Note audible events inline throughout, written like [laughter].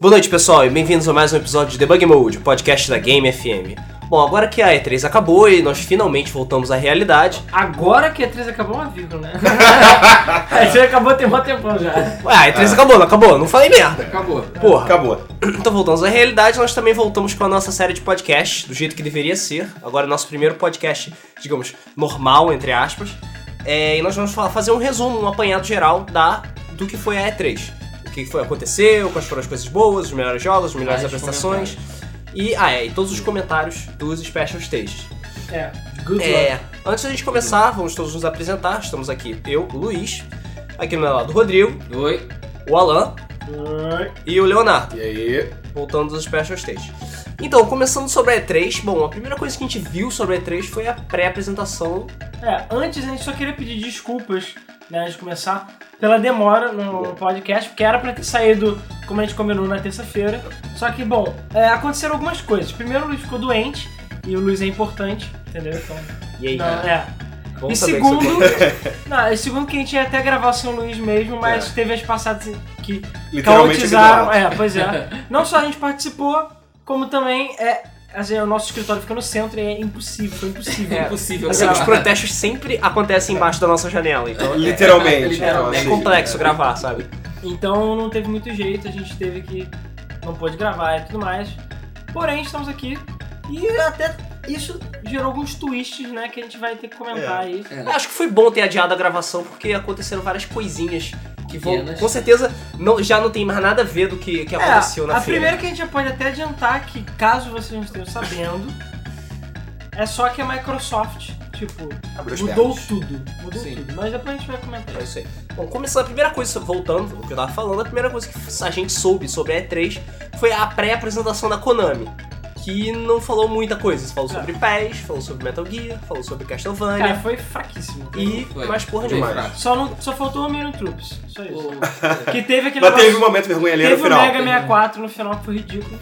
Boa noite, pessoal, e bem-vindos a mais um episódio de Debug Mode, o podcast da Game FM. Bom, agora que a E3 acabou e nós finalmente voltamos à realidade. Agora que a E3 acabou uma vírgula, [laughs] né? a E3 acabou tem um tempão já. Ué, a E3 acabou, não acabou, não falei merda. Acabou. Porra. Acabou. Então voltamos à realidade, nós também voltamos com a nossa série de podcast, do jeito que deveria ser. Agora é nosso primeiro podcast, digamos, normal, entre aspas. É, e nós vamos fa- fazer um resumo, um apanhado geral da, do que foi a E3. O que foi aconteceu, quais foram as coisas boas, os melhores jogos, as melhores Vários apresentações. E, ah, é, e todos os comentários dos Special Stages. É. Good luck. É, antes da gente começar, vamos todos nos apresentar. Estamos aqui eu, o Luiz, aqui no meu lado o Rodrigo, Oi. o Alan e o Leonardo E aí? voltando aos Special Stage. Então, começando sobre a E3, bom, a primeira coisa que a gente viu sobre a E3 foi a pré-apresentação. É, antes a gente só queria pedir desculpas, né, antes de começar, pela demora no podcast, porque era pra ter saído, como a gente combinou, na terça-feira. Só que, bom, é, aconteceram algumas coisas. Primeiro, o Luiz ficou doente, e o Luiz é importante, entendeu? Então, E aí, não, é. vamos e saber segundo, sobre- não, e segundo que a gente ia até gravar sem o Luiz mesmo, mas É. teve as passadas que Literalmente caotizaram. ignorado. É, pois é. Não só a gente participou, como também é, assim, o nosso escritório fica no centro e é impossível, foi impossível. É. Impossível Assim, os gravar. protestos sempre acontecem embaixo da nossa janela, então é, Literalmente. Literalmente. é Então, assim, complexo gravar, sabe? Então não teve muito jeito, a gente teve que. não pôde gravar e tudo mais. Porém, estamos aqui e até isso gerou alguns twists, né, que a gente vai ter que comentar aí. É. Eu acho que foi bom ter adiado a gravação porque aconteceram várias coisinhas que vão, Pequenas. é com certeza não- já não tem mais nada a ver do que, que aconteceu na a feira. primeira que a gente já pode até adiantar que, caso vocês não estejam sabendo, é só que a Microsoft, tipo, Abriu as mudou pernas. tudo. Mudou Sim. tudo. Mas depois a gente vai comentar. É isso aí. Bom, começando a primeira coisa, voltando ao que eu tava falando, a primeira coisa que a gente soube sobre a E3 foi a pré-apresentação da Konami. Que não falou muita coisa. Falou É. sobre PES, falou sobre Metal Gear, falou sobre Cara, Castlevania foi fraquíssimo. e foi. mais porra Bem nenhuma. fraco. Só, não, só faltou o Minion Troops. Só isso. Pô, Que teve aquele Mas teve um negócio- momento vergonha ali no teve o final. Mega 64 no final que foi [laughs] ridículo.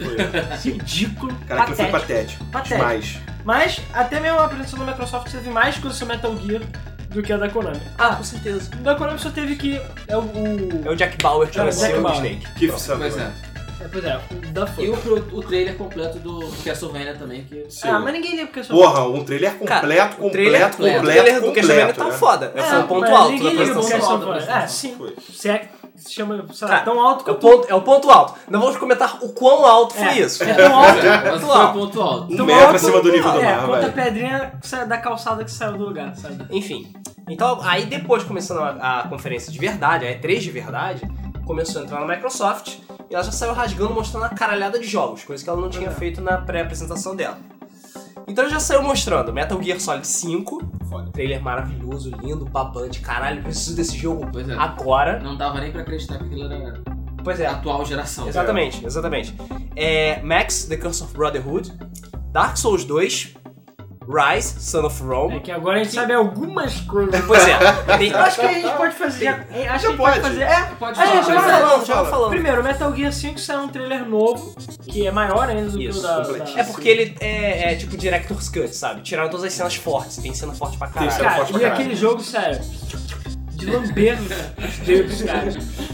ridículo. Cara, aquilo foi patético. patético. Patético. Demais. Mas até mesmo a apresentação da Microsoft teve mais coisa sobre Metal Gear do que a da Konami. Ah, com certeza. Da Konami só teve que. É o. o- É o Jack Bauer que É o apareceu Jack no Bauer. Snake. Que Pois é. é, pois é, o da E Folha. o, pro- o trailer completo do Castlevania também, que. Sim. Ah, mas ninguém liga porque eu sou. Porra, um trailer completo, Cara, completo, trailer, é completo, o trailer do Castlevania completo. tá né? foda. É, foi um ponto mas alto da ninguém liga pro apresentação. apresentação. Castlevania. É, sim. Foi. Se é que se chama, sei lá, Cara, tão alto É o, quanto. ponto, é o ponto alto. Não vamos comentar o quão alto foi É. isso. É tão alto. Mas foi o ponto alto. Um tão metro alto- acima do nível do É, mar, quanto a velho. pedrinha que saiu da calçada que saiu do lugar, sabe? Enfim, então aí depois começando a, a conferência de verdade, a E3 de verdade, começou a entrar na Microsoft e ela já saiu rasgando mostrando a caralhada de jogos, coisa que ela não tinha feito na pré-apresentação dela. Então ela já saiu mostrando Metal Gear Solid 5, Foda. trailer maravilhoso, lindo, babante, caralho, preciso desse jogo Pois é. agora. Não dava nem pra acreditar que aquilo era Pois da é, atual geração. exatamente, exatamente. É, Max, The Curse of Brotherhood, Dark Souls 2, Rise, Son of É Rome. que agora a gente sabe algumas coisas. Pois é, tem- Eu acho que a gente pode fazer. já- Acho que a gente pode pode. fazer. É, Pode Ah, falar. gente, já mas- olha- falando, já falando. primeiro, Metal Gear 5 saiu um trailer novo, que é maior ainda do que Isso, o da. completo. da- É porque ele é, é tipo director's cut, sabe? Tiraram todas as cenas fortes, tem cena é forte pra caralho. cena Cara, forte pra e caralho. aquele jogo, sério, de lamber os dedos, cara.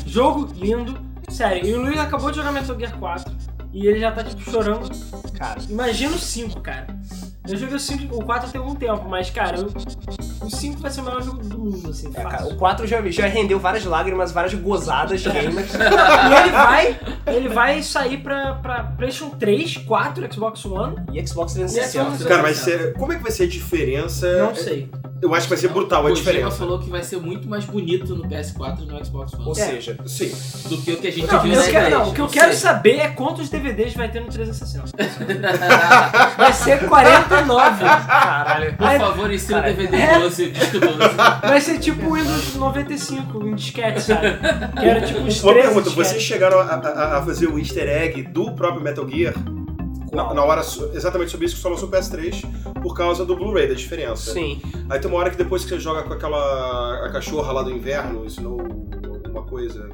Jogo lindo, sério. E o Luiz acabou de jogar Metal Gear 4 e ele já tá tipo chorando. Cara, é, Imagina o 5, cara. Eu joguei o 5, o 4 tem algum tempo, mas cara, eu- o 5 vai ser o melhor jogo do mundo, assim, é, cara, o fácil. 4 já, já rendeu várias lágrimas, várias gozadas [laughs] de gamers. E ele vai, ele vai sair pra, pra PlayStation 3, 4, Xbox One. E Xbox E 360. Xbox- Cara, mas ser- como é que vai ser a diferença? Não sei. Eu acho que vai ser é brutal a o Kojima diferença. falou que vai ser muito mais bonito no PS4 e no Xbox Ou One seja, Sim. do que o que a gente Não, viu eu na quero- E3. não, o que eu Ou quero seja, saber é quantos DVDs vai ter no 360. Vai ser 49. caralho. [laughs] Por favor, ensina o Cara, DVD é. 12, disco 12. Vai ser tipo o Windows 95, um disquete, sabe? Que era tipo uns Uma 13 pergunta, disquetes. vocês chegaram a, a- a fazer o easter egg do próprio Metal Gear na, na hora so- exatamente sobre isso que só lançou o PS3 por causa do Blu-ray, da diferença. Sim. Aí tem uma hora que depois que você joga com aquela a cachorra lá do inverno, ensinou alguma coisa.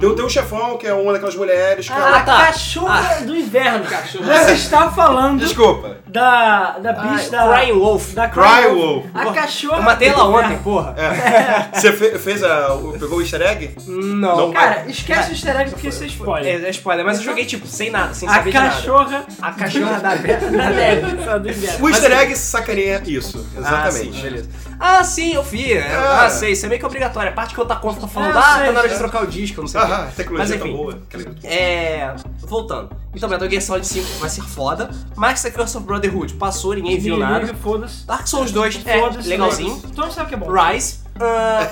Tem, tem um chefão que é uma daquelas mulheres que. Ah, Ah, tá. cachorra do inverno. Cachorro. Você está falando Desculpa. da, da Ah, bicha da... Crying Wolf. da Cry Wolf. A cachorra Eu matei ela do inverno. ontem, porra. [laughs] É. Você fe- fez a. o- Pegou o easter egg? Não. Não. Cara, esquece o easter egg porque isso é É, spoiler. é spoiler, mas eu joguei tipo sem nada, sem A saber de nada. Tá cachorra A cachorra da [laughs] [laughs] da neve só do inverno. O easter egg sacaria isso, Ah, exatamente. sim, beleza. Ah, sim, eu vi. É, Ah. Ah, sei, isso é meio que obrigatório. A parte que eu tá conta tá falando, É, eu ah, sei, tá na hora de é. trocar o disco, eu não sei o quê. Ah, a tecnologia Mas, tá enfim. boa. É. Voltando. Então, Metal Gear Solid 5 vai ser foda. Massacre of Brotherhood passou, ninguém viu Ninguém nada. liga, Foda-se. Dark Souls 2 é Foda-se. legalzinho. Todo mundo sabe que é bom. Rise. ah,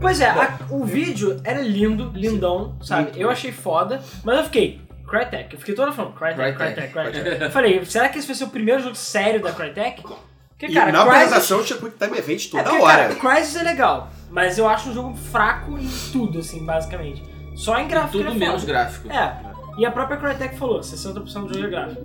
Pois é, a- o vídeo era lindo, lindão, sabe? eu achei foda, mas eu fiquei. Crytek, eu fiquei toda falando Crytek, Crytek, Crytek, Crytek. Eu falei, será que esse vai ser o primeiro jogo sério da Crytek? Porque, E cara, na Crysis, apresentação tinha Quick Time Event é toda porque, cara, hora. Crysis é legal, mas eu acho um jogo fraco em tudo, assim, basicamente. Só em [laughs] gráfico ele Tudo é menos foda. gráfico. É, e a própria Crytek falou, 60% do jogo é gráfico.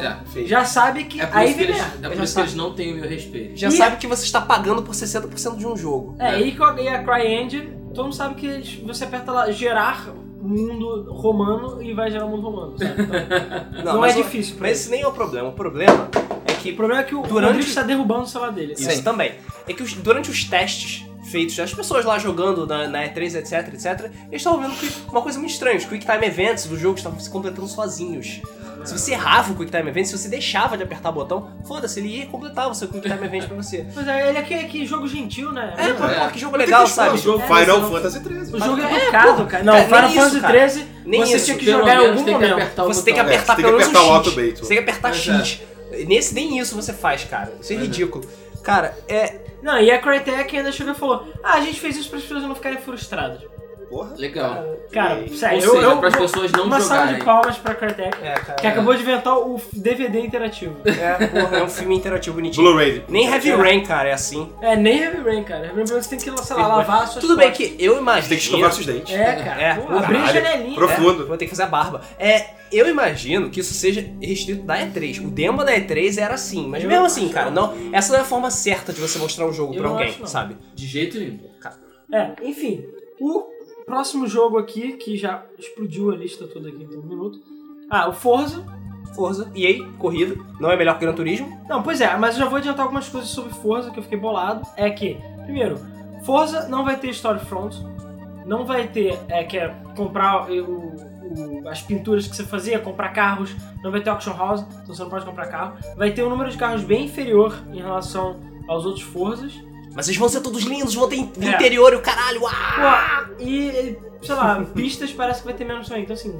É. Enfim. Já sabe que... É por aí isso que vem eles, merda, é por já isso que sabe. eles não têm o meu respeito. já E- sabe que você está pagando por 60% de um jogo. É, e co- e a CryEngine, todo mundo sabe que eles- você aperta lá gerar mundo romano e vai gerar mundo romano, sabe? [laughs] Então, não é mas o- difícil. pra Mas esse nem é o problema. O problema é que ele. O problema é que o Durante- Rodrigo está derrubando o celular dele. Isso também. É que os- durante os testes feitos, as pessoas lá jogando na, na E3, etc, etc, eles estavam vendo que uma coisa muito estranha. Os Quick Time Events do jogo estavam se completando sozinhos. Se você errava o Quick Time Event, se você deixava de apertar o botão, foda-se, ele ia e completava o seu Quick Time Event pra você. Pois é, ele é aquele, aquele jogo gentil, né? É, pô, é. pô, que jogo legal, Tem que expor sabe? o jogo Final Fantasy O XIII. jogo É, é educado, cara. Não, Cara, Final nem isso, Fantasy cara. 13 Nem você isso. tinha que Pelo jogar em menos algum tem que momento. apertar o Você tem que botão. apertar você tem que pelo menos apertar o o X. auto-bait. é. Você tem que apertar Pois X. Nesse nem isso você faz, cara. Isso é ridículo. Cara, é. Não, e a Crytek ainda chegou e falou: Ah, a gente fez isso para as pessoas não ficarem frustradas. Porra. Legal. Cara, sério, Ou É, eu, seja, eu, para as pessoas não uma salva jogarem. de palmas pra Crytek. É, cara. Que acabou de inventar o DVD interativo. É, porra, é um filme interativo bonitinho. Blu-ray. Nem Heavy Rain, cara, é assim. É, nem Heavy Rain, cara. Heavy Rain você tem que, sei lá, lavar as suas Tudo bem costas. que eu Você imagino. tem que escovar seus dentes. É, cara. É. Pô, abrir a Caralho. janelinha. Profundo. Vou ter que fazer a barba. É, eu imagino que isso seja restrito da E3. O demo da E3 era assim, mas Eu mesmo não assim, acho, cara, não, essa não é a forma certa de você mostrar um jogo Eu pra não alguém, acho, não. sabe? De jeito nenhum. É, enfim. O próximo jogo aqui, que já explodiu a lista toda aqui em um minuto. Ah, o Forza. Forza, e aí, corrida, não é melhor que Gran Turismo? Não, pois é, mas eu já vou adiantar algumas coisas sobre Forza que eu fiquei bolado. É que, primeiro, Forza não vai ter Storyfront, não vai ter, é, que é comprar o- o- as pinturas que você fazia, comprar carros, não vai ter Auction House, então você não pode comprar carro. Vai ter um número de carros bem inferior em relação aos outros Forzas. Mas eles vão ser todos lindos, vão ter in- É. interior e o caralho, ah! Pô, e, [laughs] sei lá, pistas parece que vai ter menos também, então assim,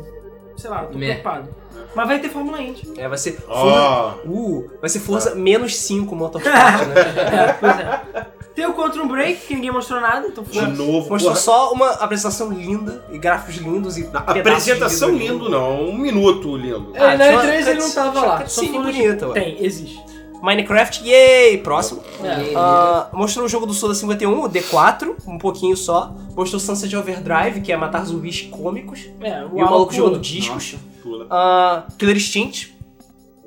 sei lá, tô Meh. preocupado. Mas vai ter [laughs] Fórmula Indy. É, vai ser. Forza, Ó. Tá. uh, vai ser Forza menos 5 Motorsport, né? É, pois é. Tem o Quantum Break, que ninguém mostrou nada, então De novo. Mostrou [laughs] porra. só uma apresentação linda e gráficos lindos e. Na pedaços de apresentação vidro lindo, não. Um minuto lindo. Ah, É, na tinha uma E3 ele não cutscene- tava tinha uma lá. Só cutscene foi no- um. bonita, ué. Tem, existe. né? Minecraft, yay! Próximo. É. Ah, mostrou o jogo do Soda 51, o D4, um pouquinho só. Mostrou Sunset Overdrive, que é matar zumbis cômicos. É, e o maluco álcool- jogando discos. Nossa. Pula. Ah, Killer Instinct.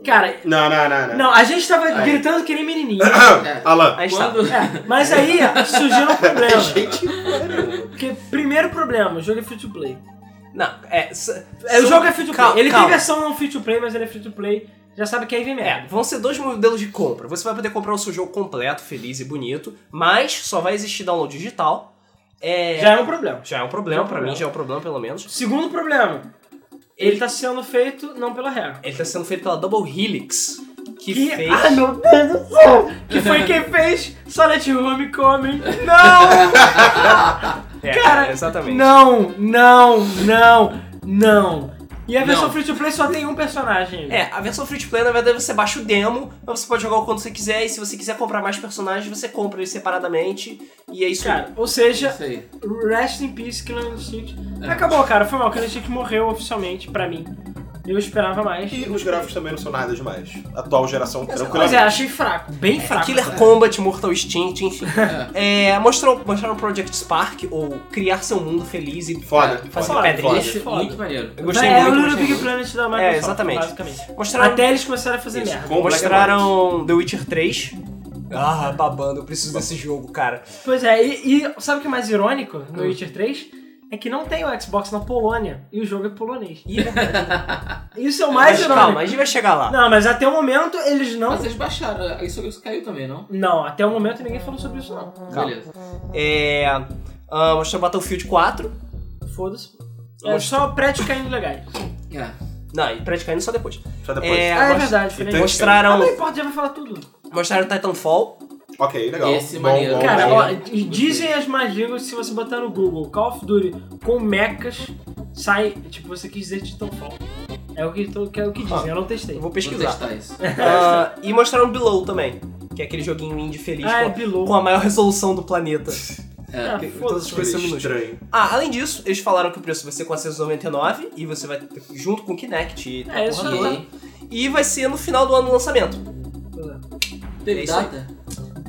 Cara, Não, não, É. não, não. não, a gente tava Aí. gritando que nem menininho. É. Alan. Aí está. Quando... É, mas aí ó, surgiu um problema. Gente, [laughs] Porque, primeiro problema, o jogo é free to play. Não, é. s- É, o são- jogo é free to play. Calma, ele calma. tem versão não free to play, mas ele é free to play. Já sabe que aí vem merda. É, vão ser dois modelos de compra. Você vai poder comprar o seu jogo completo, feliz e bonito, mas só vai existir download digital. É, Já é um problema. já é um problema, Já é um pra problema. mim já é um problema, pelo menos. Segundo problema, ele tá sendo feito não pela Rare. Ele tá sendo feito pela Double Helix, que, Que, fez. ai meu Deus do céu! Que foi quem fez Solid Homecoming. Não! É, cara, exatamente. Não, não, não, não. E a versão Não. free to play só tem um personagem. É, a versão free to play, na verdade, você baixa o demo, mas você pode jogar o quanto você quiser, e se você quiser comprar mais personagens, você compra eles separadamente, e é isso aí. Cara, ou seja, Isso aí. Rest in Peace, Killer Instinct. É. Acabou, cara. Foi mal. Killer Instinct morreu oficialmente pra mim. Eu esperava mais. E os gráficos também não são nada demais. Atual geração Pois é, tranquila. achei fraco. Bem fraco. É Killer Combat, Mortal Instinct, enfim. É, mostrou, mostraram Project Spark, ou Criar Seu Mundo Feliz e Foda. Fazer foda. Fora, pedrinha. foda. Isso é muito maneiro. Eu gostei é, muito. o Little gostei Big muito. Planet da Microsoft, É, exatamente. basicamente. Mostraram, Até eles começaram a fazer Isso, merda. completamente. mostraram The Witcher 3. Ah, babando, eu preciso desse jogo, cara. Ah. Pois é, e, e sabe o que é mais irônico no Witcher 3? é que não tem o Xbox na Polônia e o jogo é polonês. E- [laughs] Isso é o mais mas, irônico. calma, a gente vai chegar lá. Não, mas até o momento eles não. Mas eles baixaram, ah, isso, isso caiu também, não? Não, até o momento ninguém falou sobre isso, não. Calma. Beleza. É. ah, mostrou Battlefield 4. Foda-se. É só prédios caindo legais. É. Não, e praticamente só depois. Só depois. É, ah, é mas- verdade, e Fred. tem- Ah, Mostraram, não importa, já vai falar tudo. mostraram Titanfall. Ok, legal. Esse bom, maneiro. bom, Cara, bom. ó, d- dizem as mais línguas se você botar no Google Call of Duty com mechas, sai. Tipo, você quis dizer Titanfall. É o que, tô- que é o que dizem, eu não testei. Eu Ah. vou Vou pesquisar. testar isso. É. Ah, e mostraram Below também, que é aquele joguinho indie feliz Ah, é com, Below. com a maior resolução do planeta. É. Ah, Todas as foda-se. coisas são minúsculas. estranho. Ah, além disso, eles falaram que o preço vai ser 499 e você vai ter- junto com o Kinect e tal. É, isso porra aí. toda. E vai ser no final do ano do lançamento. Teve É isso aí. data?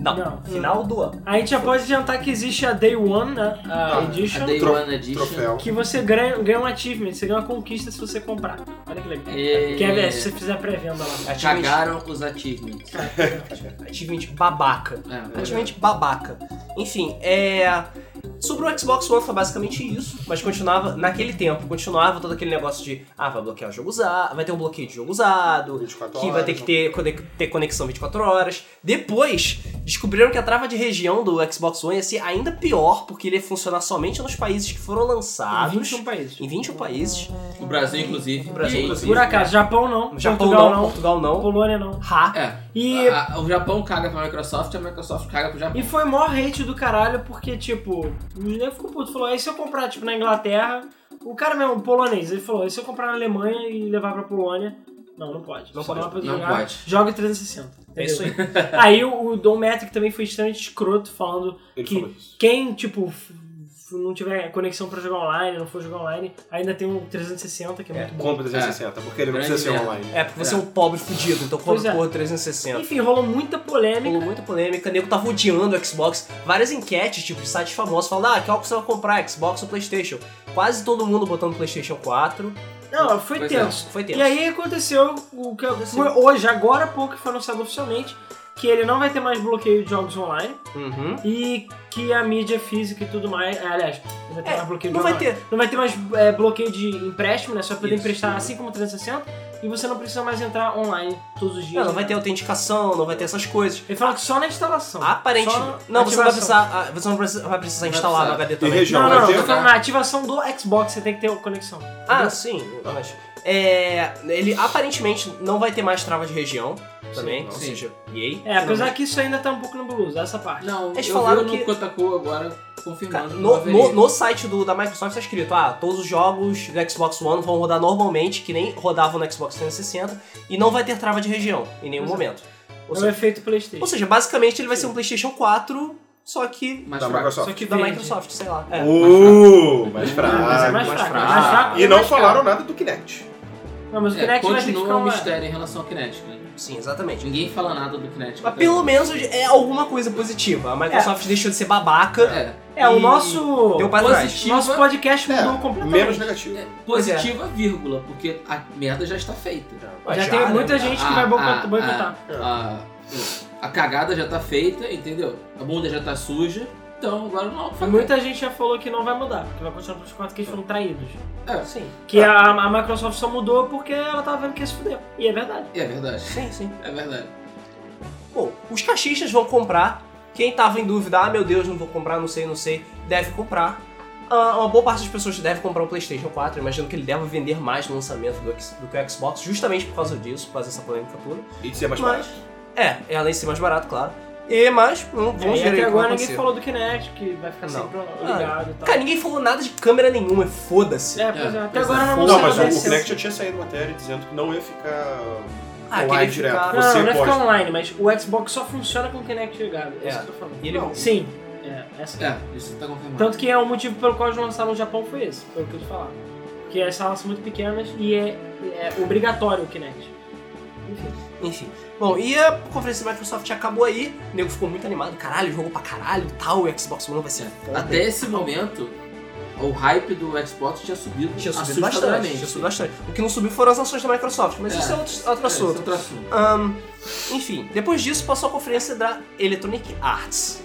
Não, Não. final do ano. A gente já pode adiantar que existe a Day One, né? A Ah, Edition. A Day Tro- One Edition. Troféu. Que você ganha, ganha um achievement, você ganha uma conquista se você comprar. Olha que legal. É. tipo Que é, se você fizer pré-venda lá. Ativamente, Cagaram os achievements. ativamente babaca. É. Praticamente babaca. Enfim, é. Sobre o Xbox One foi basicamente isso, mas continuava, naquele tempo, continuava todo aquele negócio de, ah, vai bloquear o jogo usado, vai ter um bloqueio de jogo usado, 24 que vai ter que ter, conex- ter conexão 24 horas. Depois, descobriram que a trava de região do Xbox One ia ser ainda pior, porque ele ia funcionar somente nos países que foram lançados. 21 países. Em 21 países. O Brasil, inclusive. O Brasil, E- inclusive. Por acaso, Japão não, Japão Portugal não, não, Portugal não. Polônia não. Ha. É. E- A- a- o Japão caga pra Microsoft e a Microsoft caga pro Japão. E foi mó hate do caralho, porque, tipo, o nego ficou puto. Falou, aí se eu comprar, tipo, na Inglaterra, o cara mesmo, um polonês, ele falou, aí se eu comprar na Alemanha e levar pra Polônia, não, não pode. Não Só pode. dá pra Não jogar, pode. Joga em 360. É isso aí. aí o, o Dom Metric também foi extremamente escroto, falando Ele que- falou isso. Quem, tipo, f- f- não tiver conexão pra jogar online, não for jogar online, ainda tem um 360, que é, É. muito bom. Compra 360, porque ele não Grande precisa ser merda. online. É, porque você é, É. um pobre fudido, então Pois compra é. porra 360. Enfim, rolou muita polêmica. Rolou muita polêmica, o nego tava odiando o Xbox. Várias enquetes, tipo, de sites famosos, falando, ah, qual que você vai comprar, Xbox ou Playstation? Quase todo mundo botando Playstation 4. Não, foi Pois tenso. Foi tenso. E aí aconteceu o que Aconteceu. foi hoje, agora há pouco, que foi anunciado oficialmente, que ele não vai ter mais bloqueio de jogos online Uhum. e que a mídia física e tudo mais. é, Aliás, não vai ter É, mais bloqueio de Não jogo vai online. ter. Não vai ter mais é, bloqueio de empréstimo, né? Só poder Isso. emprestar assim como 360 e você não precisa mais entrar online todos os dias. Não, não vai né? ter autenticação, não vai ter essas coisas. Ele fala que só na instalação. Aparentemente. Só na Não, você não vai ativação. precisar. ah, Você não precisa- vai precisar Vai instalar no precisar. HD E também. região, Não, vai não, ter? eu tô falando na ativação do Xbox, você tem que ter conexão. Ah, sim, Tá. mas. É, ele aparentemente não vai ter mais trava de região também, Sim. ou Sim. seja, EA. É, apesar que isso ainda tá um pouco nebuloso, essa parte. Não, Eles eu falaram vi que- no Kotaku agora Cara, confirmando. no, que no, haveria. no site do, da Microsoft tá escrito, ah, todos os jogos do Xbox One vão rodar normalmente, que nem rodavam no Xbox 360, e não vai ter trava de região em nenhum Pois é. momento. Ou, É o seja, efeito Playstation. ou seja, basicamente ele vai ser um PlayStation 4, só que Mais Da fraco. Microsoft. Só que da verde. Microsoft, sei lá. É. Uh, Mas é mais mais fraco. mais fraco. fraco. mais fraco, E mas não mais caro. falaram nada do Kinect. Não, mas o É, Kinect vai ter que continua ficar um uma... mistério em relação ao Kinect, né? Sim, exatamente. Ninguém fala nada do Kinect. Mas até pelo agora. menos é alguma coisa positiva. A Microsoft deixou de ser babaca. É. É, o E- nosso... Deu pra trás. Positiva, Nosso podcast É, mudou completamente. menos negativo. é, Pois é. positiva, vírgula, porque a merda já está feita. Ué, Já, tem né? muita gente Ah, que vai boicot- boicotar. A, a, a cagada já tá feita, entendeu? A bunda já tá suja, então agora não. E Muita gente já falou que não vai mudar, que vai continuar pros quatro que eles foram traídos. É, Sim, Que a, a Microsoft só mudou porque ela tava vendo que ia se fuder. E é verdade. é verdade. sim, sim. É verdade. Bom, os caixistas vão comprar. Quem tava em dúvida, ah meu Deus, não vou comprar, não sei, não sei, deve comprar. Ah, uma boa parte das pessoas deve comprar o PlayStation 4. Imagino que ele deve vender mais no lançamento do, X- do que o Xbox, justamente por causa disso, por causa dessa polêmica toda. E de ser mais Mas- fraco. É, é além de ser mais barato, claro. E mas, hum, vamos É, ver e aí até o que vai agora ninguém acontecer. falou do Kinect, que vai ficar Não. sempre ligado e tal. Cara, ninguém falou nada de câmera nenhuma, foda-se. É, pois é. É, Até pois agora é. não Não, mas anunciaram o, o licença. Kinect já tinha saído matéria dizendo que não ia ficar Ah, que online ele direto. né, fica- Não, Você não é pode. ficar online, mas o Xbox só funciona com o Kinect ligado. É, isso É. que eu tô falando. E ele- Sim, é, essa é. É, isso tá confirmado. Tanto que é o motivo pelo qual eles lançaram no Japão foi esse, pelo que eles falaram. Porque as salas são muito pequenas e é, é obrigatório o Kinect. Enfim. Enfim. Bom, e a conferência da Microsoft acabou aí. O nego ficou muito animado. Caralho, jogou pra caralho e tal. O Xbox One vai ser É foda. Até esse momento, o hype do Xbox tinha subido Tinha subido assustadoramente. bastante, tinha subido bastante. O que não subiu foram as ações da Microsoft, mas É. isso é outro, outro É, isso é assunto. outro assunto. Ahn, enfim, depois disso passou a conferência da Electronic Arts.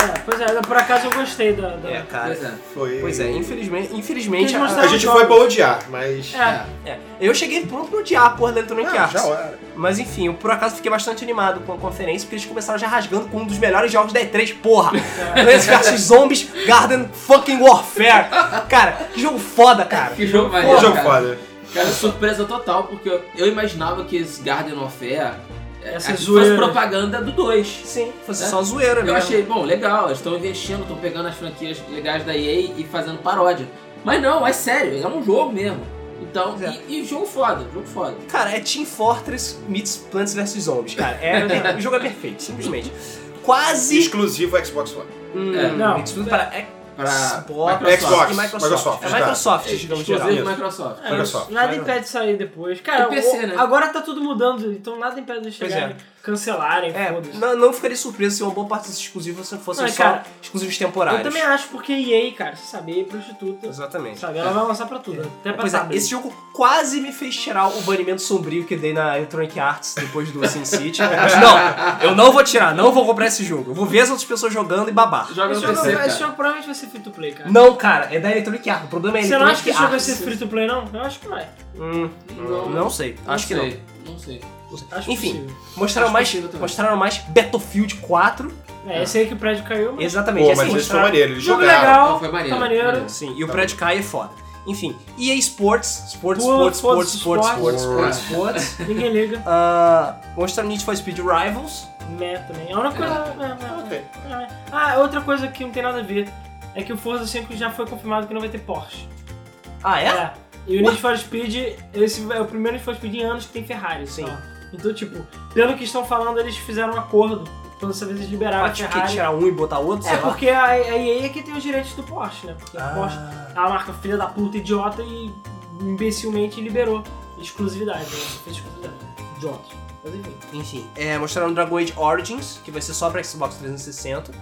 É, pois é, por acaso eu gostei da. da... É, cara. Pois é. Foi. Pois é, infelizmente, infelizmente Eles a, A a mostraram- gente. gente foi pra odiar, mas. É. é, eu cheguei pronto pra odiar a porra da Electronic Ah, Arts. já era. Mas enfim, eu por acaso fiquei bastante animado com a conferência, porque eles começaram já rasgando com um dos melhores jogos da E3, porra! É. Plants vs Zombies Garden Fucking Warfare! Cara, que jogo foda, cara! Que jogo Pô, maneiro, jogo cara. foda. Cara, surpresa total, porque eu, eu imaginava que esse Garden of Air é, Essa é, zoeira. fosse propaganda do 2. Sim, fosse É. só zoeira, né? Eu achei, bom, legal, eles estão investindo, estão pegando as franquias legais da EA e fazendo paródia. Mas não, é sério, é um jogo mesmo. Então, Pois é. e, e jogo foda, jogo foda. Cara, é Team Fortress meets Plants vs Zombies, cara. É, o jogo é perfeito, simplesmente. Quase. Exclusivo Xbox One. Hum, É, não. exclusivo para Xbox Pra e Xbox, Microsoft. Microsoft, é tá. Microsoft, digamos geral. exclusivo Microsoft. É, Olha só. Nada Vai lá. impede de sair depois. Cara, E PC, o- né? agora tá tudo mudando, então nada impede de Pois chegar. Cancelarem, É, foda-se. não, não ficaria surpreso se uma boa parte desses exclusivos fossem Não, só cara, exclusivos Eu temporários. também acho, porque EA, cara, você sabe, EA é prostituta. Exatamente. Sabe, ela vai lançar pra tudo. Até pra Pois é, tablet. esse jogo quase me fez tirar o banimento sombrio que dei na Electronic Arts depois do Sin City. Mas não, eu não vou tirar, não vou comprar esse jogo. Eu vou ver as outras pessoas jogando e babar. Joga Esse no jogo, é, PC, esse cara. jogo provavelmente vai ser free to play, cara. Não, cara, é da Electronic Arts. O problema é a Você não Electronic acha que esse jogo vai Arts. ser free to play, não? Eu acho que vai. Hum, não sei, acho que não. sei, não. sei. Acho Enfim, possível. mostraram Acho mais, possível também. mostraram mais Battlefield 4. É, esse aí que o prédio caiu. mas- Exatamente. Pô, assim, mas esse é foi mostraram- maneiro, eles Jogo jogaram. legal, Não, foi maneiro, tá maneiro. maneiro. Sim, e o prédio cai é foda. Enfim, EA Sports, Sports, Pô, Sports, Sports, foda-se, Sports, Sports, esportes. Sports, Sports. [laughs] Ninguém liga. Ah, Mostraram Need for Speed Rivals. Meh também. A única coisa. é, é, Ok. é. Ah, outra coisa que não tem nada a ver é que o Forza 5 já foi confirmado que não vai ter Porsche. Ah, é? É. E o Need for Speed, esse é o primeiro Need for Speed em anos que tem Ferrari, sim. Então, tipo, pelo que estão falando, eles fizeram um acordo. Então, dessa vez eles liberaram a Pode que Ferrari. tirar um e botar outro, É, sei lá. porque a, a EA é que tem os direitos do Porsche, né? Porque a Porsche Ah, é uma marca filha da puta, idiota e imbecilmente liberou exclusividade. Né? Fez exclusividade. Idiota. Mas enfim. enfim, é, mostraram Dragon Age Origins, que vai ser só pra Xbox 360.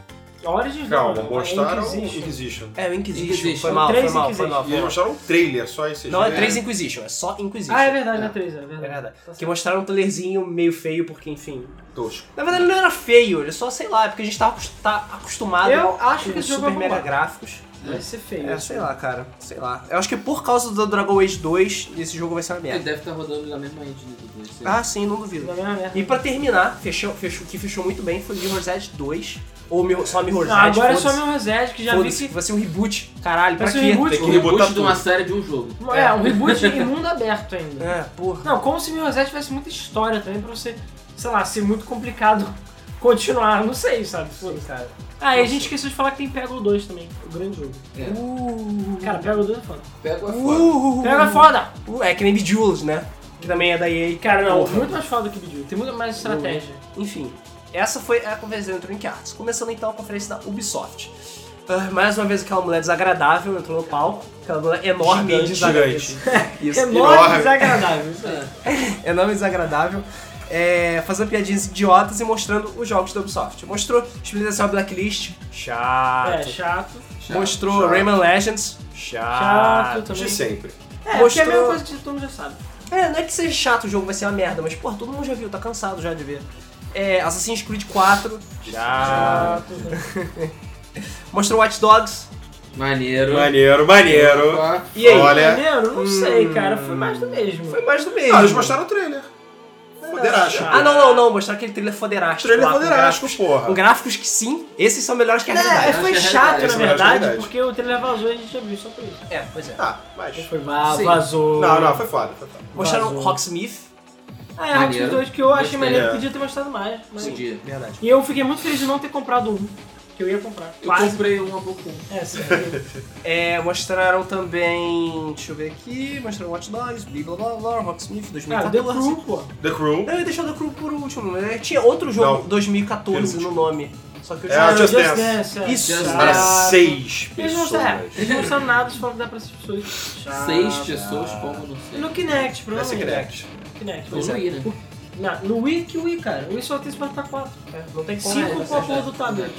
Origins Calma, não, né? mostraram É Inquisition. Inquisition. É, o Inquisition. Inquisition. Foi mal, foi Três mal, foi mal. E Foi eles mal. mostraram um trailer só esse Não, é jogo. 3 Inquisition, é só Inquisition. Ah, é verdade, É. né, 3, é verdade. É verdade. Tá certo. Que mostraram um trailerzinho meio feio, porque, enfim. É Tosco. Na verdade, ele não era feio, ele só, sei lá, é porque a gente tá, acos- tá acostumado Eu acho que com esse jogo um super vai mega bombar. gráficos. Vai ser feio. É, sei lá, cara, sei lá. Eu acho que por causa do Dragon Age 2, esse jogo vai ser uma Ele merda. deve estar rodando na mesma engine do 2. sei lá. Ah, sim, não duvido. Da mesma merda. E pra terminar, fechou, fechou, que fechou muito bem foi Mirror's Edge 2. Ou Mirror, só Mirror's Não, Edge. agora é só foda-se. meu reset que já vi Foda-se, que. vai ser um reboot. Caralho, Vai pra ser um quê? reboot? Tem O que reboot reboot de uma série de um jogo. [laughs] É, um reboot em mundo aberto ainda. É, porra. Não, como se meu reset tivesse muita história também pra você, sei lá, ser muito complicado [laughs] continuar, não sei, sabe? Foda-se. cara. Ah, e a gente esqueceu de falar que tem Peggle 2 também, o grande jogo. É. Uh, Cara, Peggle 2 é foda. Pega o foda. uh, Peggle é foda! Uh, é que nem Bejeweled, né? Que também é da EA. Cara, não, Porra. muito mais foda que Biju, Uhum. tem muito mais estratégia. Enfim, essa foi a conferência da Electronic Arts. Começando então a conferência da Ubisoft. Ah, mais uma vez aquela mulher desagradável entrou no palco. Aquela mulher enorme e Gigante, desagradável. [laughs] É, Isso. Enorme Enorme. e É desagradável. isso aí. enorme e desagradável, é, fazendo piadinhas idiotas e mostrando os jogos da Ubisoft. Mostrou Civilização Blacklist, É, chato. chato. Chato, Mostrou chato. Rayman Legends, Chato chato. também. De sempre. É, porque é a Mostrou- mesma coisa que todo mundo já sabe. É, não é que seja chato o jogo, vai ser uma merda, mas porra, todo mundo já viu, tá cansado já de ver. É, Assassin's Creed 4, chato. Chato. né? Mostrou Watch Dogs, Maneiro. Maneiro, maneiro. Opa. e aí? Olha. Maneiro? Não sei, cara. hum. Foi mais do mesmo. Foi mais do mesmo. Ah, eles mostraram o trailer. Foderacho. Ah, não, não, não, mostraram aquele trailer foderástico. Trailer lá, com foderástico, gráficos- porra. Com gráficos que sim, esses são melhores que a É, realidade. foi Essa é a chato, na realidade, essa é verdade, a porque o trailer vazou e a gente já viu, só por isso. É, pois é. Ah, mas. Foi mal, Sim. vazou. É, Não, não, foi foda. Foi foda. Mostraram Vazou. Rocksmith, Ah, é, Rocksmith Maneiro. 2 que eu achei Gostei, maneiro, é. podia ter mostrado mais. mas- Podia. verdade. E eu fiquei muito feliz de não ter comprado um, que eu ia comprar. Eu Quase. comprei um há pouco tempo. É, sério. É, mostraram também. Deixa eu ver aqui. Mostraram Watch Dogs, blá blá blá, Rocksmith Cara, Ah, The 2014. Crew, pô. The Crew. não, eu ia deixar o The Crew por último. né? Tinha outro jogo Não, 2014 no penúltimo. nome. Só que eu É, tinha. Ah, Just Just Dance. Dance, é. Isso. Chato. Para Ah, seis Eles não mostraram, pessoas. eles não mostraram nada, só dá pra essas pessoas. Chato. Seis pessoas como não sei. E no Kinect, Vai ser provavelmente. Kinect. Kinect. Ou Pois no é. I, né? Não, no Wii que o Wii, cara. O Wii só tem Sparta 4. É, não tem como. Cinco é, com a é porra do verdade. tablet.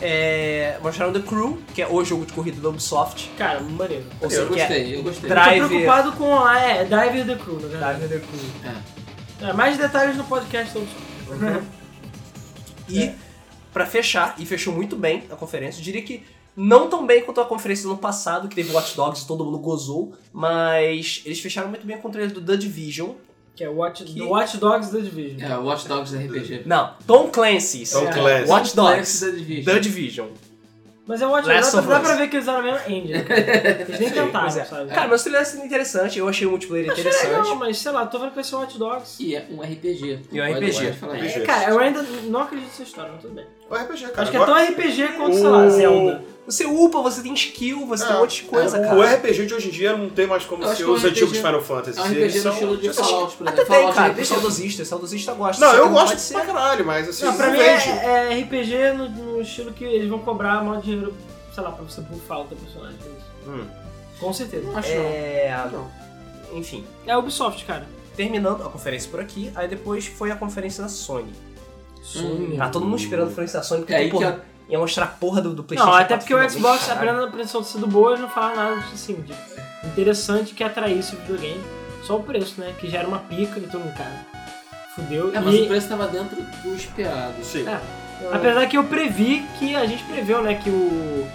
É, mostraram The Crew, que é o jogo de corrida da Ubisoft. Cara, maneiro. Ou Eu seja, que é gostei, eu gostei. Drive. Tô preocupado com a é, Diver the Crew, na verdade. Driver The Crew. É. É, mais detalhes no podcast. Então, E pra fechar, e fechou muito bem a conferência. Eu diria que não tão bem quanto a conferência do ano passado, que teve Watch Dogs e todo mundo gozou, mas eles fecharam muito bem a conferência do The Division. Que é Watch, The Watch Dogs da Division. É, Watch Dogs da RPG. Não, Tom Clancy's. Tom É. Clancy. Watch Dogs Dogs. da Division. The Division. Mas é Watch Last Dogs, dá, of dá Us. pra ver que eles eram a mesma [laughs] engine. cara. Eles nem Sim, tentaram, pois é. Tá, sabe? Cara, mas o trailer é interessante, eu achei o multiplayer Achei interessante. legal, mas sei lá, tô vendo que vai ser Watch Dogs. E é um RPG. E é um Pode- RPG. pode falar "Ah, isso. RPG. É, cara, eu ainda não acredito nessa história, mas tudo bem. É um RPG, cara. Acho que é tão Agora- RPG quanto, sei lá, O- Zelda. Você upa, você tem skill, você tem É, um monte de coisa, o, cara. O RPG de hoje em dia não tem mais como Eu acho ser que o os RPG antigos Final Fantasy. É um Eles RPG no são- estilo de já são- Fallout, por Até exemplo. tem, Fallout cara. RPG. Saudosista, saudosista gosta. Não, só eu que gosto pode ser. pra caralho, mas assim, Não, pra mim vende. é, é RPG no, no estilo que eles vão cobrar maior dinheiro, sei lá, pra você bufar o teu personagem. é isso. Hum. Com certeza. Acho não. É. Não. Enfim. É a Ubisoft, cara. Terminando a conferência por aqui, aí depois foi a conferência da Sony. Sony. Tá todo mundo esperando a conferência da Sony, porque É aí que porra, eu- ia mostrar a porra do, do PlayStation. Não, até 4 porque o finalmente, É, Xbox, tá caralho. apesar da apresentação ter sido boa, eles não falaram nada assim, de interessante que atraísse o videogame. Só o preço, né? Que já era uma pica e todo mundo, cara. Fudeu. É, mas E- o preço tava dentro do esperado. Sim. É. Apesar que eu previ que a gente preveu, né, que o.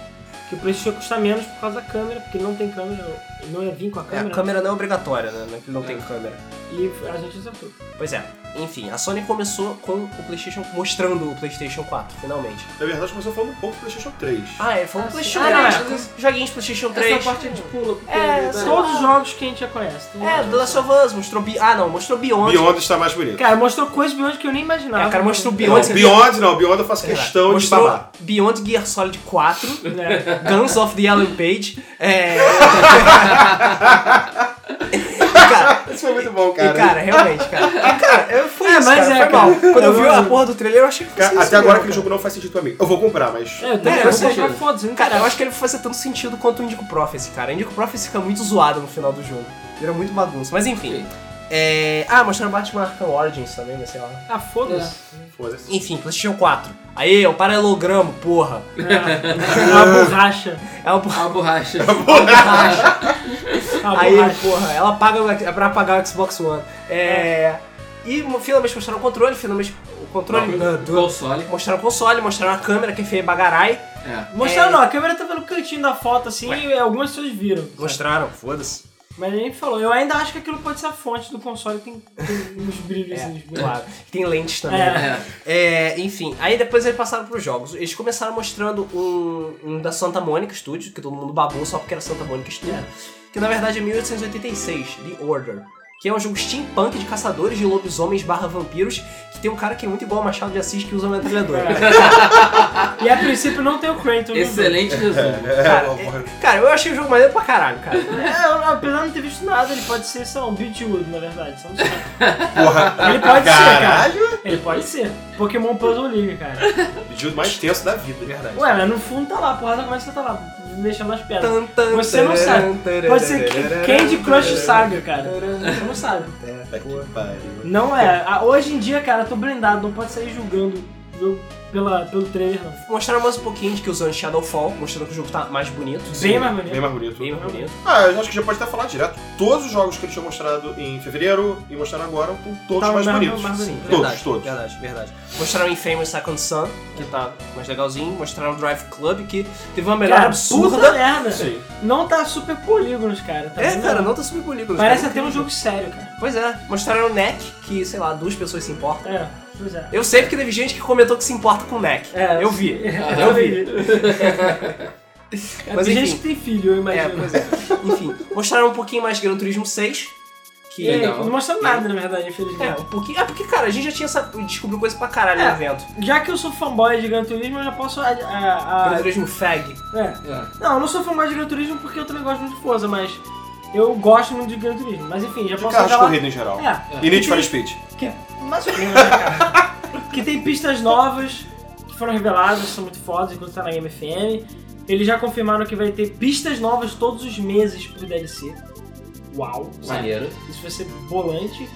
que o preço ia custar menos por causa da câmera, porque não tem câmera, não ia vir com a É, câmera. a câmera não é obrigatória, né? Não é que não É. tem câmera. E a gente acertou. Pois é. Enfim, a Sony começou com o PlayStation, mostrando o PlayStation 4, finalmente. Na verdade, começou falando um pouco do PlayStation 3. Ah, é, foi um Ah, sim. PlayStation né? Ah, 3. não, com Joguinhos PlayStation 3. Essa parte a gente pula. porque- É, né? só- Todos os jogos que a gente já conhece. Todo É, mundo The já Last of Us, mostrou Beyond. Ah, não, mostrou Beyond. Beyond está mais bonito. Cara, mostrou coisas Beyond que eu nem imaginava. É, cara, mostrou não, Beyond- Beyond não, Beyond eu faço questão de mostrou babar. Beyond Gear Solid 4, É. Guns of the Ellen Page. É. [laughs] cara, Isso foi muito bom, e, cara. cara, realmente, cara. E, Cara, eu fui É, isso, mas cara, foi é, cara. mal. Quando eu Eu vi a não- porra do trailer, eu achei que Cara, fosse isso até agora mesmo, aquele cara. jogo não faz sentido pra mim. Eu vou comprar, mas. É, eu também É, vou faz comprar, sentido. foda-se. não Cara, quero. eu acho que ele vai fazer tanto sentido quanto o Indico Prophecy, cara. Indico Prophecy fica muito zoado no final do jogo. Vira muito bagunça. Mas enfim. Sim. É... Ah, mostraram Batman Arkham Origins também, mas sei lá. Ah, foda-se. Foda-se. Enfim, PlayStation 4. Aí, é o paralelogramo, porra. É. [laughs] A borracha. É uma porra. A borracha. A Aí, borracha. Ah, porra, ela paga o- é pra pagar o Xbox One. É. E finalmente mostraram o controle, finalmente. O controle. Não, Não, do- Console. Mostraram o console, mostraram a câmera que é feia bagarai. [laughs] É. Mostraram, É. não, a câmera tava no cantinho da foto assim e algumas pessoas viram. sabe? Mostraram, foda-se. Mas nem falou. Eu ainda acho que aquilo pode ser a fonte do console, tem, tem uns brilhos assim, uns [laughs] É, brilhos. claro. Tem lentes também. É. né? É. É, enfim, aí depois eles passaram pros jogos. Eles começaram mostrando um, um da Santa Mônica Studio, que todo mundo babou só porque era Santa Mônica Studio. Que na verdade é 1886, The Order. Que é um jogo steampunk de caçadores de lobisomens barra vampiros, que tem um cara que é muito igual ao Machado de Assis que usa uma metralhadora. [laughs] E a princípio não tem o Kratos. né? no jogo. Excelente resumo. Cara, É, porra. Cara, eu achei o jogo maneiro pra caralho, cara. É, eu- apesar de não ter visto nada, ele pode ser só um Beautywood, na verdade. Só não sei. Porra. Ele pode Caralho. ser, cara. Ele pode ser. Pokémon Puzzle League, cara. Pedido mais tenso da vida, verdade. Ué, mas no fundo tá lá, a porrada começa a tá lá, mexendo as pedras. Tan, tan, Você não tararan, tararan, Pode ser tararan, Candy Crush tararan, Saga, cara. tararan. Você não sabe. Puta que pariu. Não é. Ah, Hoje em dia, cara, eu tô blindado, não pode sair julgando o jogo pela, pelo trailer, não. Mostraram mais um pouquinho de que usando Shadowfall, mostrando que o jogo tá mais bonito. Bem mais Bem maneiro. mais bonito. Bem mais bonito. Ah, eu acho que já pode até falar direto. Todos os jogos que eles tinham mostrado em fevereiro e mostraram agora estão todos Tá, mais mas- bonitos. mas- Sim, Todos, verdade, é todos. Verdade, verdade. Mostraram Infamous Second Son, que tá mais legalzinho. Mostraram Drive Club, que teve uma melhor Cara, puta absurda. merda. Sim. Não tá super polígonos, cara. Tá É, vendo? cara, não tá super polígono. Parece cara. até um jogo sério, cara. Pois é. Mostraram o Neck, que, sei lá, duas pessoas se importam. É, pois é. Eu sei porque teve gente que comentou que se importa com o Neck. É, eu [laughs] vi. É, Eu vi. É, Mas tem enfim. gente que tem filho, eu É, imagino. [laughs] pois é. Enfim, mostraram um pouquinho mais de Gran Turismo 6, que... E aí, Legal. não mostra nada, na verdade, infelizmente. É, um pouquinho... É porque, cara, a gente já tinha sa- descobriu coisa pra caralho É. no evento. Já que eu sou fanboy de Gran Turismo, eu já posso. A, a- a- Gran Turismo Fag. é. É. Não, eu não sou fanboy de Gran Turismo porque eu também gosto muito de Forza, mas eu gosto muito de Gran Turismo. Mas enfim, já De posso carros de falar. corrida em geral. então. É, E Need for Speed. que, mais ou menos, né, cara? que tem pistas novas que foram reveladas, são muito fodas enquanto tá na Game FM. Eles já confirmaram que vai ter pistas novas todos os meses pro DLC. Uau! sabe? Maneiro. Isso vai ser bolante.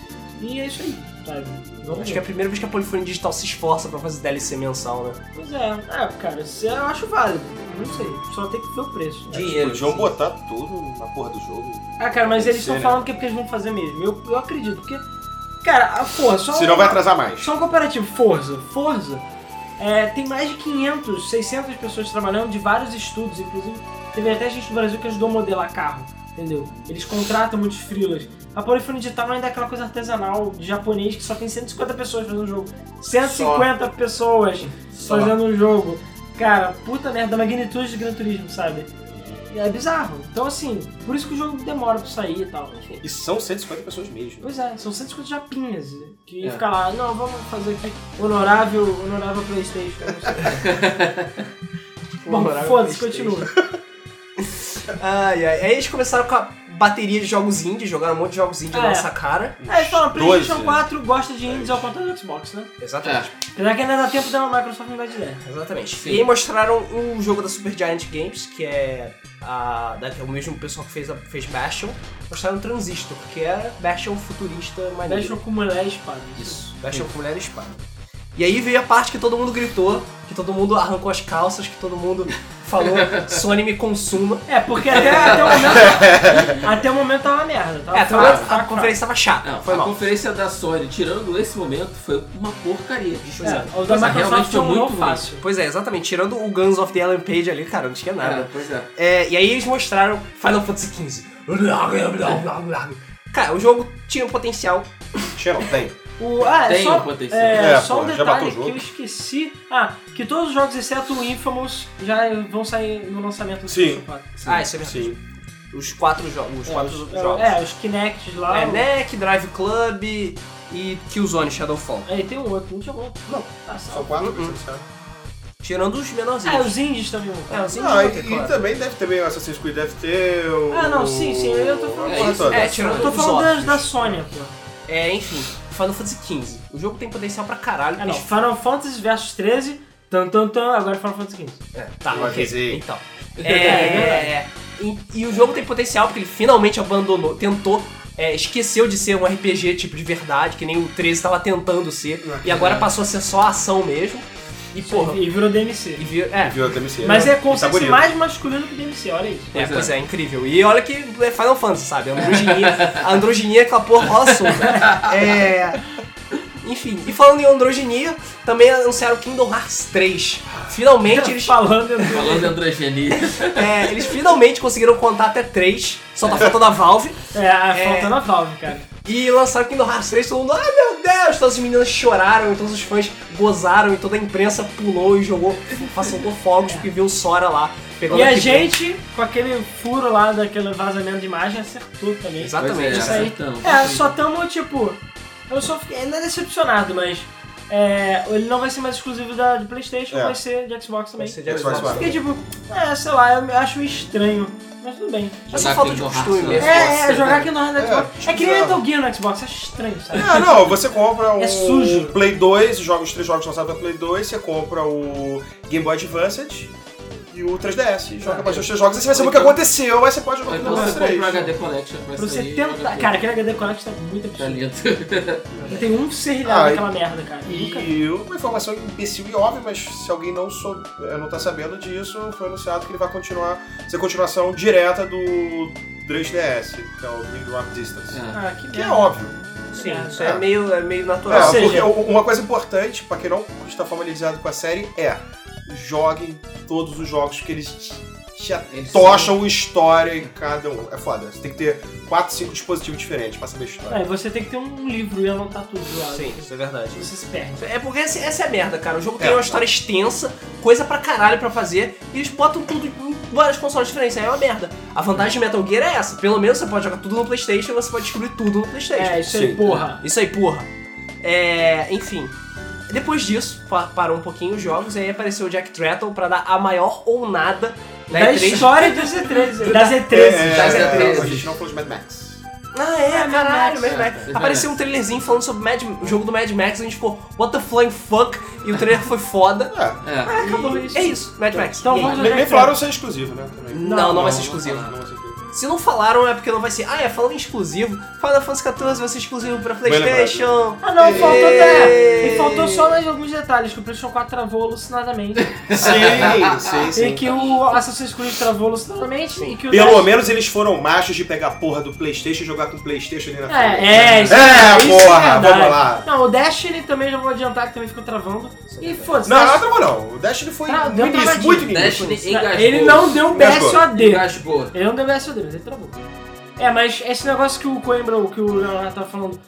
E é isso aí, sabe? Vamos Acho ver. que é a primeira vez que a Polifone Digital se esforça pra fazer DLC mensal, né? Pois é, é, cara, isso eu acho válido. Não sei, só tem que ver o preço. né? Dinheiro. Podiam botar tudo na porra do jogo. Ah, cara, mas eles Tem que ser, estão né? falando que é porque eles vão fazer mesmo. Eu, eu acredito, porque. Cara, a Forza, só. Senão vai atrasar mais. Só um comparativo, Forza. Forza É, tem mais de 500, 600 pessoas trabalhando de vários estudos, inclusive teve até gente do Brasil que ajudou a modelar carro, entendeu? Eles contratam muitos freelas. A Polyphony Digital ainda é aquela coisa artesanal de japonês que só tem 150 pessoas fazendo um jogo. 150 pessoas Só. fazendo um jogo. Cara, puta merda, da magnitude de Gran Turismo, sabe? É bizarro. Então, assim, por isso que o jogo demora pra sair e tal. Enfim. E são 150 pessoas mesmo. Pois é, são 150 japinhas né? que É. fica lá, não, vamos fazer aqui honorável, honorável Playstation. não sei. Bom, Honorável foda-se, PlayStation. continua. Ai, ai. Aí eles começaram com a bateria de jogos indie, jogaram um monte de jogos indie Ah, na é. nossa cara. É, eles falam, Playstation Doze. 4 gosta de indies ao contrário do Xbox, né? Exatamente. É, Apesar que ainda dá tempo da Microsoft mudar de ideia. Exatamente. Sim. E aí mostraram um jogo da Supergiant Games, que é a, da, que é o mesmo pessoal que fez, a, fez Bastion. Mostraram Transistor, que é Bastion futurista maneiro. Deixa eu acumular espada. né? Isso, Bastion com mulher e espada. E aí veio a parte que todo mundo gritou, que todo mundo arrancou as calças, que todo mundo falou Sony me consuma. É, porque até, até o momento. até o momento tava uma merda. Tava É, fraco, tava- a fraco, conferência tava chata, Não, foi a mal. conferência da Sony, tirando esse momento, foi uma porcaria. fraco. É, o Pois da é, realmente Microsoft foi é um muito não ruim. fácil. Pois é, exatamente. Tirando o Guns of the Ellen Page ali, cara, não tinha É, nada. pois é. Ah, É, e aí eles mostraram Final Fantasy XV. Cara, o jogo tinha um potencial. Xenon, tem. O, ah, é Tem só, um potencial. É, É, só um pô, já detalhe bateu o jogo. que eu esqueci. Ah, que todos os jogos, exceto o Infamous, já vão sair no lançamento do Sim. PlayStation 4. Ah, isso é verdade. Sim. Os quatro jogos. Os É, quatro os, Um jogos. é, os Kinects lá. É, o- Neck, Drive Club e Killzone Shadowfall. É, e tem um outro, não tinha outro. Não, tá só. São quatro Uhum. pessoas, sabe? Tirando os menorzinhos. Ah, os indies também. É, os Ah, indie, e, e claro. também deve ter meio Assassin's Creed, deve ter o... Ah, não, sim, sim, eu tô falando assim. a É porra isso, toda. É, tirando Eu tô os falando das, óbvios. da Sony, pô. É, enfim, Final Fantasy XV. O jogo tem potencial pra caralho. Ah, não. mas- Final Fantasy vs 13, tan, tan, tan, agora Final Fantasy 15. É, tá, Eu ok. avisei. [laughs] Então. É, é, é. E, e o jogo tem potencial porque ele finalmente abandonou, tentou, é, esqueceu de ser um RPG tipo de verdade, que nem o 13 tava tentando ser. e agora passou a ser só ação mesmo. E porra, E virou e DMC. vir, é, Viu a DMC, Mas né? é E tá como se fosse bonito. mais masculino que DMC, olha isso. É, Pois pois é, incrível. E olha que é Final Fantasy, sabe? Androginia, a androginia com a porra rola solta. É. Enfim, e falando em androginia, também anunciaram Kingdom Hearts 3. Finalmente eles, [laughs] falando. eu tô- Falando de androgenia. é, eles finalmente conseguiram contar até 3, só tá faltando a Valve. É, faltando a Valve, cara. E lançaram Kingdom Hearts 3, todo mundo, ai meu Deus! Todas as meninas choraram, e todos os fãs gozaram, e toda a imprensa pulou e jogou, passou fogos, porque viu o Sora lá. pegando E a aquele- gente, com aquele furo lá daquele vazamento de imagem, acertou também. Exatamente. Isso aí. acertamos. É, só tamo, tipo. Eu só fiquei ainda decepcionado, mas. É, ele não vai ser mais exclusivo da, do PlayStation, É. vai ser de Xbox também. Você já- Xbox One. Fiquei tipo, é, sei lá, eu acho estranho. Mas tudo bem. É só falta de Kingdom costume Hearts, É, mesmo. né? é, jogar aqui no É, Xbox. É, que nem bizarro. Metal Gear no Xbox, acho estranho, sabe? Ah, não, você compra o É sujo. Play 2, joga os três jogos lançados pra Play 2, você compra o Game Boy Advance e o 3DS, e joga Ah, mais é. os três jogos, e você vai saber o que Então- aconteceu, aí você pode jogar Ou o Então você PS3. compra um HD Collection. vai Pro sair, 70. joga Cara, aquele HD Connect tá muito Tá absurdo. lindo. Não tem um serrilhado Ah, e- naquela merda, cara. Nunca- E uma informação imbecil e óbvia, mas se alguém não soube, não tá sabendo disso, foi anunciado que ele vai continuar, ser continuação direta do 3DS, que é o Bring Drop Distance. É. Ah, que Que é merda. óbvio. Sim, É. isso é, meio, é meio É, natural. Ou seja- porque u- uma coisa importante pra quem não está familiarizado com a série é joguem todos os jogos que eles te- te Eles atocham história em cada um. É foda. Você tem que ter 4, 5 dispositivos diferentes pra saber a história. É, você tem que ter um livro e anotar tudo lá. Sim, isso é verdade. Você se perde. É porque essa, essa é a merda, cara. O jogo É, tem uma história extensa, coisa pra caralho pra fazer, e eles botam tudo em várias consoles diferentes. Aí é uma merda. A vantagem de Metal Gear é essa. Pelo menos você pode jogar tudo no Playstation e você pode descobrir tudo no Playstation. É, isso aí, Sim. porra. Isso aí, porra. É, enfim. Depois disso, pa- parou um pouquinho os jogos, e aí apareceu o Jack Trattle pra dar a maior ou nada da Da E3. história do Z13. Da Z13. das é, E13. a gente não falou de Mad Max. Ah, é, Mad caralho, Max. Mad É, Max. Mad Apareceu Max. um trailerzinho falando sobre Mad- o jogo do Mad Max, a gente ficou, what the flying fuck, e o trailer foi foda. É. É. Ah, acabou E- isso. É isso, Mad Max. E Então aí? vamos- Nem, nem falaram ser exclusivo, né? também. Ah, Não, não, vai ser não, exclusivo. não. vai ser exclusivo. Se não falaram é porque não vai ser. Ah, é falando em exclusivo. Final Fantasy XIV vai ser exclusivo pra Bem lembrado. PlayStation. Ah não, Êêêê. faltou até. E faltou só mais alguns detalhes, que o PlayStation 4 travou alucinadamente. [laughs] Sim, sim, e [laughs] sim. que o Assassin's Creed travou alucinadamente. E que o Pelo 10 menos eles foram machos de pegar a porra do Playstation e jogar com o Playstation ali na frente. É, é, isso É, isso porra, verdade. vamos lá. Não, o Dash ele também já vou adiantar que também ficou travando. E foda-se. Não, não Dash- travou não. O Destiny foi Ah, no deu início, travadinha. muito início. Destiny engasgou. Ele não deu um Engasgou. BSOD. Engasgou. Ele é um não deu BSOD, mas ele travou. É, mas esse negócio que o Coimbra, o que o Leonardo tá falando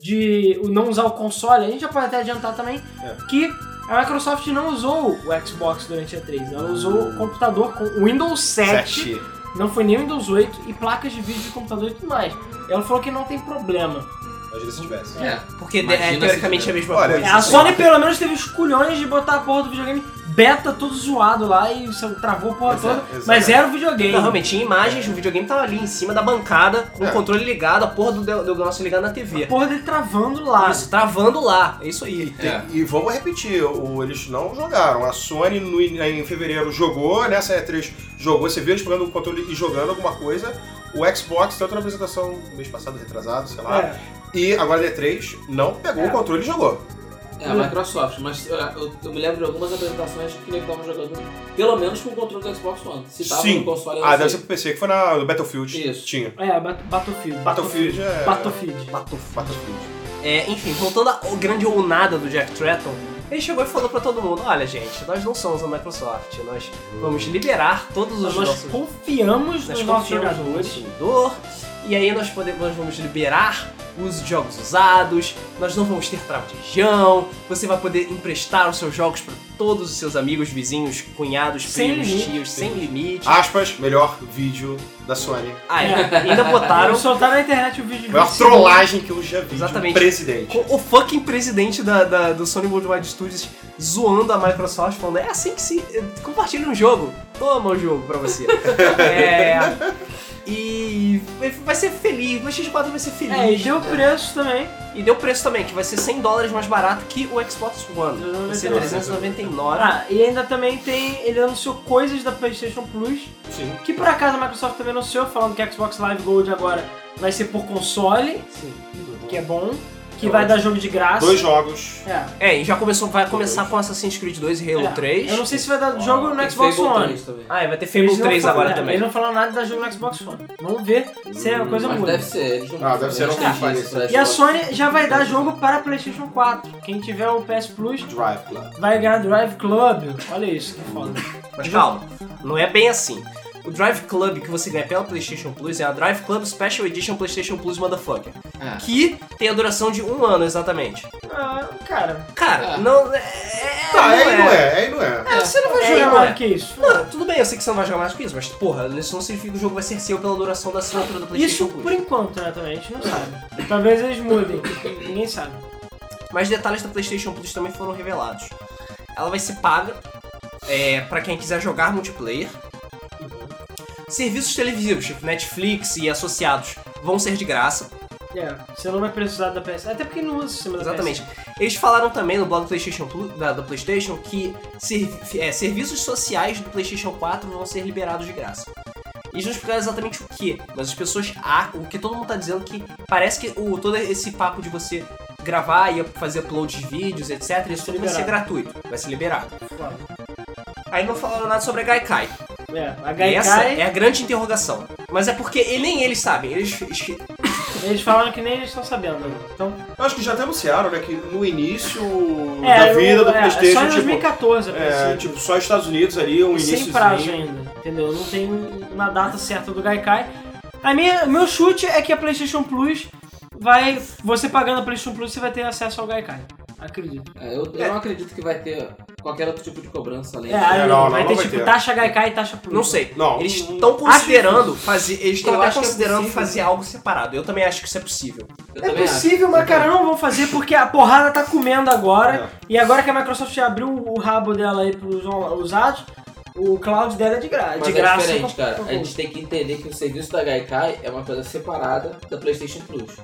de o não usar o console, a gente já pode até adiantar também É. que a Microsoft não usou o Xbox durante a 3. Ela usou o computador com Windows 7 Sete. Não foi nem Windows 8 e placas de vídeo de computador e tudo mais. Ela falou que não tem problema. Imagina se tivesse. É. Porque Imagina é teoricamente se- a mesma Olha, coisa. É, a Sim. Sony pelo menos teve os culhões de botar a porra do videogame beta todo zoado lá e isso travou a porra Pois é, toda. exato. mas era o videogame. Não, realmente, tinha imagens, o videogame tava ali em cima da bancada, com É. o controle ligado, a porra do, do, do nosso ligado na a TV. porra dele travando lá. Isso, travando lá. É isso aí. Tem- um- É. E vamos repetir, o- eles não jogaram. A Sony no in- em fevereiro jogou, né? nessa E3 jogou, você viu eles pegando o controle e jogando alguma coisa. O Xbox, tanto na apresentação mês passado, retrasado, sei lá. É. E agora a E3 não pegou É. o controle e jogou. É, Hum. a Microsoft, mas eu, eu- eu me lembro de algumas apresentações que eles estavam jogando, pelo menos com o controle do Xbox One. Se tava Sim. no console, assim. eu não Ah, deve ser sei. pro PC, que foi na, no Battlefield. Isso. Tinha. É, Bat- Battlefield. Battlefield é. Battlefield. Batuf. Battlefield. É, enfim, voltando ao grande ou nada do Jack Tretton, ele chegou e falou pra todo mundo: olha, gente, nós não somos a Microsoft, nós vamos liberar todos os Nós nossos. confiamos Nós nos nossos confiamos no jogadores. consumidor, e aí nós, podemos, nós vamos liberar os jogos usados, nós não vamos ter tradição, você vai poder emprestar os seus jogos pra todos os seus amigos, vizinhos, cunhados, Sem primos, limite. tios, sem limite. Aspas, melhor vídeo da Sony. Ah, é. [laughs] ainda botaram Eles soltaram na internet o vídeo de Maior 20 trollagem que eu já vi. de um Exatamente. Presidente. com o fucking presidente da, da- do Sony Worldwide Studios zoando a Microsoft, falando: é assim que se eh, compartilha um jogo, toma o jogo pra [laughs] você. é. E vai ser feliz, o X4 vai ser feliz. É, e deu preço também. E deu preço também, que vai ser 100 dólares mais barato que o Xbox One. Vai ser 399. Ah, e ainda também tem. Ele anunciou coisas da PlayStation Plus. Sim. Que por acaso a Microsoft também anunciou, falando que a Xbox Live Gold agora vai ser por console, que é bom, que vai dar jogo de graça. Dois jogos. É. É, e já começou, vai começar com Assassin's Creed 2 e Halo É. 3. Eu não sei se vai dar jogo Tem no Xbox Fable One. 3 também. Ah, e vai ter Eles Fable não 3 falaram- agora é, também. Eles não falaram nada da jogo no Xbox One. Vamos ver se a coisa Mas muda. deve ser. eles não- Ah, deve ser, não eles tem fazem jeito. pra E a Xbox. Sony já vai dar jogo para PlayStation 4. Quem tiver o PS Plus Drive lá. vai ganhar Drive Club. Olha isso, que foda. Mas calma, não é bem assim. O Drive Club que você ganha pela PlayStation Plus é a Drive Club Special Edition PlayStation Plus Motherfucker. Ah. Que tem a duração de um ano exatamente. Ah, cara. Cara, Ah. não. É, Tá, aí não não é, aí não é. É, você não vai É jogar maior mais. que isso. Não, tudo bem, eu sei que você não vai jogar mais que isso, mas porra, isso não significa que o jogo vai ser seu pela duração da assinatura do PlayStation Isso Plus. por enquanto, né? Também a gente não sabe. Talvez eles mudem. Ninguém sabe. Mas detalhes da PlayStation Plus também foram revelados. Ela vai ser paga é, para quem quiser jogar multiplayer. Serviços televisivos, tipo Netflix e associados, vão ser de graça. É, você não vai precisar da PS. Até porque não usa o sistema da PS. Exatamente. Eles falaram também no blog do PlayStation Plus, da, da PlayStation que servi- é, serviços sociais do PlayStation 4 vão ser liberados de graça. Eles não explicaram exatamente o que, mas as pessoas. Ah, o que todo mundo tá dizendo que parece que o, todo esse papo de você gravar e fazer upload de vídeos, etc., isso tudo vai ser gratuito, vai ser liberado. Foda. Aí não falaram nada sobre a Gaikai. É, a E Essa é Gaikai, a grande interrogação. Mas é porque e- nem eles sabem. Eles, eles- eles falaram que nem eles estão sabendo. Então, Eu acho que já até anunciaram, né, que no início é, da vida eu- do é, Playstation, Só em tipo, 2014, a é, princípio. tipo, só Estados Unidos ali, um Sem início prazo ainda, entendeu? Não tem uma data certa do Gaikai. A minha, meu chute é que a PlayStation Plus vai. Você pagando a PlayStation Plus, você vai ter acesso ao Gaikai. Acredito. É, eu, eu não acredito que vai ter qualquer outro tipo de cobrança além É, disso. aí não, não, vai não ter vai tipo ter. taxa Gaikai e taxa Plus. não sei. Não. Eles é estão considerando fazer. Eles estão Eu até acho que é considerando possível. fazer algo separado. Eu também acho que isso é possível. Eu É também acho. possível, mas cara, não vão fazer porque a porrada tá comendo É. agora. E agora que a Microsoft abriu o rabo dela aí pros on- usados, o cloud dela é de, gra Mas de é graça. diferente, pra- cara. pra- A gente tem que entender que o serviço da Gaikai é uma coisa separada da PlayStation Plus.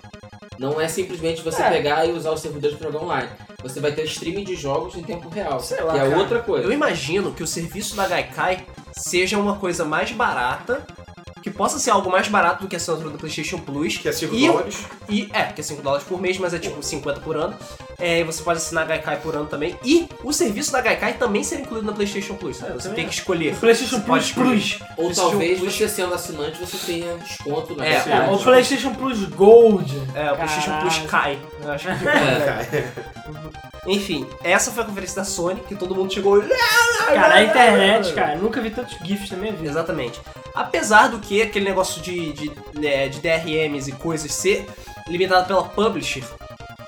Não é simplesmente você É. pegar e usar os servidores para jogar online. Você vai ter streaming de jogos em tempo real, Sei lá, que é cara. outra coisa. Eu imagino que o serviço da Gaikai seja uma coisa mais barata que possa ser algo mais barato do que a assinatura do PlayStation Plus. Que é 5 e, dólares. E, é, que é 5 dólares por mês, mas é tipo 50 por ano. É, e você pode assinar a Gaikai por ano também. E o serviço da Gaikai também ser incluído na PlayStation Plus. sabe? Você Também tem é. que escolher. O PlayStation Você pode Plus escolher. Plus. Ou Esse talvez jogo- você sendo assinante você tenha desconto na É, um É, velocidade. o PlayStation Plus Gold. É, o PlayStation Plus cai. Eu acho que É. Cara, Enfim, essa foi a conferência da Sony, que todo mundo chegou. Cara, a internet, cara, eu nunca vi tantos GIFs na minha vida. Exatamente. Apesar do que aquele negócio de, de, é, de DRMs e coisas ser limitado pela publisher,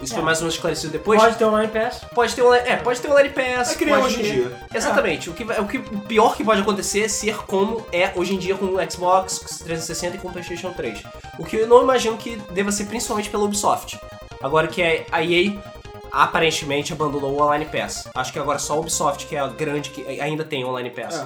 isso É. foi mais ou menos esclarecido depois. Pode ter online pass. Pode ter um, é, pode ter um Lane Pass. Vai criar pode É hoje em ter- dia. Exatamente. O, que, vai- o, que, o pior que pode acontecer é ser como é hoje em dia com o Xbox 360 e com o PlayStation 3. O que eu não imagino que deva ser principalmente pela Ubisoft. Agora que a EA aparentemente abandonou o Online Pass. Acho que agora só a Ubisoft, que é a grande, que ainda tem Online É. Pass.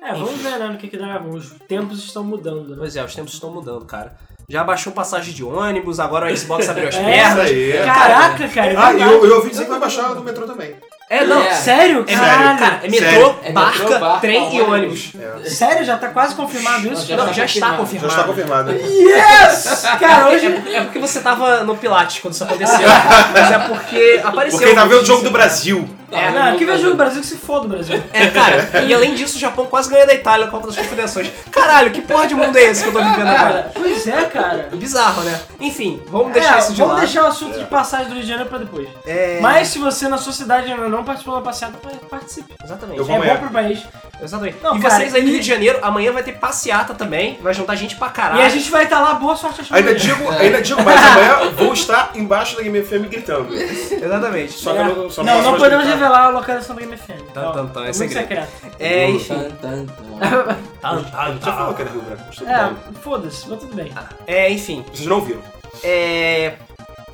É, vamos ver, né, no que que dá. Os tempos estão mudando, né? Pois é, os tempos estão mudando, cara. Já baixou passagem de ônibus, agora o [laughs] Xbox abriu as É. Isso pernas. aí. Caraca, cara, é Ah, e verdade. eu, eu ouvi dizer que vai baixar no metrô também. É, não. É. Sério? É, Caralho. cara, é Sério. metrô, É metrô, barca, barca, trem e ônibus. ônibus. Sério? Já tá quase confirmado isso? Já não, tá já está confirmado. confirmado. Já está confirmado. né? Yes! [laughs] Cara, hoje... É, é porque você tava no Pilates quando isso aconteceu. [laughs] Mas é porque apareceu. um Porque tá vendo o jogo do Brasil. É, Não, aqui vejo o Brasil que se foda o Brasil. É, cara, e além disso, o Japão quase ganha da Itália na Copa das Confederações. Caralho, que porra de mundo é esse que eu tô vivendo agora? Cara, pois é, cara. Bizarro, né? Enfim, vamos deixar É, isso de vamos lado. deixar o assunto de passagem do Rio de Janeiro pra depois. É, Mas se você na sua cidade ainda não participou da passeada, participe. Exatamente. Eu vou É amanhã. bom pro país. Exatamente. Não, e cara, vocês aí no e- Rio de Janeiro, amanhã vai ter passeata também. Vai juntar gente pra caralho. E a gente vai estar lá, boa sorte às Ainda mulheres. digo, ainda digo, mas amanhã vou estar embaixo da Game FM gritando. Exatamente. Só que eu É. não, só não, não posso mais podemos gritar. revelar a localização da Game FM. Tan, tan, tan, é muito segredo. secreto. É, enfim. Tan, tan, [laughs] tan. Tá, tá, Já falou tá. que era Rio Branco, mas tudo bem. É, foda-se, mas tudo bem. É, enfim. Vocês não viram. É.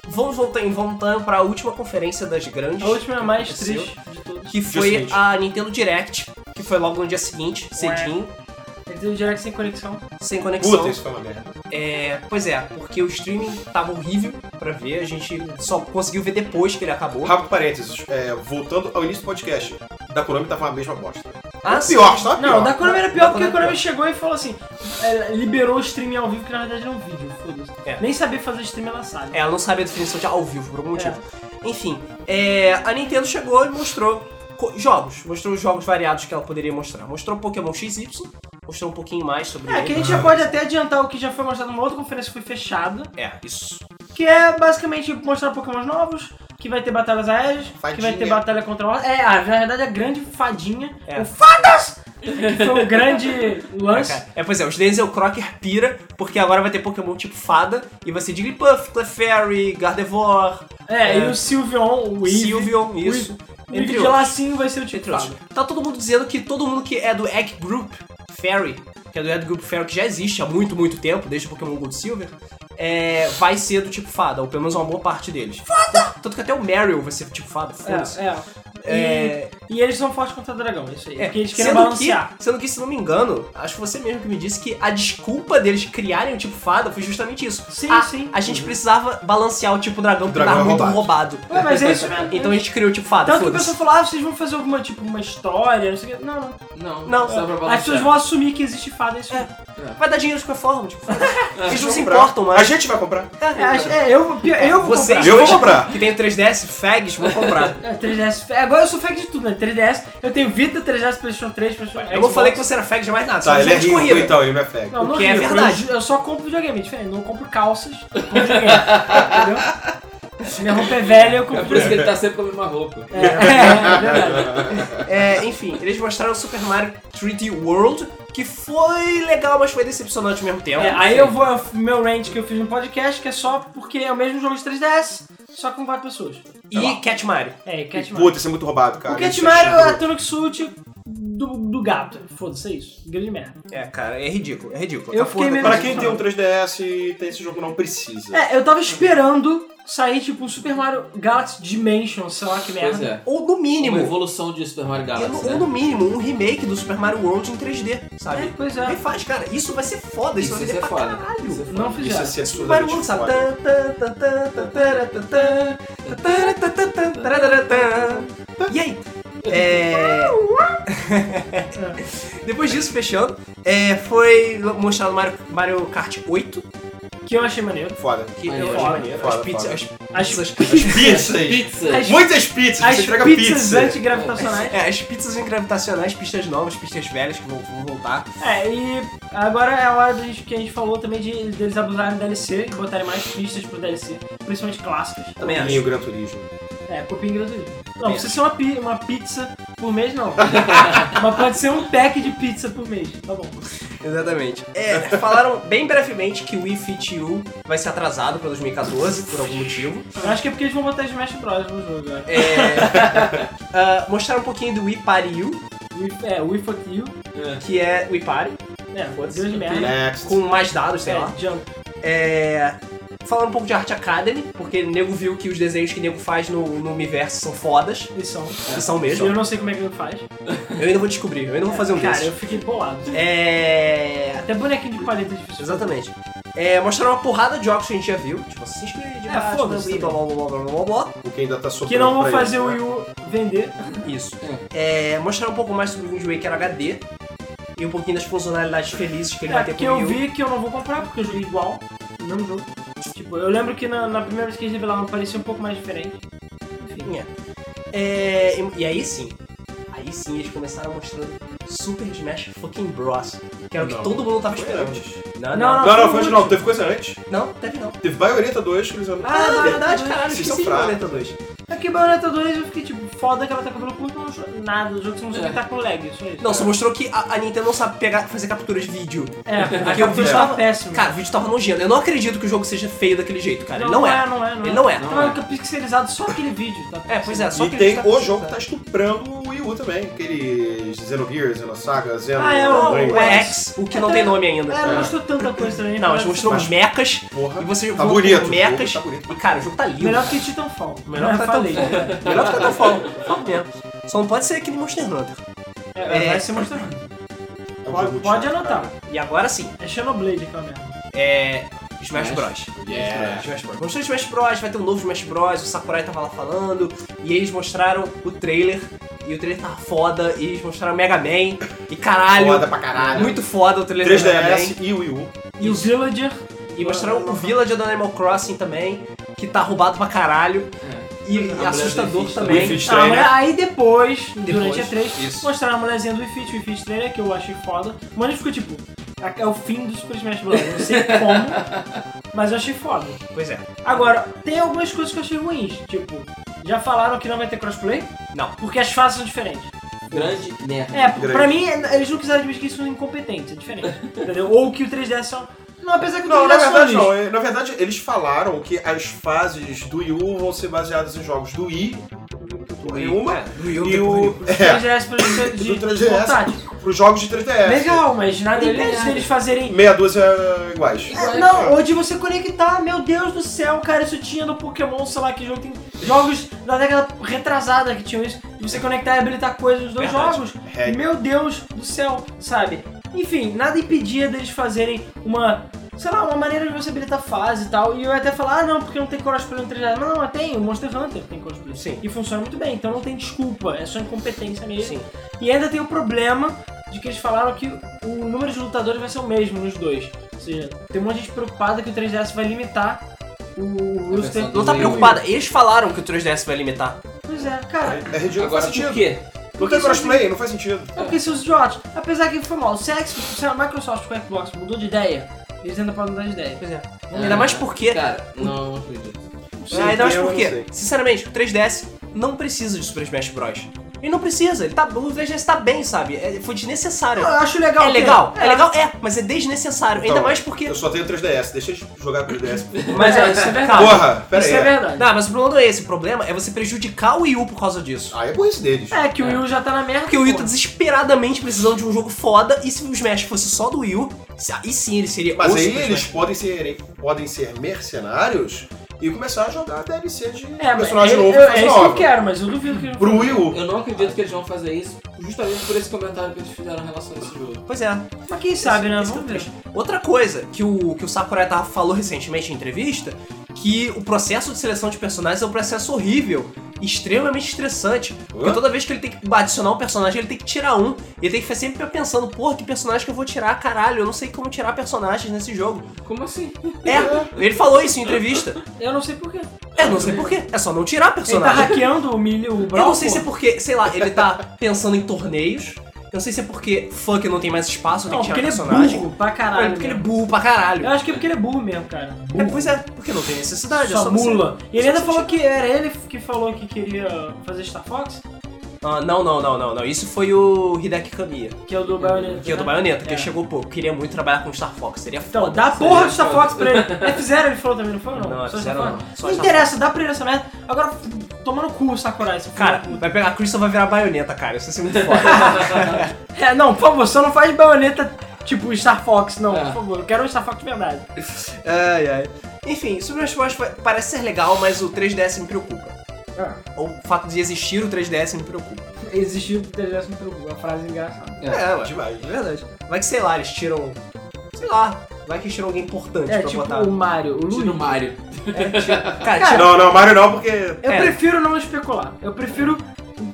Vamos voltar, voltando pra última conferência das grandes. A última é a mais Aconteceu. triste de todas. que foi Justamente. a Nintendo Direct, que foi logo no dia seguinte, cedinho, Ele tem o direct sem conexão. sem conexão. Puta, isso foi uma merda. É, pois é, porque o streaming tava horrível pra ver, a gente só conseguiu ver depois que ele acabou. Rápido parênteses, é, voltando ao início do podcast, da Konami tava a mesma bosta. Ah, sim. Pior, só pior. Não, da Konami era pior porque a Da Konami Konami chegou e falou assim: é, liberou o streaming ao vivo, que na verdade era um vídeo, foda-se. É. Nem sabia fazer stream ela sabe. É, Ela não sabe a definição de ao vivo por É. algum motivo. Enfim, é, a Nintendo chegou e mostrou co- jogos, mostrou os jogos variados que ela poderia mostrar. Mostrou Pokémon XY, mostrou um pouquinho mais sobre É, ele. que a gente já pode até adiantar o que já foi mostrado numa outra conferência que foi fechada, É, isso. que é basicamente mostrar pokémons novos, que vai ter batalhas aéreas, que vai ter Fadinha. batalha contra o... É, a- na verdade a grande fadinha, É. o Fadas, que foi o grande lance. É, cara. É, pois é, os Denzel Crocker pira, porque agora vai ter Pokémon tipo fada, e vai ser Jigglypuff, Clefairy, Gardevoir, É. É, e o Silvion, o Eve, Sylveon, Eve- isso. o entre Eve de outros. lacinho vai ser o tipo Entre outros. fada. Tá todo mundo dizendo que todo mundo que é do Egg Group Fairy, que é do Egg Group Fairy, que já existe há muito, muito tempo, desde o Pokémon Gold Silver, é, vai ser do tipo fada, ou pelo menos uma boa parte deles. Fada! Tanto que até o Meryl vai ser do tipo fada, foda-se. É, é. E, É, e eles são fortes contra o dragão, isso aí. é, Porque eles querem sendo, que, balancear. sendo que, se não me engano, acho que você mesmo que me disse que a desculpa deles criarem o tipo fada foi justamente isso. Sim, a, sim. A gente precisava balancear o tipo dragão, O porque dragão tava é muito roubado. Ué, mas é isso mesmo. [laughs] Então a gente criou o tipo fada, Tanto que o pessoal foda-se. falou, ah, vocês vão fazer alguma, tipo, uma história, não sei o que. Não, não. Não, Não, não só pra As pessoas balancear. vão assumir que existe fada, é isso mesmo. Vai dar dinheiro de qualquer forma, [laughs] tipo, foda-se. Eles não se Comprar. importam mais. A gente vai comprar. É, acho- é, eu, eu vou Vocês comprar. Eu vou dois comprar. Que tem o 3DS, fags, vão comprar. É, 3DS. É, Agora eu sou fake de tudo, né? 3DS. Eu tenho Vita, 3DS, PlayStation 3, PlayStation Eu não falei que você era fag de mais nada, Tá, só ele jogo é de rico, Assim, corrida. então, ele não é fag. Não, o não que é ligo, eu verdade. ju- Eu, só compro videogame, é diferente. Não compro calças, eu compro videogame. [laughs] entendeu? Minha roupa é velha, eu É compro. por isso que ele tá sempre com a mesma roupa. É, é, é verdade. então. É, enfim, eles mostraram o Super Mario 3D World, que foi legal, mas foi decepcionante ao mesmo tempo. É, aí eu vou. eu- Meu range que eu fiz no podcast, que é só porque é o mesmo jogo de 3DS, só com 4 pessoas. E Cat Mario. É, e Cat Mario. Puta, isso é muito roubado, cara. O Cat Isso Mario é a escroto. Tonic Suit do, do gato. Foda-se, é isso. Grande merda. É, cara, é ridículo, é ridículo. Eu Essa fiquei porra- meio- Pra quem tem um 3DS e tem esse jogo, não precisa. É, eu tava esperando sair tipo um Super Mario Galaxy Dimension, sei lá que Pois merda. é. Ou no Uma mínimo, evolução de Super Mario e no- Galaxy, ou né? no mínimo, um remake do Super Mario World em 3D, sabe? pois Me é. faz, cara, isso vai ser foda, isso, Isso vai ia vender pra ser foda. caralho. Isso ia ser Não Isso é fizeram. ser Super Mario absurdamente World, sabe? foda. Tan, tan, tan, tan, tan, tan, tan, tan, tan, tan, tan, tan, tan, tan. E aí? É... [laughs] Depois disso, fechando, é, foi mostrado Mario, Mario Kart 8, Que eu achei maneiro. Foda. que Maneiro. eu achei Foda, maneiro. foda, as pizzas. foda. As, As, pizzas Pizzas. Pizzas. Muitas pizzas. Você as entrega pizzas pizza. antigravitacionais. é, as pizzas gravitacionais, pistas novas, pistas velhas que vão, vão voltar. É, e agora é a hora da gente- que a gente falou também de deles abusarem do DLC e botarem mais pistas pro DLC, principalmente clássicas. Também E o acho. Gran Turismo. É, copinha gratuita. Não, precisa ser uma, pi- uma pizza por mês, não. Mas pode ser um pack de pizza por mês. Tá bom. Exatamente. É, falaram bem brevemente que o Wii Fit U vai ser atrasado pra 2014, por algum motivo. Eu acho que é porque eles vão botar Smash Bros no jogo agora. É, [laughs] ah, mostraram um pouquinho do Wii Party U, We- É, We Fuck You. que é Wii Party, É, Foda-se. Deus de merda. Next. com mais dados, sei lá. É, Jump. É, falando um pouco de Art Academy, porque o nego viu que os desenhos que o nego faz no, no universo são fodas. Lição. Que são mesmo. Eu não sei como é que ele faz. Eu ainda vou descobrir, eu ainda vou fazer um Cara, desses. eu fiquei bolado. É. Até bonequinho de paleta é difícil. Exatamente. É, mostraram uma porrada de jogos que a gente já viu, tipo Assassin's Creed, É, Batman, foda-se Wii, blá blá blá blá blá blá. O que ainda tá sobrando Que não vão pra fazer eles, o né? Wii U vender. Isso. É, mostraram um pouco mais sobre o Wind Waker HD e um pouquinho das funcionalidades felizes que ele É, vai ter porque com o Wii eu U. vi que eu não vou comprar, porque eu joguei igual, no mesmo jogo. Tipo, eu lembro que na, na primeira vez que eles revelaram parecia um pouco mais diferente. Enfim. É, e, e aí sim, aí sim eles começaram mostrando Super Smash fucking Bros, que era o que Não. todo mundo tava Foi esperando. Ah, antes. Não, Não, não, Não, não, foi foi antes muito. não. Teve coisa antes. não, teve não. Teve Bayonetta 2 que eles Ah, na verdade, Vocês caralho, esqueci de são fracos. Bayonetta 2. É que Bayonetta 2 eu fiquei tipo, foda que ela tá com o cabelo curto, não achou nada. O jogo só mostrou É. que tá com lag, só isso. Não, só mostrou que a, a Nintendo não sabe pegar, fazer captura de vídeo. É, Porque porque eu o vi vídeo tava- tava péssimo. Cara, o vídeo tava nojento. Eu não acredito que o jogo seja feio daquele jeito, cara. Ele não, é. não é, não é. Ele não é. Não é. Tava pixelizado só aquele vídeo, tá? É, pois é, só e que tem ele tá- o jogo que tá estuprando o Wii U também. Aqueles Xenogears, Xenosaga, Xeno... Ah, é, Não, Bem, o X, o que não tem nome ainda. É, não mostrou tanta coisa também. Não, mas mostrou Mas- mecas Porra. e você Tá jogou bonito, com o mecas. jogo tá bonito. E cara, o jogo tá lindo. Melhor que Titanfall. Melhor que eu falei. Tá Melhor que Titanfall. Fala mesmo. Só não pode ser aquele Monster Hunter. É, É. vai ser mostrando. É um Pode, jogo pode de- anotar. E agora sim, É Xenoblade aquela merda. é. Smash Bros. É. Yeah. Smash Bros. Mostrou Smash Bros, vai ter um novo Smash Bros, o Sakurai tava lá falando, e eles mostraram o trailer, e o trailer tava foda, e eles mostraram Mega Man, e caralho, Foda pra caralho. muito foda o trailer do Mega Man. 3DS e Wii U. E o Villager. E mostraram o Village do Animal Crossing também, que tá roubado pra caralho, É. e, e mulher do assustador Fist também. é também. Fit Ah, Trainer. mas aí depois, durante a 3, isso. mostraram a mulherzinha do Wii Fit, o Wii Fit Trainer, que eu achei foda. Mas ele ficou tipo, é o fim do Super Smash Bros. Não [laughs] sei como, mas eu achei foda. Pois é. Agora, tem algumas coisas que eu achei ruins. Tipo, já falaram que não vai ter crossplay? Não. Porque as fases são diferentes. Grande merda. É, pra Grande. mim, eles não quiseram admitir que isso é incompetente, é diferente. entendeu? Ou que o 3DS são. é Não, apesar que o 3DS Não, na são verdade é lixo. não. é, Na verdade, eles falaram que as fases do Wii U vão ser baseadas em jogos do Wii. Do Wii U, É, do Wii U, depois do E Wii o... U. É, 3DS, por [laughs] exemplo, de do 3DS portátil. pros jogos de 3DS. Legal, mas nada Ele- impede deles fazerem Meia dúzia iguais. É, Não, ou de você conectar, meu Deus do céu, cara, isso tinha no Pokémon, sei lá, que jogo tem jogos da década retrasada que tinham isso, de você conectar e habilitar coisas nos dois Verdade. jogos. É. Meu Deus do céu, sabe? Enfim, nada impedia deles fazerem uma, sei lá, uma maneira de você habilitar fase e tal. E eu ia até falar, ah não, porque não tem crossplay no 3D. um Mas não, tem, o Monster Hunter tem crossplay. Sim. E funciona muito bem, então não tem desculpa, é só incompetência mesmo. Sim. E ainda tem o problema de que eles falaram que o número de lutadores vai ser o mesmo nos dois. Ou seja, tem um monte de gente preocupada que o 3DS vai limitar o A Rooster. versão do Não tá Wii U. preocupada, eles falaram que o 3DS vai limitar. Pois é, cara. É ridículo, não Agora faz por sentido. quê? Não tem crossplay, não faz sentido. É porque seus idiotas. Apesar que foi mal. Se a Xbox- se a Microsoft com o Xbox mudou de ideia, eles ainda podem mudar de ideia. Pois é. É, Ainda mais porque. Ah, Cara, não, não acredito. Sim, ainda mais eu não porque, sei. sinceramente, o 3DS não precisa de Super Smash Bros. Ele não precisa, ele tá, o 3DS tá bem, sabe? É- foi desnecessário. Eu acho legal. É ter. legal, é legal, é, mas é desnecessário. Ainda Então, mais porque. Eu só tenho 3DS, deixa eles jogar 3DS. [laughs] Mas É, isso é verdade. Calma. Ah, Porra, pera aí. Isso é verdade. Não, mas o problema não é esse. O problema é você prejudicar o Wii U por causa disso. Ah, é burrice deles. É que o Will já tá na merda. Porque o Wii U tá porra. desesperadamente precisando de um jogo foda, e se o Smash fosse só do Wii U, se- aí sim ele seria. Mas o aí Super eles é. Smash. podem ser, podem ser mercenários e começar a jogar DLC de É, mas personagem eu- novo, eu- fase é isso que eu nova. quero, mas eu duvido que eles Pro Wii U. Eu não acredito que eles vão fazer isso justamente por esse comentário que eles fizeram em relação a esse jogo. Pois é. Mas quem sabe, né? Isso Vamos que eu ver. penso. Outra coisa que o, que o Sakurai tava, falou recentemente em entrevista, que o processo de seleção de personagens é um processo horrível extremamente estressante. Porque Hã? toda vez que ele tem que adicionar um personagem, ele tem que tirar um. Ele tem que ficar sempre pensando, porra, que personagem que eu vou tirar, caralho, eu não sei como tirar personagens nesse jogo. Como assim? É, ele falou isso em entrevista. Eu não sei porquê. É, não sei porquê. É só não tirar Ele tá personagem. hackeando o milho, o Eu Brawl, não sei pô. se é porque, sei lá, ele tá pensando em torneios. Eu não sei se é porque funk não tem mais espaço, tem Não, que tirar porque ele é personagem. burro pra É caralho. porque ele é mesmo. burro pra caralho. Eu acho que é porque ele é burro mesmo, cara. É, pois é, porque não tem necessidade, é Só só você- mula. E ele só ainda você falou que era ele que falou que queria fazer Star Fox, Ah, não, não, não, não, não. Isso foi o Hideki Kamiya, que é o do Bayonetta. que é do né? Bayonetta, que É. chegou pouco. Queria muito trabalhar com Star Fox, seria Então, foda. dá a porra do Star foda. Fox pra ele. [laughs] F0 ele falou também, não foi? Não, é Não, Só F0 Star Fox. não. Só Star não interessa, dá pra ele essa merda. Agora, toma no cu o Sakurai, esse filho Cara, da puta. vai pegar, a Crystal vai virar baioneta, cara. Isso vai ser muito [laughs] foda. É, não, por favor, só não faz baioneta tipo Star Fox, não, É. por favor. Eu quero um Star Fox de verdade. ai, ai. Enfim, Super Smash Bros. parece ser legal, mas o 3DS me preocupa. Ah, O fato de existir o 3DS me preocupa. Existiu o 3DS no Peru, a frase engraçada. É. É, ué. Demais. É verdade. Vai que, sei lá, eles tiram. Sei lá, vai que eles tiram alguém importante É, pra tipo botar. o Mario, o Tira o Luigi. Mario. Cara, tira... Não, não, Mario não, porque. Eu É. prefiro não especular. Eu prefiro,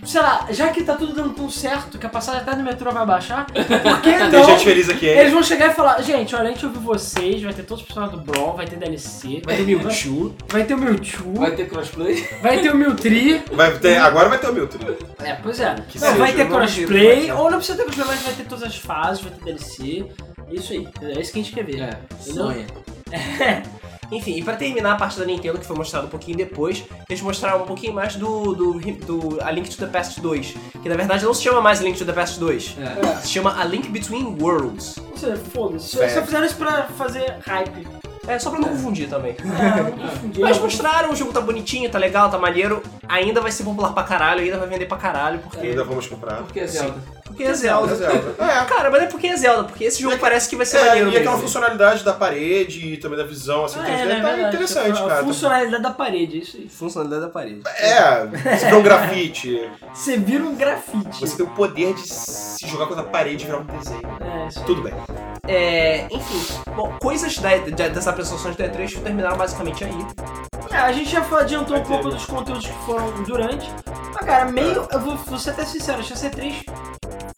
sei lá, já que tá tudo dando tão certo, que a passagem até no metrô vai baixar, por [laughs] que Tem gente não? feliz aqui, hein? Eles vão chegar e falar, gente, olha, a gente ouviu vocês, vai ter todos os personagens do Brawl, vai ter DLC, vai ter o Mewtwo. vai ter o Mewtwo, Vai ter crossplay? vai ter o Mewtwo, Vai ter, agora vai ter o Milton. né, É, pois é. Que Não, seja, vai ter não acredito, crossplay, mas é. ou não precisa ter crossplay, mas vai ter todas as fases, vai ter DLC. Isso aí, é isso que a gente quer ver. É, Entendeu? sonha. Enfim, e pra terminar a parte da Nintendo, que foi mostrada um pouquinho depois, eles mostraram um pouquinho mais do, do, do A Link to the Past 2. Que na verdade não se chama mais A Link to the Past 2. É. Se chama A Link Between Worlds. Ou seja, foda-se. É. Só fizeram isso pra fazer [laughs] hype. É, só pra não confundir também. É, eu não confundi. Mas mostraram, o jogo tá bonitinho, tá legal, tá maneiro. Ainda vai ser popular pra caralho, ainda vai vender pra caralho, porque. Ainda vamos comprar. Por que Zelda? Porque é Zelda. É. Cara, mas é porque é Zelda, porque esse jogo É que- parece que vai ser É, maneiro e aquela mesmo. funcionalidade da parede e também da visão, assim, Ah, 3D, assim. né, tá verdade. interessante, a cara. Funcionalidade da parede, é isso aí. Funcionalidade da parede. É, [laughs] você vê um grafite, Você vira um grafite. você tem o poder de se jogar contra a parede e virar um desenho. É, isso aí. Tudo bem. É, enfim, bom, coisas da, da, das apresentações da E3 terminaram basicamente aí. É, a gente já fa- adiantou um Vai ter, pouco né? dos conteúdos que foram durante. Mas, cara, meio. Eu vou, vou ser até sincero, achei a C3,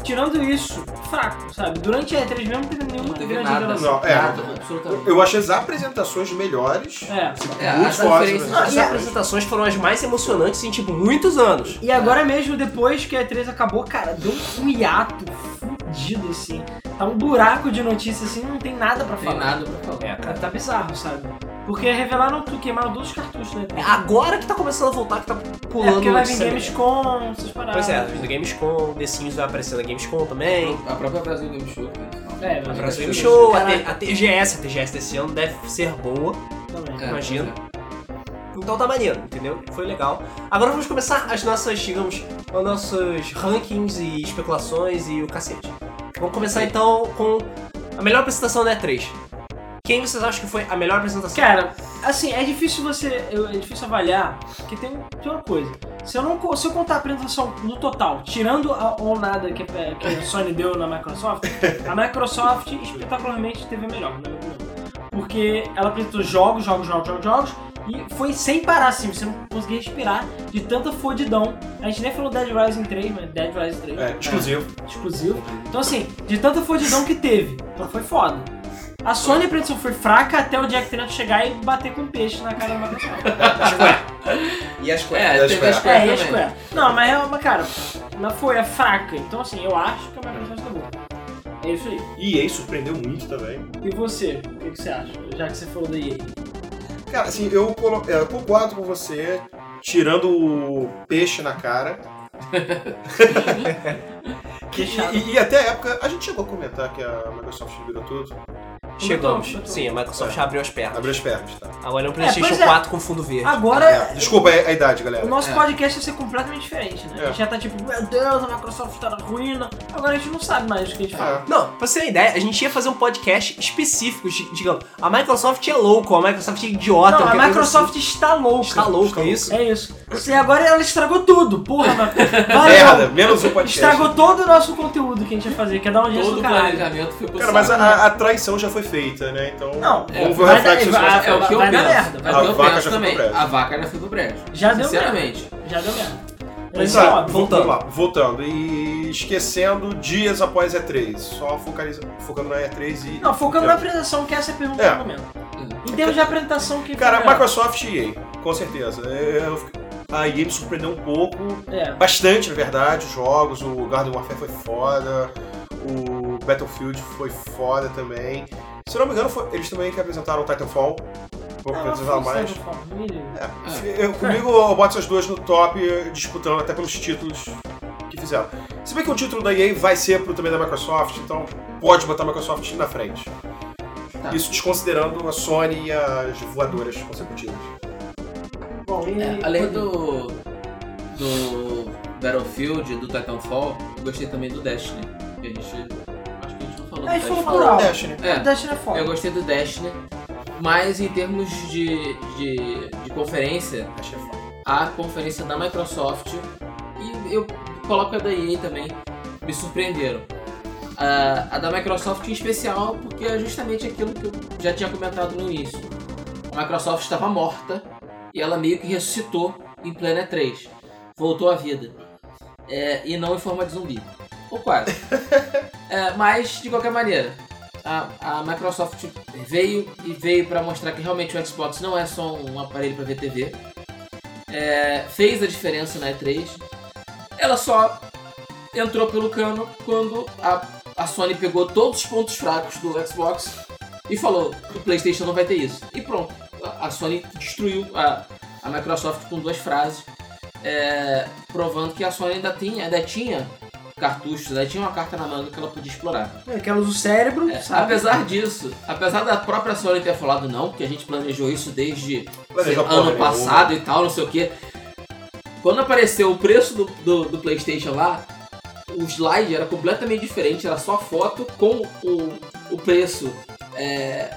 tirando isso, fraco, sabe? Durante a E3 mesmo não teve nenhuma Não teve grande nada. revelação. Não, é. Nada, absolutamente. Eu achei as apresentações melhores. É. É, Muito as forte, diferenças- mas- As apresentações foram as mais emocionantes em, tipo, muitos anos. E agora mesmo, depois que a E3 acabou, cara, deu um hiato fudido, assim. Tá um buraco de notícia, assim, não tem nada pra Não tem falar. nada pra falar. É, Tá, tá bizarro, sabe? Porque revelaram tudo, queimaram todos os cartuchos, né? Ah, É agora que tá começando a voltar, que tá pulando. É porque vai vir notícia Gamescom, essas paradas. Pois é, no Gamescom, The Sims vai aparecer na Gamescom também. A própria Brasil Game Show. cara. É, mas- A Brasil Brasil Game Game Show, a, Caraca. T- a TGS, a TGS desse ano deve ser boa, Também. É, imagino. Então tá maneiro, entendeu? Foi legal. Agora vamos começar as nossas, digamos, os nossos rankings e especulações e o cacete. Vamos começar então com a melhor apresentação da E3. Quem vocês acham que foi a melhor apresentação? Cara, assim, é difícil você. eu- É difícil avaliar, porque tem, um- tem uma coisa. Se eu, não, co- se eu contar a apresentação no total, tirando a ou nada que, a- que a Sony deu na Microsoft, a Microsoft espetacularmente teve a melhor, na minha opinião. Porque ela apresentou jogos, jogos, jogos, jogos, jogos, e foi sem parar, assim, você não conseguia respirar de tanta fodidão. A gente nem falou Dead Rising 3, mas Dead Rising 3 É, exclusivo. exclusivo. Então, assim, de tanta fodidão que teve, então foi foda. A Sony, a produção foi fraca até o Jack Trent chegar e bater com um peixe na cara da Microsoft. E as coisas. É, Das teve as Square. é, e a coisas também. Square. Não, mas, é uma- cara, mas foi é fraca. Então, assim, eu acho que a Microsoft tá boa. É isso aí. E EA surpreendeu muito também. E você? O que que você acha? Já que você falou da EA. Cara, assim, eu, colo- é, eu concordo com você, tirando o peixe [laughs] na cara. Que- e, e- e até a época, a gente chegou a comentar que a Microsoft liberou tudo. Chegamos. Comentou, Sim, a Microsoft já É. abriu as pernas. Abriu as pernas, tá? Agora é um PlayStation pois é. 4 com fundo verde. Agora, É, desculpa a, a idade, o galera. nosso É. podcast vai ser completamente diferente, né? A gente já tá tipo, meu Deus, a Microsoft tá na ruína. Agora a gente não sabe mais o que a gente fala. É. Não, pra você ter uma ideia, a gente ia fazer um podcast específico, de- digamos. A Microsoft é louco, a Microsoft é idiota. Não, a qualquer coisa Microsoft está louca. assim. está louca, é isso? É isso. E agora ela estragou tudo, porra, mano. Merda, Valeu. menos um podcast. Estragou todo o nosso conteúdo que a gente ia fazer, que é dar um jeito Todo do o caralho. planejamento foi pro Cara, mas a, saco. a- a traição já foi feita, né? Então. Não, vamos ver vai o dar- reflexo disso mais vai- à É o frente. que eu Vai dar penso. merda, vai É o que dar eu merda. penso A vaca já foi também. pro brejo. A vaca já foi pro brejo. Já Ah, deu Sinceramente. merda. Já deu merda. Mas Esse é tá, óbvio. vamos- Voltando. Vamos lá, voltando. E esquecendo dias após E3. Só focaliza, focando na E3 e. Não, focando e- na apresentação, que essa é a pergunta É. do momento. Em termos de apresentação, que Cara, foi melhor? Microsoft e EA, com certeza. É, eu fiquei- A EA me surpreendeu um pouco. É. Bastante, na verdade, os jogos. O Garden Warfare foi foda. O Battlefield foi foda também. Se eu não me engano, foi- eles também que apresentaram o Titanfall. Vou Ah, apresentar foi mais. Cyberpunk, me liga. Ah, É, eu- comigo eu boto essas duas no top, eh, disputando até pelos títulos que fizeram. Se bem que o título da EA vai ser pro também da Microsoft, então pode botar a Microsoft na frente. Tá. Isso desconsiderando a Sony e as voadoras consecutivas. Bom, e... É, além do. do Battlefield, do Titanfall, eu gostei também do Destiny. Que a gente. Acho que a gente não falou Aí do foi Destiny. por alto. Destiny. É. O Destiny é foda. Eu gostei do Destiny, mas em termos de, de, de conferência, Achei é foda. a conferência da Microsoft e eu coloco a da EA também, me surpreenderam. A, a da Microsoft em especial, porque é justamente aquilo que eu já tinha comentado no início. A Microsoft estava morta e ela meio que ressuscitou em Planet 3. Voltou à vida. É, e não em forma de zumbi. Ou quase. É, mas, de qualquer maneira, a, a Microsoft veio e veio para mostrar que realmente o Xbox não é só um aparelho para ver TV fez a diferença na E3. Ela só entrou pelo cano quando a, a Sony pegou todos os pontos fracos do Xbox e falou: o PlayStation não vai ter isso. E pronto, a, a Sony destruiu a, a Microsoft com duas frases, é, provando que a Sony ainda, tem, ainda tinha cartuchos, ainda tinha uma carta na manga que ela podia explorar. É, que ela usa o cérebro, É, sabe? apesar disso, apesar da própria Sony ter falado não, porque a gente planejou isso desde Planejou sei, porra ano nenhuma. passado e tal, não sei o que. Quando apareceu o preço do, do, do PlayStation lá, o slide era completamente diferente, era só foto com o, o preço é,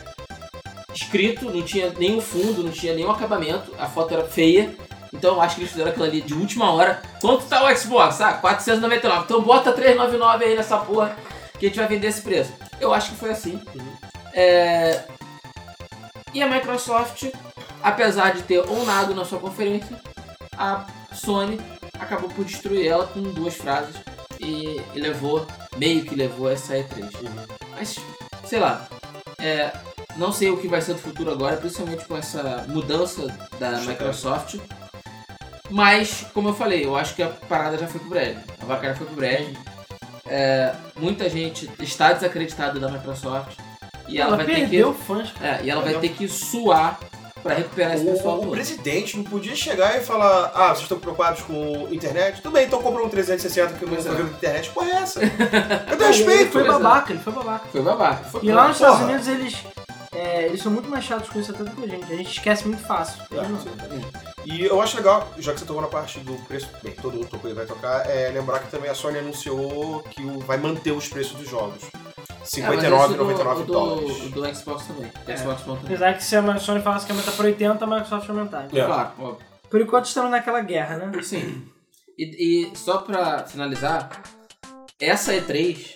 escrito, não tinha nenhum fundo, não tinha nenhum acabamento, a foto era feia. Então eu acho que eles fizeram aquilo ali de última hora. Quanto tá o Xbox? Ah, 499. Então bota 399 aí nessa porra que a gente vai vender esse preço. Eu acho que foi assim. É, E a Microsoft, apesar de ter honrado na sua conferência, a Sony acabou por destruir ela com duas frases e, e levou, meio que levou essa E3. Mas, sei lá, é, não sei o que vai ser do futuro agora, principalmente com essa mudança da Chocante. Microsoft. Mas, como eu falei, eu acho que a parada já foi pro breve. A vaca já foi pro breve. É, muita gente está desacreditada da Microsoft. E ela, Ela, vai ter que perdeu fãs. é, e ela vai ter que suar pra recuperar esse pessoal O, o todo. presidente não podia chegar e falar: Ah, vocês estão preocupados com internet? Tudo bem, então compra um 360 que eu não Pois é. sei o que internet. Porra, é essa? [laughs] Cadê o Não, Ele respeito? foi Exato. babaca, ele foi babaca. Foi babaca. Foi E lá nos Estados porra. Unidos eles, é, eles são muito mais chatos com isso até do que a gente. A gente esquece muito fácil. Eles não. Ah, E eu acho legal, já que você tocou na parte do preço, bem, todo mundo tocou e vai tocar, é lembrar que também a Sony anunciou que o- vai manter os preços dos jogos. É, mas 59,99 esse do- o do, dólares. O do Xbox também. É. Xbox One também. Apesar que se a Sony falasse que aumentar pra 80, a Microsoft vai aumentar. É. Claro, óbvio. Por enquanto estamos naquela guerra, né? Sim. E, e só pra finalizar, essa E3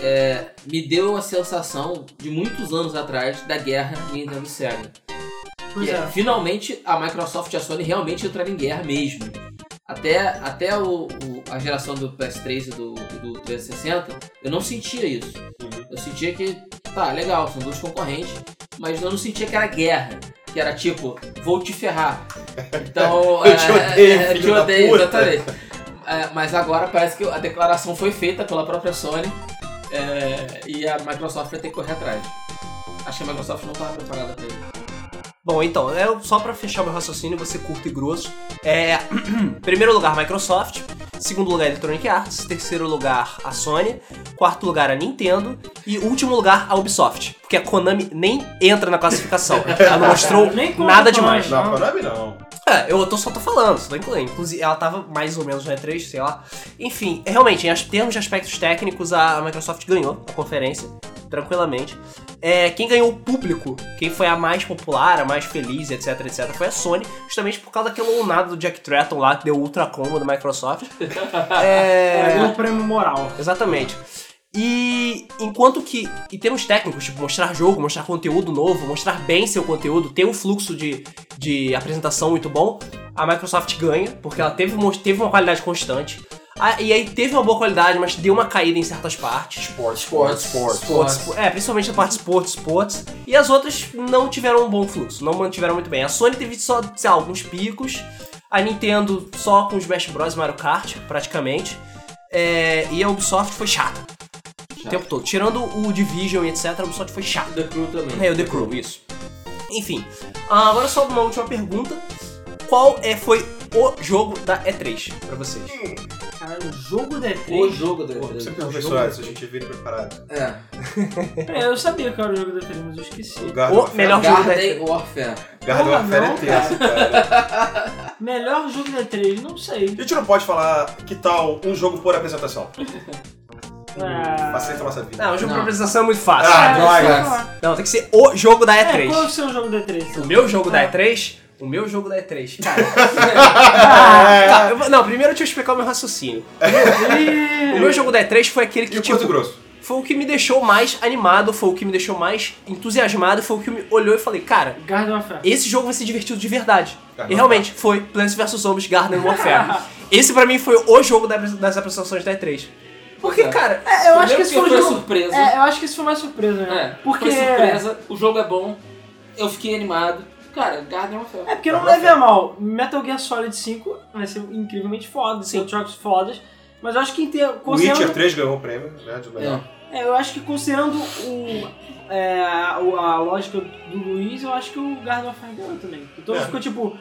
é, me deu a sensação de muitos anos atrás da guerra Nintendo e Sega. Pois Que é. é, finalmente a Microsoft e a Sony realmente entraram em guerra mesmo. Até, até o, o- a geração do PS3 e do, e do 360, eu não sentia isso. Uhum. Eu sentia que, tá, legal, são dois concorrentes, mas eu não sentia que era guerra. Que era tipo, vou te ferrar. [laughs] Então. Eu te é, odeio, é, filho te da odeio, puta. exatamente. É, mas agora parece que a declaração foi feita pela própria Sony é, e a Microsoft vai ter que correr atrás. Acho que a Microsoft não estava preparada pra isso. Bom, então, é só pra fechar meu raciocínio, você curto e grosso. É, [clears throat] primeiro lugar, Microsoft. Segundo lugar, Electronic Arts. Terceiro lugar, a Sony. Quarto lugar, a Nintendo. E último lugar, a Ubisoft. Porque a Konami nem entra na [laughs] classificação. Ela não mostrou Nem conta nada pra demais. nós. Não, pra Konami não. É, eu tô, só tô falando, só tô incluindo. Inclusive, ela tava mais ou menos na E3, sei lá. Enfim, é, realmente, em as- termos de aspectos técnicos, a Microsoft ganhou a conferência, tranquilamente. É, quem ganhou o público, quem foi a mais popular, a mais feliz, etc, etc, foi a Sony, justamente por causa daquele lunado do Jack Tratton lá, que deu ultra combo do Microsoft. É é... um prêmio moral. Exatamente. E enquanto que, em termos técnicos, tipo, mostrar jogo, mostrar conteúdo novo, mostrar bem seu conteúdo, ter um fluxo de, de apresentação muito bom, a Microsoft ganha, porque ela teve, mo- teve uma qualidade constante. Ah, e aí teve uma boa qualidade, mas deu uma caída em certas partes. Esporte, Esportes, Esportes, esportes. espo- É, principalmente a parte esportes, esportes. E as outras não tiveram um bom fluxo, não mantiveram muito bem. A Sony teve só, sei lá, alguns picos. A Nintendo só com Smash Bros e Mario Kart, praticamente. É, e a Ubisoft foi chata. O Chata. tempo todo. Tirando o Division e etc, a Ubisoft foi chata. The Crew também. É, o The Crew, isso. Enfim, ah, agora só uma última pergunta. Qual é, foi o jogo da E3 pra vocês? Caralho, o jogo da O E3. jogo da Você tá E3. professor, a gente vira preparado. É. É, eu sabia que era o jogo da E3, mas eu esqueci. Guarda O Warfare- melhor- Garden é Warfare. Garden Porra, Warfare não, é tenso, cara. Melhor jogo da E3, não sei. A gente não pode falar que tal um jogo por apresentação. Ah, Facilita a nossa vida. Não, o jogo Não. pra apresentação é muito fácil. Ah, é, droga. sei lá. Não, tem que ser o jogo da É, qual é o E3. seu jogo da E3? O meu jogo da Ah. E3? O meu jogo da E3. Cara, É. tá, eu vou- não, primeiro deixa eu explicar o meu raciocínio. O meu jogo da E3 foi aquele E que, o Curto tipo, Grosso? foi o que me deixou mais animado, foi o que me deixou mais entusiasmado, foi o que me olhou e falei, cara, Garden of Fire. esse jogo vai ser divertido de verdade. Garden e realmente, foi Plants vs Zombies Garden Warfare. Esse pra mim foi o jogo da- das apresentações da E3. Porque, É. cara, É, eu acho Primeiro que esse foi o porque jogo. surpresa. É, eu acho que isso foi mais surpresa, né? É, porque. foi surpresa, o jogo é bom, eu fiquei animado. Cara, Garden of Hell. É porque não leve a mal. Metal Gear Solid 5 vai ser incrivelmente foda, Sim. são jogos fodas. Mas eu acho que em ter, O Witcher considerando, 3 ganhou o prêmio, né? De melhor. é, eu acho que considerando o, é, a, o- a lógica do Luiz, eu acho que o Garden of Fire ganhou também. Então É. ficou tipo,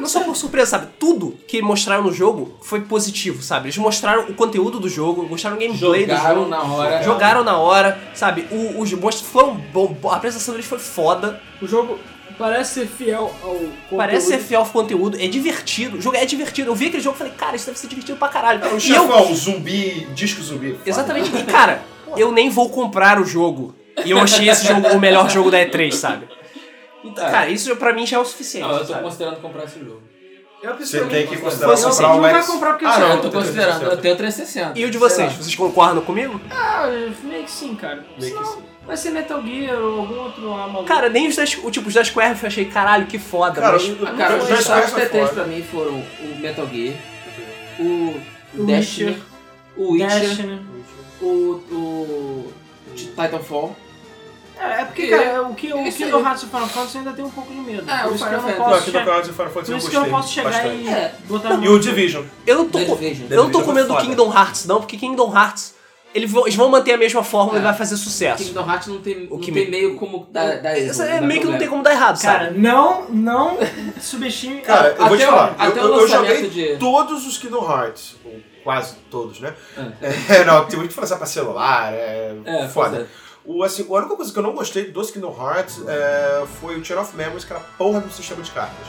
Não só por surpresa, sabe? Tudo que mostraram no jogo foi positivo, sabe? Eles mostraram o conteúdo do jogo, mostraram o gameplay um do Jogaram jogo. na hora. Jogaram na hora, sabe? O- Os monstros foram bom, a apresentação deles foi foda. o jogo parece ser fiel ao conteúdo. Parece ser fiel ao conteúdo, é divertido. O jogo é divertido. Eu vi aquele jogo e falei, cara, isso deve ser divertido pra caralho. É um e eu, chefão, zumbi, disco zumbi. exatamente, e, cara, eu nem vou comprar o jogo. E eu achei esse jogo o melhor jogo da E3, sabe? Então, É. cara, isso pra mim já é o suficiente. Não, eu tô sabe? considerando comprar esse jogo. Eu Você tem que Você considerar não comprar o vai X- comprar porque Ah, você- não, eu não tô tem considerando, eu 360. tenho 360. E o de sei vocês? lá. Vocês concordam comigo? Ah, meio que sim, cara. Meio que Senão sim. vai ser Metal Gear ou algum outro lá maluco. Cara, nem os da, o, tipo, os da Square eu achei, caralho, que foda. Cara, mas- eu- Ah, Cara, os dois dois jogos jogos da E3 fora. pra mim foram o Metal Gear, o O Destiny, Witcher. o Witcher, Destiny. o, o Titanfall. É, é porque, Porque cara, o que, o isso que aí. no Rádio Final Fantasy eu ainda tenho um pouco de medo. Ah, por o isso que Final eu não Fantasy. Não, posso, aqui che- no canal de Final Fantasy por eu isso gostei. que eu não posso chegar bastante. e É. botar E o Division. Eu não tô, The com- Division. eu não tô Division com medo do foi foda. Kingdom Hearts, não, porque Kingdom Hearts, eles vão, eles vão manter a mesma fórmula É. e vai fazer sucesso. Kingdom Hearts não tem, O não que tem me- meio como dar, dar erro, né, Isso é dá meio que não problema. tem como dar errado, Cara, sabe? não, [laughs] não subestime. Cara, eu vou te Até o- falar. até eu, o eu- eu joguei lançamento de- todos os Kingdom Hearts. Ou quase todos, né? [laughs] É, não, tem muito que falar pra celular, é, foda. É, foda. O, assim, a única coisa que eu não gostei dos Kingdom Hearts é, foi o Chain of Memories, que era porra do sistema de cartas.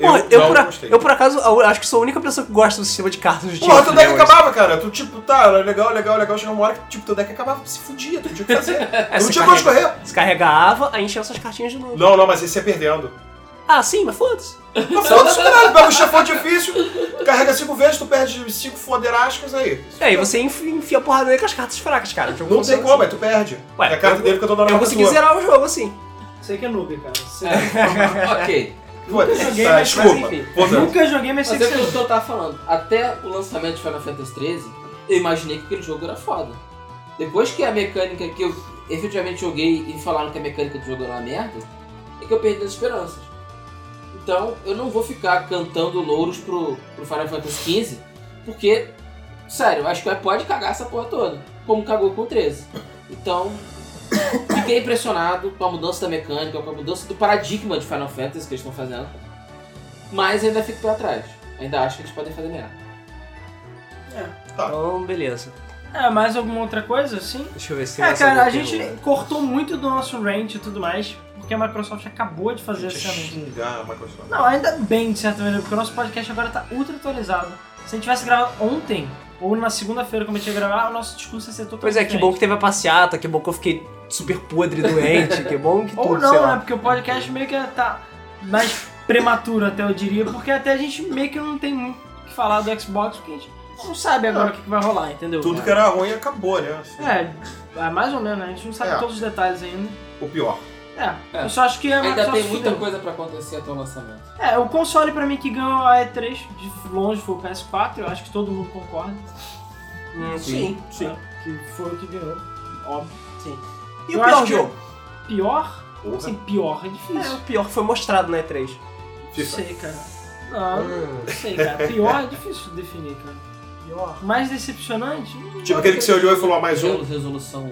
Pô, eu, não por, a- gostei. eu por acaso eu acho que sou a única pessoa que gosta do sistema de cartas do É, Pô, Tiago teu deck Fernandes. acabava, cara. Tu, tipo, tá, legal, legal, legal. Chegou uma hora que, tipo, teu deck acabava, tu se fudia, tu não tinha o que fazer. É, tu não você tinha pra onde carrega, correr. você carregava, aí enchia suas cartinhas de novo. Não, não, mas esse é perdendo. Ah, sim, mas foda-se. Não foda-se, caralho. Pega um chefão difícil, carrega cinco vezes, tu perde cinco foderascas aí. E É, aí você enfi- enfia a porrada nele com as cartas fracas, cara. O jogo Não funciona tem como, assim. aí tu perde. Ué, é a carta eu- dele que eu tô dando na Eu mão consegui tua. zerar o jogo assim. Sei que é noob, cara. Sei- É. [laughs] ok. Foda-se, Nunca joguei, tá, mas- desculpa. mas enfim. Voltando. Nunca joguei, mas sei Mas que é o você... que eu tava falando. Até o lançamento de Final Fantasy XIII, eu imaginei que aquele jogo era foda. Depois que a mecânica que eu efetivamente joguei e falaram que a mecânica do jogo era uma merda, é que eu perdi as esperanças. Então eu não vou ficar cantando louros pro, pro Final Fantasy XV, porque, sério, acho que pode cagar essa porra toda, como cagou com o 13. Então, [coughs] fiquei impressionado com a mudança da mecânica, com a mudança do paradigma de Final Fantasy que eles estão fazendo. Mas ainda fico pra trás. Ainda acho que eles podem fazer melhor. Então, beleza. É, mais alguma outra coisa, assim? Deixa eu ver se tem É, mais cara, alguma a gente pergunta. cortou muito do nosso rant e tudo mais, porque a Microsoft acabou de fazer esse Deixa eu anúncio. xingar a Microsoft. assim, Não, ainda bem, de certa maneira, porque o nosso podcast agora tá ultra atualizado. Se a gente tivesse gravado ontem, ou na segunda-feira, como a gente ia gravar, o nosso discurso ia ser totalmente Pois é, que bom que teve a passeata, que bom que eu fiquei super podre, doente, que bom que Ou tudo, sei não, né? lá. Porque o podcast meio que tá mais prematuro, até eu diria, porque até a gente meio que não tem muito o que falar do Xbox, porque a gente não sabe agora o que, que vai rolar, entendeu? Tudo que era ruim acabou, né? É, é, mais ou menos, né? A gente não sabe É. todos os detalhes ainda. O pior. É, É. eu só acho que a Ainda Microsoft tem muita fudeu. coisa pra acontecer até o lançamento. É, o console pra mim que ganhou a E3 de longe foi o PS4, eu acho que todo mundo concorda. Hum, sim, sim. né? Que foi o que ganhou, óbvio. E Eu o acho pior que- é jogo? Pior? Porra. Assim, pior é É, difícil. o pior que foi mostrado na E3. Não FIFA. É, sei, cara. Não, não sei, cara. Pior é difícil de definir, cara. Pior. Mais decepcionante? Hum, Tipo aquele que você olhou e falou, ah, mais um. Modelos, Resolução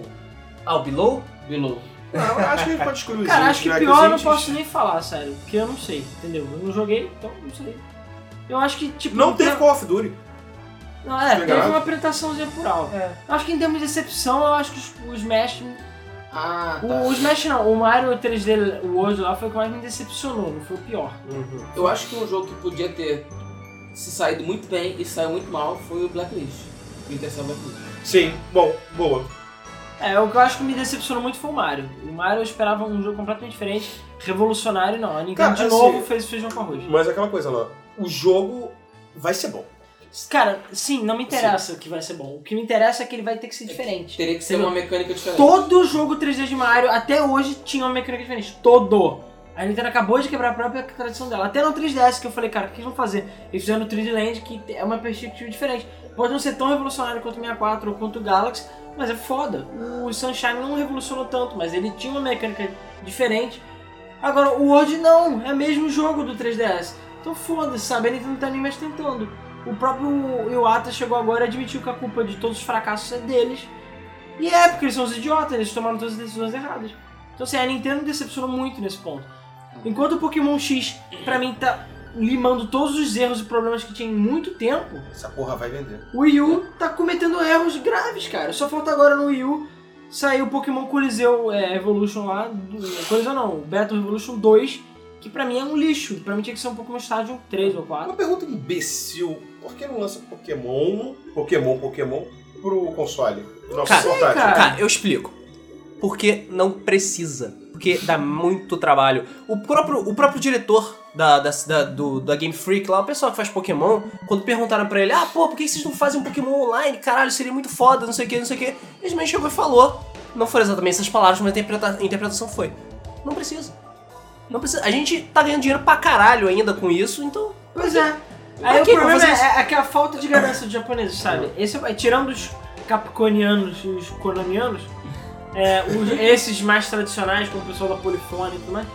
Ah, o Below? below. Não, eu acho que a gente pode excluir os Cara, indies, acho que né, pior eu não os indies- posso nem falar, sério. Porque eu não sei, entendeu? Eu não joguei, então não sei. Eu acho que, tipo. Não teve tem- Call of Duty. Não, é, Obrigado. teve uma apresentaçãozinha por alto. É. Eu acho que em termos de decepção, eu acho que os- o Smash. Ah, tá. O, o Smash não, o Mario 3D World lá foi o que mais me decepcionou, não foi o pior. Eu acho que um jogo que podia ter se saído muito bem e saiu muito mal foi o Blacklist. Splinter Cell Blacklist. Sim, bom, boa. É, o que eu acho que me decepcionou muito foi o Mario. O Mario eu esperava um jogo completamente diferente, revolucionário, não. A Nintendo Cara, de assim, novo fez o feijão com arroz. Mas é aquela coisa lá, o jogo vai ser bom. Cara, sim, não me interessa o que vai ser bom. O que me interessa é que ele vai ter que ser diferente. Teria que ser uma mecânica diferente. Todo jogo 3D de Mario, até hoje, tinha uma mecânica diferente. Todo. A Nintendo acabou de quebrar a própria tradição dela. Até no 3DS que eu falei, cara, o que eles vão fazer? Eles fizeram no 3D Land, que é uma perspectiva diferente. Pode não ser tão revolucionário quanto o 64 ou quanto o Galaxy, mas é foda. O Sunshine não revolucionou tanto, mas ele tinha uma mecânica diferente. Agora, o World não, é o mesmo jogo do 3DS. Então foda-se, sabe? A Nintendo não tá nem mais tentando. O próprio Iwata chegou agora e admitiu que a culpa de todos os fracassos é deles. E é, porque eles são os idiotas, eles tomaram todas as decisões erradas. Então assim, a Nintendo decepcionou muito nesse ponto. Enquanto o Pokémon X, pra mim, tá limando todos os erros e problemas que tinha em muito tempo, Essa porra vai vender. o Wii U tá cometendo erros graves, cara. Só falta agora no Wii U sair o Pokémon Coliseu é, Evolution lá. Do, Coliseu não, Battle Revolution 2, que pra mim é um lixo. Pra mim tinha que ser um Pokémon Stadium 3 ou 4. Uma pergunta imbecil, por que não lança Pokémon, Pokémon, Pokémon, pro console? Nossa, Cara, portátil. cara. Cara, eu explico. Porque não precisa. Porque dá muito trabalho. O próprio, o próprio diretor da, da, da, do, da Game Freak lá, o pessoal que faz Pokémon, quando perguntaram pra ele, ah, pô, por que vocês não fazem um Pokémon online? Caralho, seria muito foda, não sei o que, não sei o que. Ele simplesmente chegou e falou. Não foram exatamente essas palavras, mas a interpreta- a interpretação foi. Não precisa. Não precisa. A gente tá ganhando dinheiro pra caralho ainda com isso, então. Pois é. Aí Pra o que que eu vou problema fazer é, isso? é que a falta de ganância dos japoneses, sabe? Esse, é- tirando os capconianos e os konamianos, é, [laughs] os- esses mais tradicionais, como o pessoal da Polifone e tudo mais,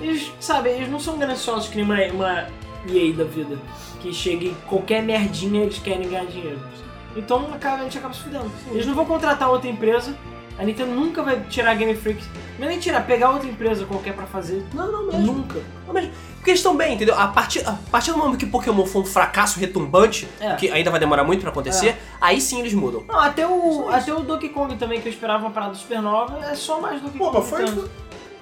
eles, sabe, eles não são gananciosos que nem uma, uma EA da vida, que chega em qualquer merdinha eles querem ganhar dinheiro. Então acaba, a gente acaba se fudendo. Eles não vão contratar outra empresa, a Nintendo nunca vai tirar a Game Freak, não é nem tirar, pegar outra empresa qualquer pra fazer, Não, não, nunca. Porque eles estão bem, entendeu? A partir, a partir do momento que Pokémon for um fracasso retumbante, É. que ainda vai demorar muito pra acontecer, aí sim eles mudam. Não, até o, até o Donkey Kong também, que eu esperava uma parada supernova, é só mais Donkey Pô, Kong. mas foi... então.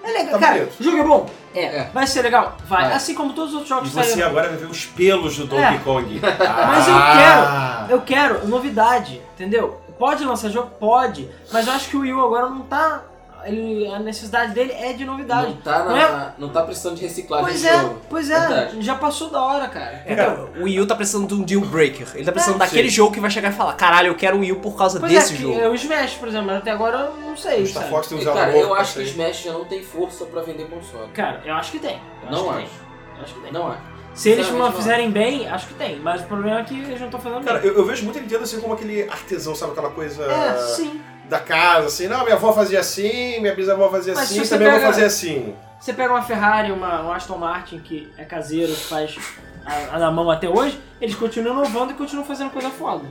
É legal, tá cara. bonito. O jogo é bom? É. É. Vai ser legal? Vai. Vai. Assim como todos os outros jogos E que você saíram. agora vai ver os pelos do É. Donkey [laughs] Kong. eu Ah. Eu quero novidade, entendeu? Pode lançar jogo? Pode. Mas eu acho que o Wii U agora não tá... Ele, a necessidade dele é de novidade. Não tá, na- Não é? na- não tá precisando de reciclagem Pois de é, jogo. pois é. Verdade. Já passou da hora, cara. Então, É, cara, o Wii U tá precisando de um deal breaker. Ele tá precisando É, daquele sim. jogo que vai chegar e falar: caralho, eu quero um Wii U por causa Pois desse é, que- jogo. é, o Smash, por exemplo, mas até agora eu não sei, O Star sabe? Fox tem E, uns cara, algo novo eu acho que pra o sair. Smash já não tem força pra vender console. Cara, eu acho que tem. Eu acho. que não acho. tem. Eu acho que tem. Não acho. Se eles Sinceramente, não fizerem bem, acho que tem. Mas o problema é que eles não estão fazendo Cara, bem. eu, eu vejo muito a Nintendo assim como aquele artesão, sabe? Aquela coisa É, sim. da casa, assim. Não, minha avó fazia assim, minha bisavó fazia Mas se assim, você também pega- vou fazer assim. Você pega uma Ferrari, uma, um Aston Martin, que é caseiro, que faz a, a na mão até hoje, eles continuam inovando e continuam fazendo coisa foda.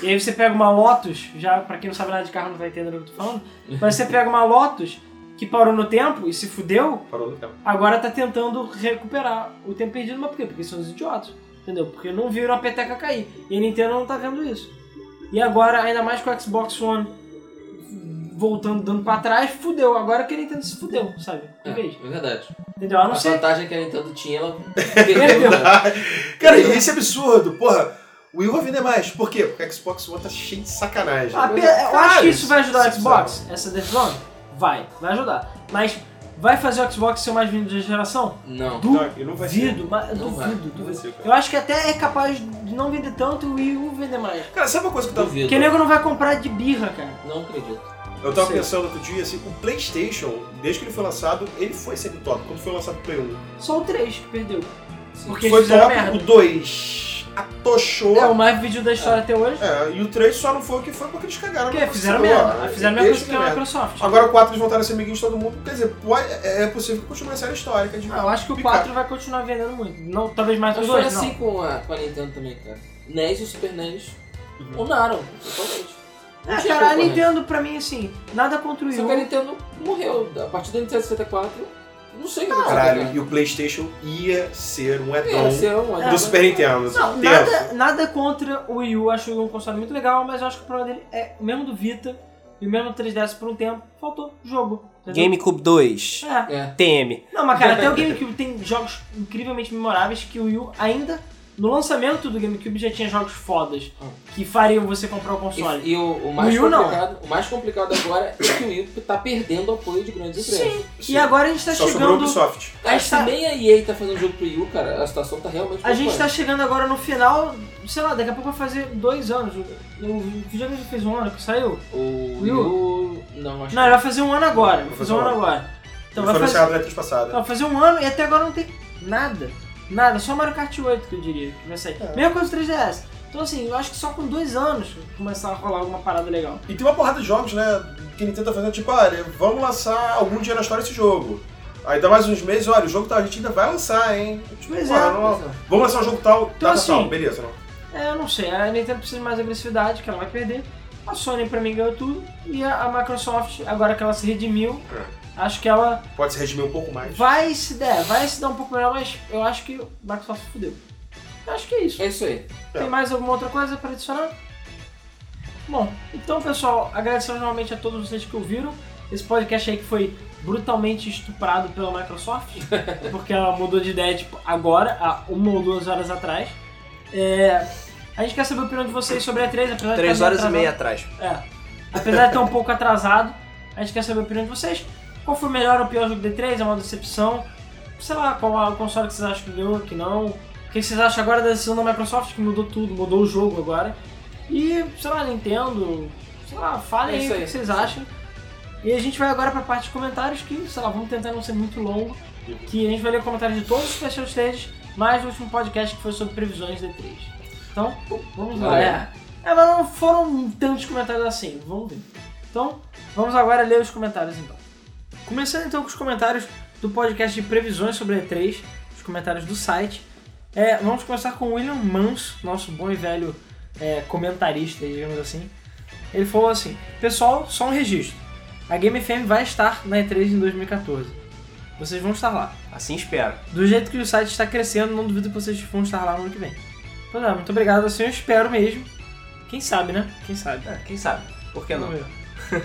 E aí você pega uma Lotus, já pra quem não sabe nada de carro não vai entender o que eu tô falando, mas você pega uma Lotus que parou no tempo e se fudeu, Parou no tempo. agora tá tentando recuperar o tempo perdido, mas por quê? Porque são os idiotas, entendeu? Porque não viram a peteca cair. E a Nintendo não tá vendo isso. E agora, ainda mais com o Xbox One voltando, dando pra trás, fudeu. Agora que a Nintendo se fudeu, sabe? É, Em vez. é verdade. Entendeu? A não a ser vantagem é que a Nintendo [laughs] tinha, ela perdeu. né? [laughs] Cara, e esse é absurdo, porra. O Wii U vai vender mais. Por quê? Porque o Xbox One tá cheio de sacanagem. Ah, pe- eu acho que isso vai ajudar o Xbox, essa decisão? Vai, vai ajudar. Mas vai fazer o Xbox ser o mais vendido da geração? Não. Não, ele não vai ser. Duvido, mas Não vai. duvido, Não vai duvido. ser, cara. Eu acho que até é capaz de não vender tanto e o Wii U vender mais. Cara, sabe uma coisa que eu tava Duvido. Porque nego não vai comprar de birra, cara. Não acredito. Eu tava Sei. pensando outro dia, assim, o PlayStation, desde que ele foi lançado, ele foi sempre top. Quando foi lançado o Play 1, Só o 3 que perdeu. Porque foi eles fizeram top, merda. o 2 atochou. É o mais vídeo da história até hoje. É, e o 3 só não foi o que foi porque eles cagaram. Porque na fizeram condição. merda. né? Ah, Fizeram a mesma eles coisa que a fizeram merda. Microsoft. Agora o 4 eles voltaram a ser amiguinhos de todo mundo. Quer dizer, pode- é é possível que continue a série histórica. De... Eu acho que o Pica- 4 vai continuar vendendo muito. Não, talvez mais que Mas os foi dois, não. assim com a, com a Nintendo também, cara. NES e o Super NES mudaram, totalmente. Não É, tinha cara, a concorrente. Nintendo, pra mim, assim, nada contra o Só que a Wii U. Nintendo morreu. A partir da Nintendo 64, não sei o que aconteceu. Caralho, cara. e o PlayStation ia ser um Ia add-on ser um- É. do Super Nintendo. Não, Tenso. nada, nada contra o Wii U, acho o Wii U um console muito legal, mas eu acho que o problema dele é o mesmo do Vita e o mesmo do 3DS por um tempo, faltou jogo. entendeu? GameCube 2. É. É. TM. Não, mas cara, até o GameCube tem jogos incrivelmente memoráveis que o Wii U ainda, no lançamento do GameCube, já tinha jogos fodas Hum. que fariam você comprar o console. E, e o, o mais Wii U não. complicado, o mais complicado agora é que o Wii U tá perdendo apoio de grandes empresas. Sim. Sim. E agora a gente tá Só sobrou um o chegando. Ubisoft. Cara, Está- se nem a EA tá fazendo jogo pro Wii U, cara, a situação tá realmente A gente preocupante. tá chegando agora no final, sei lá, daqui a pouco vai fazer dois anos. O o videogame já fez um ano que saiu. O Wii Wii U? U... Não, acho Não, ele vai fazer um ano agora. Vai Vai fazer um ano agora. Então Então, vai foi fazer, anunciado na E3 passada. então, vai fazer um ano e até agora não tem nada. Nada, só Mario Kart 8 que eu diria que vai sair. É. Mesma coisa do 3DS. Então assim, eu acho que só com dois anos começar a rolar alguma parada legal. E tem uma porrada de jogos, né? Que ele tenta fazer, tipo, olha, vamos lançar algum dia na história esse jogo. Aí dá mais uns meses, olha, o jogo tal, a gente ainda vai lançar, hein? Tipo, Pois porra, é. não- Vamos lançar um jogo tal, data Então, assim, tal, beleza. Não. É, eu não sei, a Nintendo precisa de mais agressividade, que ela vai perder. A Sony pra mim ganhou tudo. E a, a Microsoft, agora que ela se redimiu, É. acho que ela Pode se redimir um pouco mais. vai se der, vai se dar um pouco melhor, mas eu acho que o Microsoft fudeu. Eu acho que é isso. É isso aí. Então. Tem mais alguma outra coisa para adicionar? Bom, então pessoal, agradecemos novamente a todos vocês que ouviram. Esse podcast aí que foi brutalmente estuprado pela [laughs] Microsoft, porque ela mudou de ideia tipo, agora, há uma ou duas horas atrás. É, a gente quer saber a opinião de vocês sobre a 3, apesar de 3 estar meio horas e atrasado. meia atrás. É. Apesar de estar um pouco atrasado, a gente quer saber a opinião de vocês. Qual foi o melhor ou pior jogo do D3? É uma decepção? Sei lá, qual é o console que vocês acham que ganhou, que não? O que vocês acham agora da decisão da Microsoft, que mudou tudo, mudou o jogo agora? E, sei lá, Nintendo, sei lá, falem É aí isso o que aí. vocês acham. E a gente vai agora pra parte de comentários, que, sei lá, vamos tentar não ser muito longo, que a gente vai ler comentários de todos os special stages, mais o último podcast que foi sobre previsões D3. Então, vamos lá. Valeu. né? É, mas não foram tantos comentários assim, vamos ver. Então, vamos agora ler os comentários então. Começando então com os comentários do podcast de previsões sobre a E3, os comentários do site. É, vamos começar com o William Manso, nosso bom e velho é, comentarista, digamos assim. Ele falou assim: Pessoal, só um registro. A Game FM vai estar na E3 em 2014. Vocês vão estar lá. Assim espero. Do jeito que o site está crescendo, não duvido que vocês vão estar lá no ano que vem. Pois é, muito obrigado, assim eu espero mesmo. Quem sabe, né? Quem sabe. É, quem sabe? Por que não? Vamos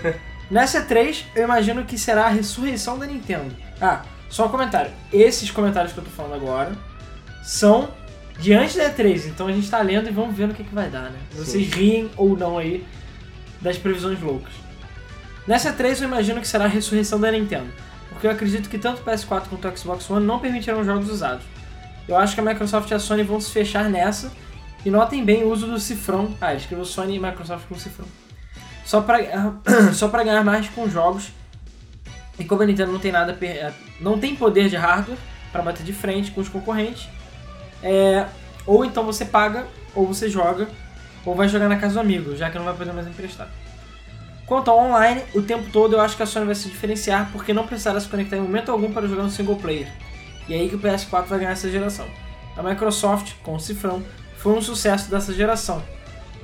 ver. [laughs] Nessa 3, eu imagino que será a ressurreição da Nintendo. Ah, só um comentário. Esses comentários que eu tô falando agora são diante da E3, então a gente tá lendo e vamos ver no que, que vai dar, né? Vocês riem ou não aí das previsões loucas. Nessa 3, eu imagino que será a ressurreição da Nintendo, porque eu acredito que tanto o PS4 quanto o Xbox One não permitirão jogos usados. Eu acho que a Microsoft e a Sony vão se fechar nessa, e notem bem o uso do cifrão. Ah, ele escreveu Sony e Microsoft com cifrão só pra, [clears throat] só pra ganhar mais com jogos. E como a Nintendo não tem nada a per- eh, não tem poder de hardware pra bater de frente com os concorrentes, é, ou então você paga, ou você joga, ou vai jogar na casa do amigo, já que não vai poder mais emprestar. Quanto ao online, o tempo todo eu acho que a Sony vai se diferenciar porque não precisará se conectar em momento algum para jogar no single player. E é aí que o PS4 vai ganhar essa geração. A Microsoft, com o cifrão, foi um sucesso dessa geração,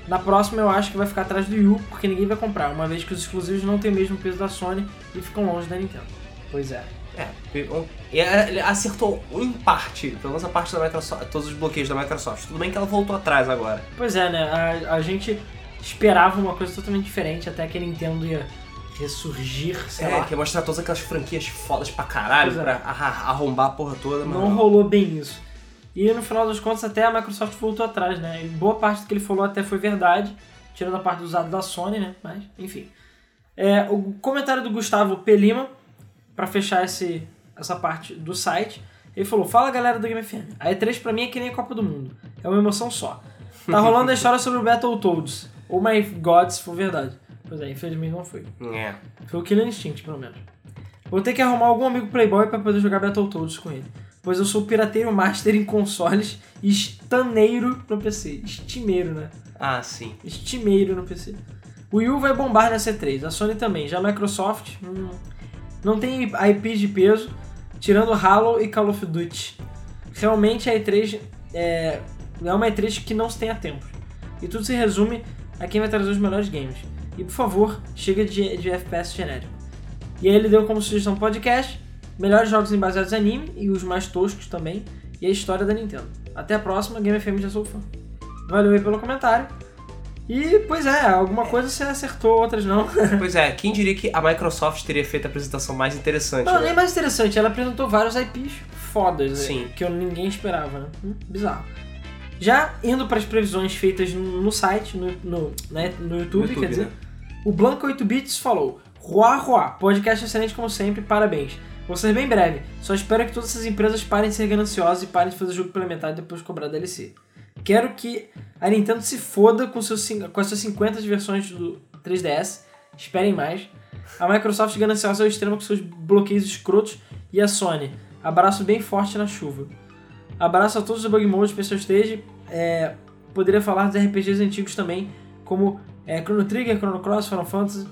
na próxima eu acho que vai ficar atrás do Wii U, porque ninguém vai comprar, uma vez que os exclusivos não têm o mesmo peso da Sony e ficam longe da Nintendo. Pois é. É, pegou- e ele acertou em parte, pelo menos a parte da Microsoft, todos os bloqueios da Microsoft. Tudo bem que ela voltou atrás agora. Pois é, né? A, a gente esperava uma coisa totalmente diferente, até que a Nintendo ia ressurgir, sei é, lá. quer mostrar todas aquelas franquias fodas pra caralho, Pois é. pra arra- arrombar a porra toda, mano. Não rolou bem isso. E no final das contas, até a Microsoft voltou atrás, né? E boa parte do que ele falou até foi verdade, tirando a parte do usado da Sony, né? Mas, enfim. É, o comentário do Gustavo Pelima, pra fechar esse, essa parte do site, ele falou: Fala galera do Game FM, a E3 pra mim é que nem a Copa do Mundo, Oh é uma emoção só. Tá rolando a história sobre o Battletoads, ou My God, se for verdade. Pois é, infelizmente não fui. É. Foi o Killer Instinct, pelo menos. Vou ter que arrumar algum amigo Playboy pra poder jogar Battletoads com ele. Pois eu sou pirateiro master em consoles e estaneiro no PC. Estimeiro, né? Ah, sim. Estimeiro no PC. O Wii U vai bombar na C3, a Sony também. Já a Microsoft hum, não tem IP de peso, tirando Halo e Call of Duty. Realmente a E3 é, é uma E3 que não se tem a tempo. E tudo se resume a quem vai trazer os melhores games. E por favor, chega de, de FPS genérico. E aí ele deu como sugestão podcast, melhores jogos baseados em anime e os mais toscos também, e a história da Nintendo. Até a próxima, Game FM já sou fã. Valeu aí pelo comentário. E, pois é, alguma coisa você acertou, [laughs] outras não. Pois é, quem diria que a Microsoft teria feito a apresentação mais interessante? Não, né? nem mais interessante, ela apresentou vários IPs fodas, né? Sim. que eu, ninguém esperava, né? Hum, Bizarro. Já indo para as previsões feitas no site, no, no, né, no YouTube, YouTube, quer dizer, né? o Blanco 8 Bits falou: Ruá, ruá, podcast excelente como sempre, parabéns. Vou ser bem breve, só espero que todas essas empresas parem de ser gananciosas e parem de fazer jogo pela metade e depois cobrar DLC. Quero que a Nintendo se foda com, seus, cin- com as suas 50 versões do 3DS, esperem mais. A Microsoft gananciosa ao extremo com seus bloqueios escrotos e a Sony. Abraço bem forte na chuva. Abraço a todos do Bug Mode, pessoal stage. É, poderia falar dos RPGs antigos também, como é, Chrono Trigger, Chrono Cross, Final Fantasy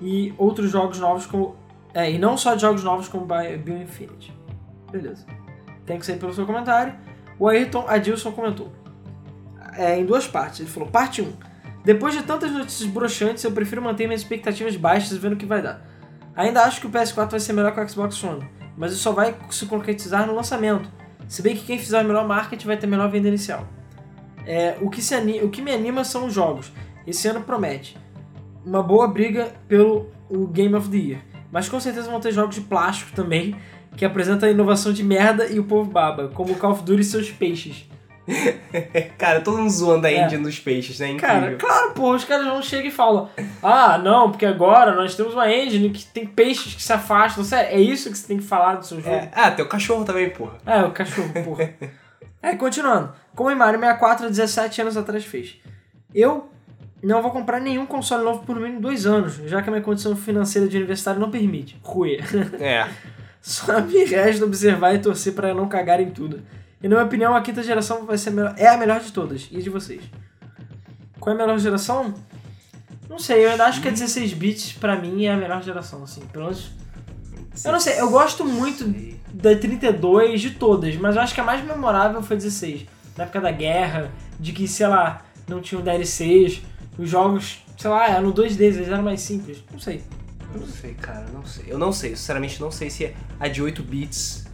e outros jogos novos como. É, e não só de jogos novos como Bi- Bill Infinity. Beleza. Thanks aí pelo seu comentário. O Ayrton Adilson comentou. É, em duas partes. Ele falou: parte 1. Depois de tantas notícias broxantes, eu prefiro manter minhas expectativas baixas e ver o que vai dar. Ainda acho que o PS4 vai ser melhor que o Xbox One, mas isso só vai se concretizar no lançamento. Se bem que quem fizer o melhor marketing vai ter a melhor venda inicial. É, o, que se ani- o que me anima são os jogos. Esse ano promete uma boa briga pelo o Game of the Year. Mas com certeza vão ter jogos de plástico também, que apresentam a inovação de merda e o povo baba, como o Call of Duty e seus peixes. Cara, todo mundo zoando a É. engine dos peixes, né? Incrível. Cara, claro, pô, os caras não chegam e falam: Ah, não, porque agora nós temos uma engine que tem peixes que se afastam. Sério, é isso que você tem que falar do seu jogo? É. Ah, tem o cachorro também, porra. É, o cachorro, porra. é, continuando. Como em Mario 64 há 17 anos atrás fez. Eu não vou comprar nenhum console novo por no mínimo dois anos, já que a minha condição financeira de universitário não permite. Rui. É. [laughs] Só me resta observar e torcer para não cagar em tudo. E na minha opinião, a quinta geração vai ser a melhor- é a melhor de todas. E de vocês? Qual é a melhor geração? Não sei, eu ainda acho que a 16 bits pra mim é a melhor geração, assim, pelo menos. Eu não sei, eu gosto muito da 32 de todas, mas eu acho que a mais memorável foi a 16. Na época da guerra, de que, sei lá, não tinham DLCs, os jogos, sei lá, eram 2Ds, eles eram mais simples. Não sei. Eu não sei, cara, eu não sei. Eu não sei, sinceramente não sei se a de 8 bits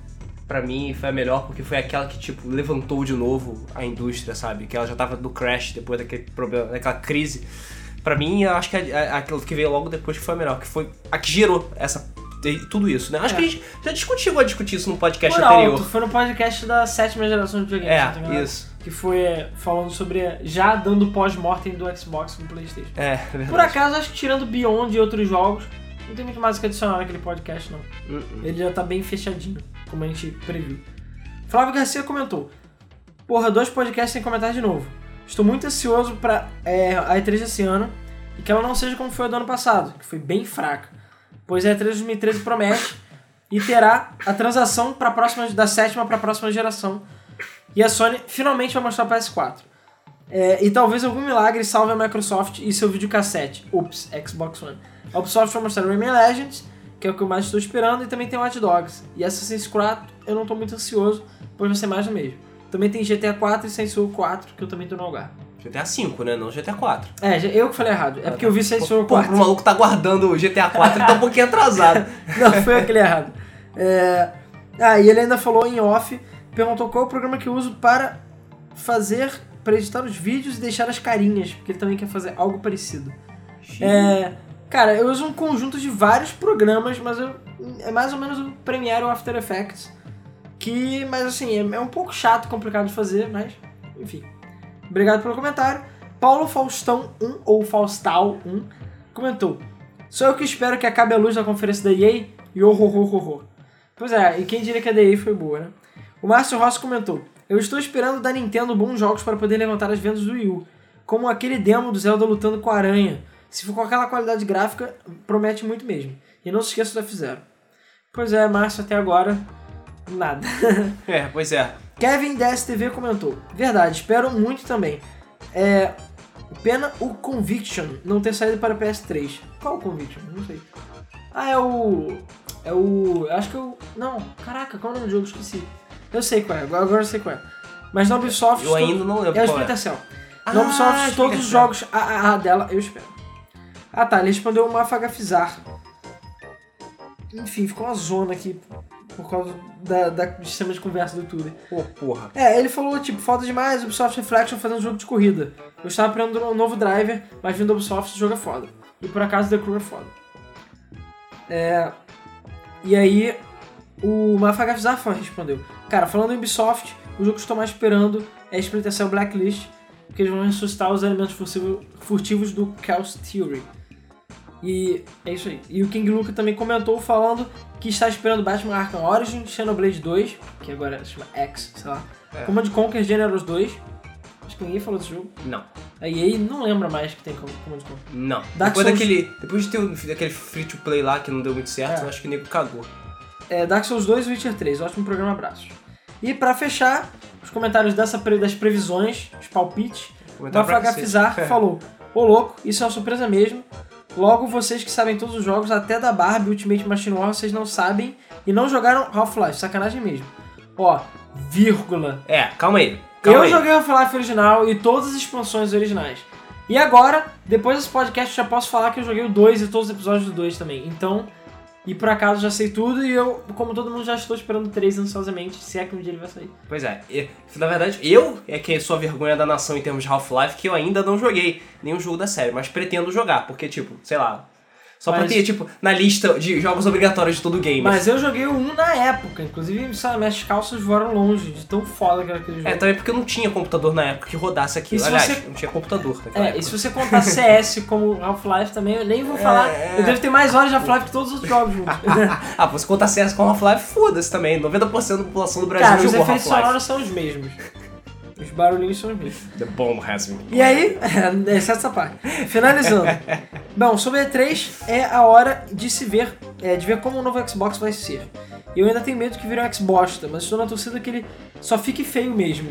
pra mim foi a melhor, porque foi aquela que, tipo, levantou de novo a indústria, sabe? Que ela já tava no crash depois daquele problema, daquela crise. Pra mim, eu acho que a- a- aquilo que veio logo depois que foi a melhor, que foi a que gerou essa e tudo isso, né? Acho É. que a gente já discutiu, chegou a discutir isso no podcast Por anterior. alto, foi no podcast da sétima geração de videogames. se não tô É, enganado, isso. Que foi é, falando sobre já dando pós-mortem do Xbox no Playstation. É, é verdade. Por acaso, acho que tirando Beyond e outros jogos, não tem muito mais o que adicionar naquele podcast, não. Hum, hum. Ele já tá bem fechadinho, como a gente previu. Flávio Garcia comentou: Porra, dois podcasts sem comentar de novo. Estou muito ansioso pra é, a E3 desse ano e que ela não seja como foi a do ano passado, que foi bem fraca. Pois a E3 2013 promete e terá a transação pra próxima, da sétima para a próxima geração. E a Sony finalmente vai mostrar o PS4. É, e talvez algum milagre salve a Microsoft e seu videocassete. Ups, Xbox One. A Ubisoft vai mostrar Rayman Legends, que é o que eu mais estou esperando, e também tem Watch Dogs. E Assassin's Creed eu não estou muito ansioso, pois vai ser mais do mesmo. Também tem GTA 4 e Sensor 4, que eu também tô no lugar. GTA V, né? Não GTA 4. É, já- eu que falei errado. É porque eu vi Sensor Pô, o 4. maluco tá guardando o GTA 4 e tá um pouquinho atrasado. [laughs] Não, foi aquele errado. É, Ah, e ele ainda falou em off, perguntou qual é o programa que eu uso para fazer, para editar os vídeos e deixar as carinhas, porque ele também quer fazer algo parecido. É, cara, eu uso um conjunto de vários programas, mas eu, é mais ou menos o Premiere ou After Effects. Que, mas assim, é, é um pouco chato, complicado de fazer, mas enfim. Obrigado pelo comentário. Paulo Faustão 1 ou Faustal 1 comentou: Só eu que espero que acabe a luz da conferência da EA e oh, oh, oh, oh, oh. Pois é, e quem diria que a da EA foi boa, né? O Márcio Rossi comentou: Eu estou esperando da Nintendo bons jogos para poder levantar as vendas do Wii U, como aquele demo do Zelda lutando com a aranha. Se for com aquela qualidade gráfica, promete muito mesmo. E não se esqueça da F-Zero. Pois é, Márcio, até agora, nada. É, pois é. Kevin DSTV comentou: Verdade, espero muito também. É. Pena o Conviction não ter saído para PS3. Qual o Conviction? Não sei. Ah, é o. É o. Acho que é o. Não, caraca, qual é o nome do jogo? Esqueci. Eu sei qual é, agora agora eu sei qual é. Mas na Ubisoft. Eu ainda não lembro É qual o é. Splinter Cell. Ah, na Ubisoft, todos Splinter os Cell. jogos AAA dela, eu espero. Ah tá, ele respondeu o Mafagafizar. Enfim, ficou uma zona aqui por causa da, da, do sistema de conversa do Twitter. Pô, porra. É, ele falou, tipo, falta demais Ubisoft Reflection fazendo jogo de corrida. Eu estava aprendendo um novo driver, mas vindo da Ubisoft esse jogo é foda. E por acaso The Crew é foda. É... E aí, o Mafagafizar Fan respondeu. Cara, falando em Ubisoft, o jogo que estou mais esperando é Splinter Cell Blacklist, porque eles vão ressuscitar os elementos furtivo- furtivos do Chaos Theory. E é isso aí. E o King Luca também comentou falando que está esperando Batman Arkham Origins, Xenoblade 2, que agora se chama X, sei lá, É. Command Conquer Generals 2. Acho que ninguém falou desse jogo. Não, A EA não lembra mais que tem Com- Command Conquer. não. Dark depois Souls- daquele. Depois de ter o- daquele free to play lá que não deu muito certo, É. eu acho que o nego cagou. É, Dark Souls 2 e Witcher 3. Ótimo programa, abraços. E pra fechar, os comentários dessa pre- das previsões, os palpites, Comentar pra cacete. Mafagafizar falou: Ô louco, isso é uma surpresa mesmo. Logo, vocês que sabem todos os jogos, até da Barbie Ultimate Machine War, vocês não sabem e não jogaram Half-Life, sacanagem mesmo. Ó, vírgula. É, calma aí. Calma eu aí. joguei Half-Life original e todas as expansões originais. E agora, depois desse podcast, eu já posso falar que eu joguei o 2 e todos os episódios do 2 também. Então, e por acaso já sei tudo e eu, como todo mundo, já estou esperando o 3 ansiosamente, se é que um dia ele vai sair. Pois é, e- na verdade, eu é que sou a vergonha da nação em termos de Half-Life, que eu ainda não joguei nenhum jogo da série, mas pretendo jogar, porque, tipo, sei lá. Só pra Mas- ter, tipo, na lista de jogos obrigatórios de todo game. Mas eu joguei o 1 na época, inclusive sabe, minhas calças voaram longe de tão foda que era aquele jogo. É, também porque eu não tinha computador na época que rodasse aquilo. E se Aliás, você- eu não tinha computador naquela É, época. e se você contar CS [laughs] como Half-Life também, eu nem vou falar. é. Eu devo ter mais horas de Half-Life que todos os outros jogos [laughs] juntos. Ah, você conta acesso com Half-Life, foda-se também. 90% da população do Brasil Cara, os jogou efeitos Half-Life. sonoros são os mesmos. Os barulhinhos são os mesmos. The bomb has been... E aí, [laughs] é, exceto essa parte. [laughs] Finalizando. Bom, sobre a E3, é a hora de se ver, é, de ver como o novo Xbox vai ser. E eu ainda tenho medo que vire um Xbox, mas estou na torcida que ele só fique feio [laughs] mesmo.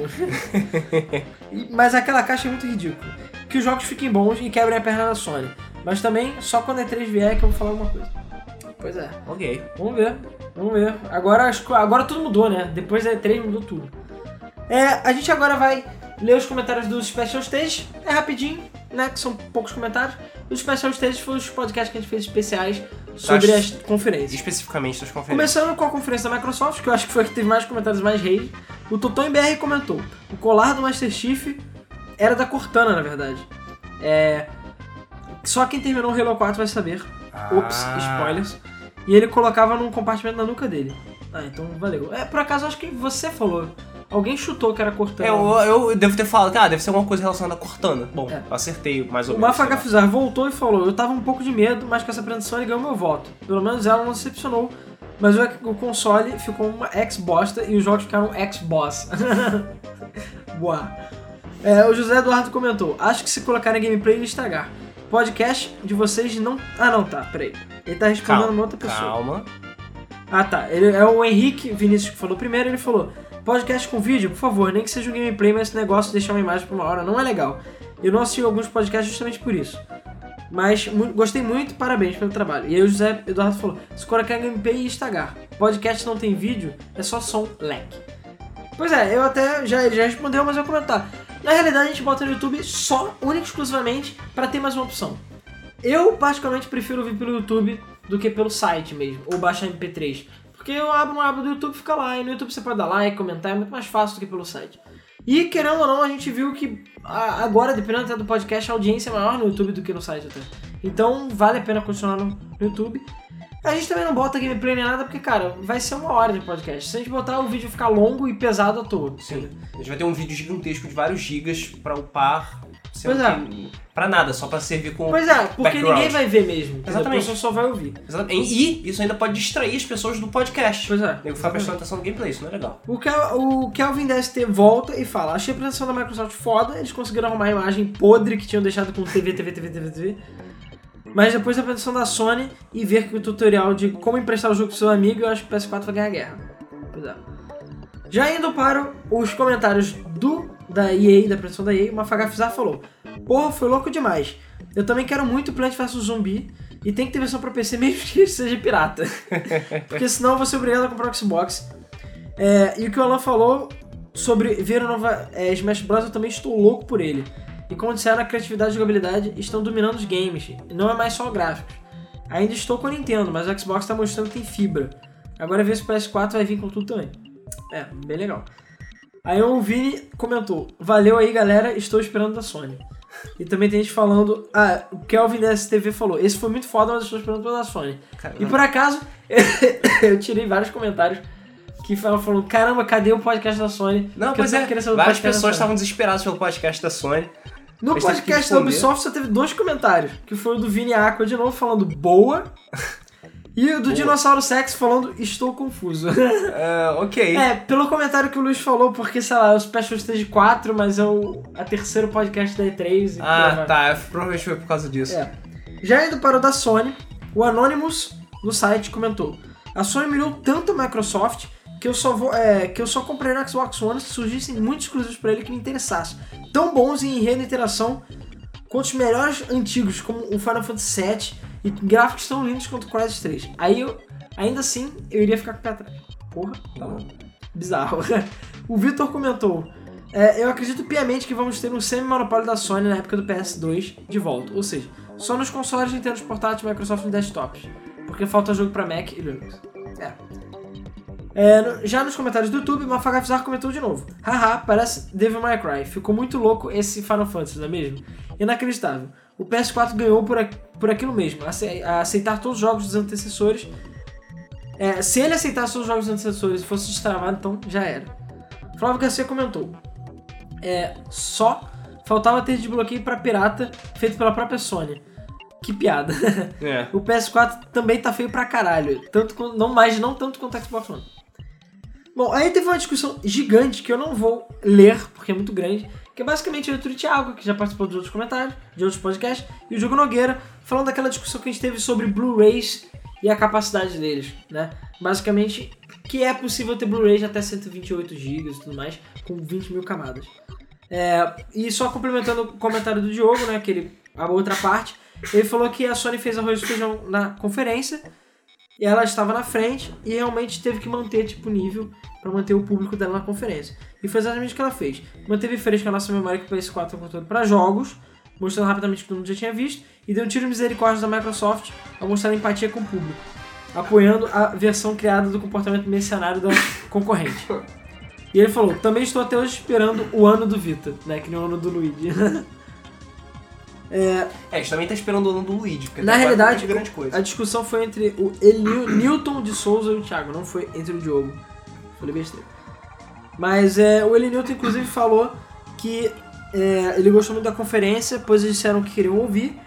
E- mas aquela caixa é muito ridícula. Que os jogos fiquem bons e quebrem a perna da Sony. Mas também, só quando a E3 vier é que eu vou falar alguma coisa. Pois é. Ok. Vamos ver, vamos ver. Agora, as co- agora tudo mudou, né? Depois da E3 mudou tudo. É, a gente agora vai ler os comentários dos Special Stage. É rapidinho, né? Que são poucos comentários. Os Special Stage foram os podcasts que a gente fez especiais sobre Das- as conferências. Especificamente das conferências. Começando com a conferência da Microsoft, que eu acho que foi a que teve mais comentários mais rei. O Toton BR comentou: o colar do Master Chief era da Cortana, na verdade. É. Só quem terminou o Halo 4 vai saber. Ops, Ah. spoilers. E ele colocava num compartimento na nuca dele. Ah, então valeu. É, por acaso acho que você falou. Alguém chutou que era Cortana. É, eu, eu devo ter falado, ah, deve ser alguma coisa relacionada à Cortana. Bom, É. acertei mais ou O menos. tá sei Mafa lá. Gafizar voltou e falou: Eu tava um pouco de medo, mas com essa apresentação ele ganhou meu voto. Pelo menos ela não decepcionou. Mas o, o console ficou uma ex-bosta e os jogos ficaram ex-boss. [laughs] Boa. É, o José Eduardo comentou: Acho que se colocar em gameplay ele estragar. Podcast de vocês não. Ah, não, tá, peraí. Ele tá respondendo Calma, uma outra pessoa. Calma. Ah, tá. Ele, é o Henrique Vinícius que falou primeiro. Ele falou: podcast com vídeo, por favor, nem que seja um gameplay, mas esse negócio de deixar uma imagem por uma hora não é legal. Eu não assisti alguns podcasts justamente por isso. Mas mu- gostei muito, parabéns pelo trabalho. E aí o José Eduardo falou: se colocar gameplay e estagar. Podcast não tem vídeo, é só som leque. Pois é, eu até já, ele já respondeu, mas eu vou comentar. Na realidade, a gente bota no YouTube só, única e exclusivamente, pra ter mais uma opção. Eu, particularmente, prefiro ouvir pelo YouTube do que pelo site mesmo, ou baixar MP3. Porque eu abro uma aba do YouTube e fica lá, e no YouTube você pode dar like, comentar, é muito mais fácil do que pelo site. E, querendo ou não, a gente viu que a- agora, dependendo até do podcast, a audiência é maior no YouTube do que no site até. Então, vale a pena continuar no no YouTube. A gente também não bota gameplay nem nada, porque, cara, vai ser uma hora de podcast. Se a gente botar, o vídeo ficar longo e pesado à toa. Sim. A gente vai ter um vídeo gigantesco de vários gigas pra upar. Pois é. é. Pra nada, só pra servir como. Pois é, porque Background. ninguém vai ver mesmo. entendeu? Exatamente. A pessoa só vai ouvir. Exatamente. E isso ainda pode distrair as pessoas do podcast. Pois é. O nego fica prestando atenção no gameplay, isso não é legal. O, Kel, o Kelvin DST volta e fala: Achei a apresentação da Microsoft foda, eles conseguiram arrumar a imagem podre que tinham deixado com TV, TV, TV, TV, TV. Mas depois da apresentação da Sony e ver que o tutorial de como emprestar o jogo pro seu amigo, eu acho que o PS4 vai ganhar a guerra. Pois é. Já indo para os comentários do da EA, da apresentação da EA, o Mafagafizar falou: Porra, foi louco demais. Eu também quero muito Plant vs Zumbi e tem que ter versão pra PC mesmo [laughs] que seja pirata. [laughs] Porque senão eu vou ser obrigado a comprar o Xbox. É, e o que o Alan falou sobre ver o nova é, Smash Bros. eu também estou louco por ele. E como disseram, a criatividade e jogabilidade estão dominando os games, e não é mais só gráficos. Ainda estou com a Nintendo, mas o Xbox está mostrando que tem fibra. Agora ver se o PS4 vai vir com tudo também. É, bem legal. Aí o Vini comentou: Valeu aí galera, estou esperando da Sony. E também tem gente falando. Ah, o Kelvin da STV falou: Esse foi muito foda, mas estou esperando pela Sony. E por acaso, [coughs] eu tirei vários comentários que falam falando: Caramba, cadê o podcast da Sony? Não, Que eu pois sempre é. queria saber do Várias podcast da pessoas Sony." estavam desesperadas pelo podcast da Sony. No Mas teve que podcast da responder. Ubisoft só teve dois comentários, que foi o do Vini Aqua de novo falando boa e o do Dinossauro Sex falando [laughs] estou confuso. Ah, ok. é, pelo comentário que o Luiz falou, porque sei lá, o Special Stage 4, mas é o a terceiro podcast da E3. e ah, tudo tá. Provavelmente foi por causa disso. é. Já indo para o da Sony, o Anonymous no site comentou: A Sony melhorou tanto a Microsoft que eu só vou, é, que eu só comprei no Xbox One se surgissem muitos exclusivos para ele que me interessassem. Tão bons em enredo e interação quanto os melhores antigos, como o Final Fantasy VII, e gráficos tão lindos quanto o Crysis 3. Aí eu, ainda assim, eu iria ficar com o pé atrás. Porra, tá bom. Bizarro. [laughs] o Vitor comentou: é, eu acredito piamente que vamos ter um semi-monopólio da Sony na época do PS2 de volta, ou seja, só nos consoles Nintendo portátil, Microsoft e desktops, porque falta jogo pra Mac e Linux. É. É, no- já nos comentários do YouTube, Mafagafizar comentou de novo. Haha, parece Devil May Cry. Ficou muito louco esse Final Fantasy, não é mesmo? Inacreditável. O PS4 ganhou por, a- por aquilo mesmo, ace- a aceitar todos os jogos dos antecessores. É, se ele aceitasse todos os jogos dos antecessores e fosse destravado, então já era. Flávio Garcia comentou É, só faltava ter desbloqueio pra pirata feito pela própria Sony. Que piada. [laughs] É. o PS4 também tá feio pra caralho. Tanto quanto- não mais, não tanto quanto o Xbox One. Bom, aí teve uma discussão gigante que eu não vou ler, porque é muito grande, que é basicamente eu e o Turi Thiago, que já participou de outros comentários, de outros podcasts, e o Diogo Nogueira, falando daquela discussão que a gente teve sobre Blu-rays e a capacidade deles, né? Basicamente, que é possível ter Blu-rays de até 128 GB e tudo mais, com 20 mil camadas. É, e só complementando o comentário do Diogo, né? Que ele, a outra parte, ele falou que a Sony fez arroz e feijão na conferência, e ela estava na frente e realmente teve que manter tipo nível para manter o público dela na conferência. E foi exatamente o que ela fez. Manteve fresca a nossa memória que o PS4 é um controle para jogos, mostrando rapidamente o que todo mundo já tinha visto, e deu um tiro de misericórdia da Microsoft ao mostrar empatia com o público, apoiando a versão criada do comportamento mercenário da concorrente. E ele falou, também estou até hoje esperando o ano do Vita, né? Que não é o ano do Luigi. [laughs] É, a gente também tá esperando o ano do Luigi, porque tá Na até agora não realidade, teve grande coisa. A discussão foi entre o Elio, Newton de Souza e o Thiago, não foi entre o Diogo. Falei besteira. Mas é, o Eli Newton, inclusive, falou que é, ele gostou muito da conferência, pois eles disseram que queriam ouvir.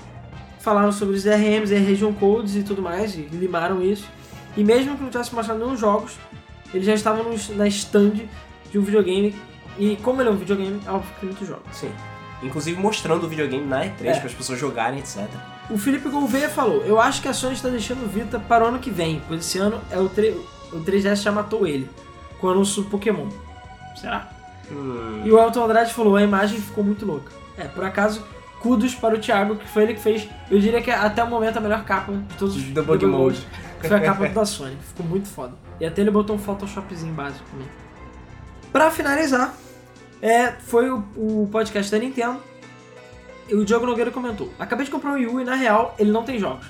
Falaram sobre os DRMs, e Region Codes e tudo mais, e limaram isso. E mesmo que não tivesse mostrado nenhum jogos, eles já estavam nos- na stand de um videogame. E como ele é um videogame, é óbvio que tem muitos jogos. Sim. Inclusive mostrando o videogame na E3 É. para as pessoas jogarem, etc. O Felipe Gouveia falou: Eu acho que a Sony está deixando o Vita para o ano que vem, pois esse ano é o, tre- o 3DS já matou ele, com o anúncio do Pokémon. Será? E o Elton Andrade falou: A imagem ficou muito louca. É, por acaso, kudos para o Thiago, que foi ele que fez, eu diria que é, até o momento a melhor capa de todos os The Bug Debug Mode. que foi a capa da Sony. Ficou muito foda. E até ele botou um Photoshopzinho básico também. Pra finalizar, é, foi o, o podcast da Nintendo. E o Diogo Nogueira comentou: Acabei de comprar o Wii U e na real ele não tem jogos.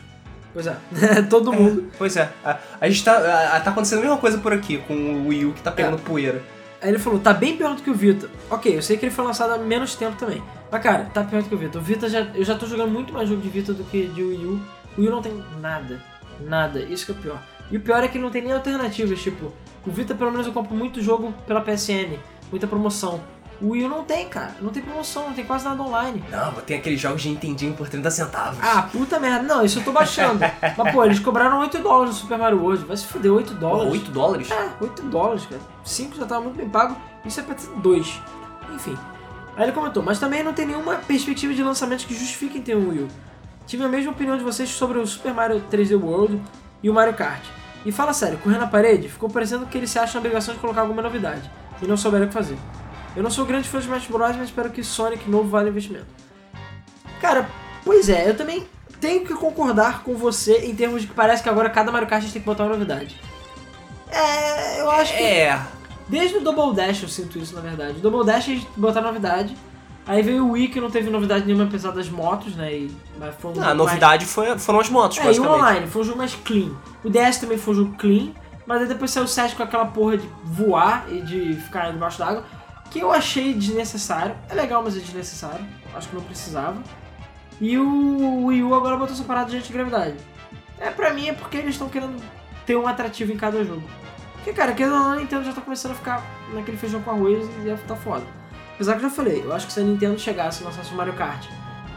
Pois é, [laughs] todo mundo. Pois é, a, a gente tá, a- a- tá acontecendo a mesma coisa por aqui com o Wii U que tá É. pegando poeira. Aí ele falou, tá bem pior do que o Vita. Ok, eu sei que ele foi lançado há menos tempo também. Mas cara, tá pior do que o Vita. O Vita já. Eu já tô jogando muito mais jogo de Vita do que de Wii U. O Wii U não tem nada. Nada. Isso que é o pior. E o pior é que não tem nem alternativas, tipo, o Vita pelo menos eu compro muito jogo pela PSN, muita promoção. O Wii U não tem, cara. Não tem promoção, não tem quase nada online. Não, mas tem aqueles jogos de Nintendinho por 30 centavos. Ah, puta merda. Não, isso eu tô baixando. Mas pô, eles cobraram 8 dólares no Super Mario World. Vai se fuder, 8 Porra, dólares. 8 dólares? É, 8 dólares, cara. 5 já tava muito bem pago. Isso é pra ter 2. Enfim. Aí ele comentou, mas também não tem nenhuma perspectiva de lançamento que justifique ter um Wii U. Tive a mesma opinião de vocês sobre o Super Mario 3D World e o Mario Kart. E fala sério, correr na parede ficou parecendo que ele se acha na obrigação de colocar alguma novidade e não souberam o que fazer. Eu não sou grande fã de Smash Bros, mas espero que Sonic novo vale o investimento. Cara, pois é, eu também tenho que concordar com você em termos de que parece que agora cada Mario Kart a gente tem que botar uma novidade. É, eu acho que É. Desde o Double Dash eu sinto isso, na verdade. O Double Dash eles botaram novidade. Aí veio o Wii, que não teve novidade nenhuma, apesar das motos, né? E, mas foi um Ah, jogo a novidade foi, foram as motos, Mais... É, e o basicamente. online, foi um jogo mais clean. O DS também foi um jogo clean, mas aí depois saiu o 7 com aquela porra de voar e de ficar debaixo d'água, que eu achei desnecessário. É legal, mas é desnecessário. Acho que não precisava. E o Wii U agora botou essa parada de gente de gravidade. É, pra mim é porque eles estão querendo ter um atrativo em cada jogo. Porque, cara, querendo ou não, a Nintendo já tá começando a ficar naquele feijão com arroz e já tá foda. Apesar que eu já falei, eu acho que se a Nintendo chegasse e lançasse o Mario Kart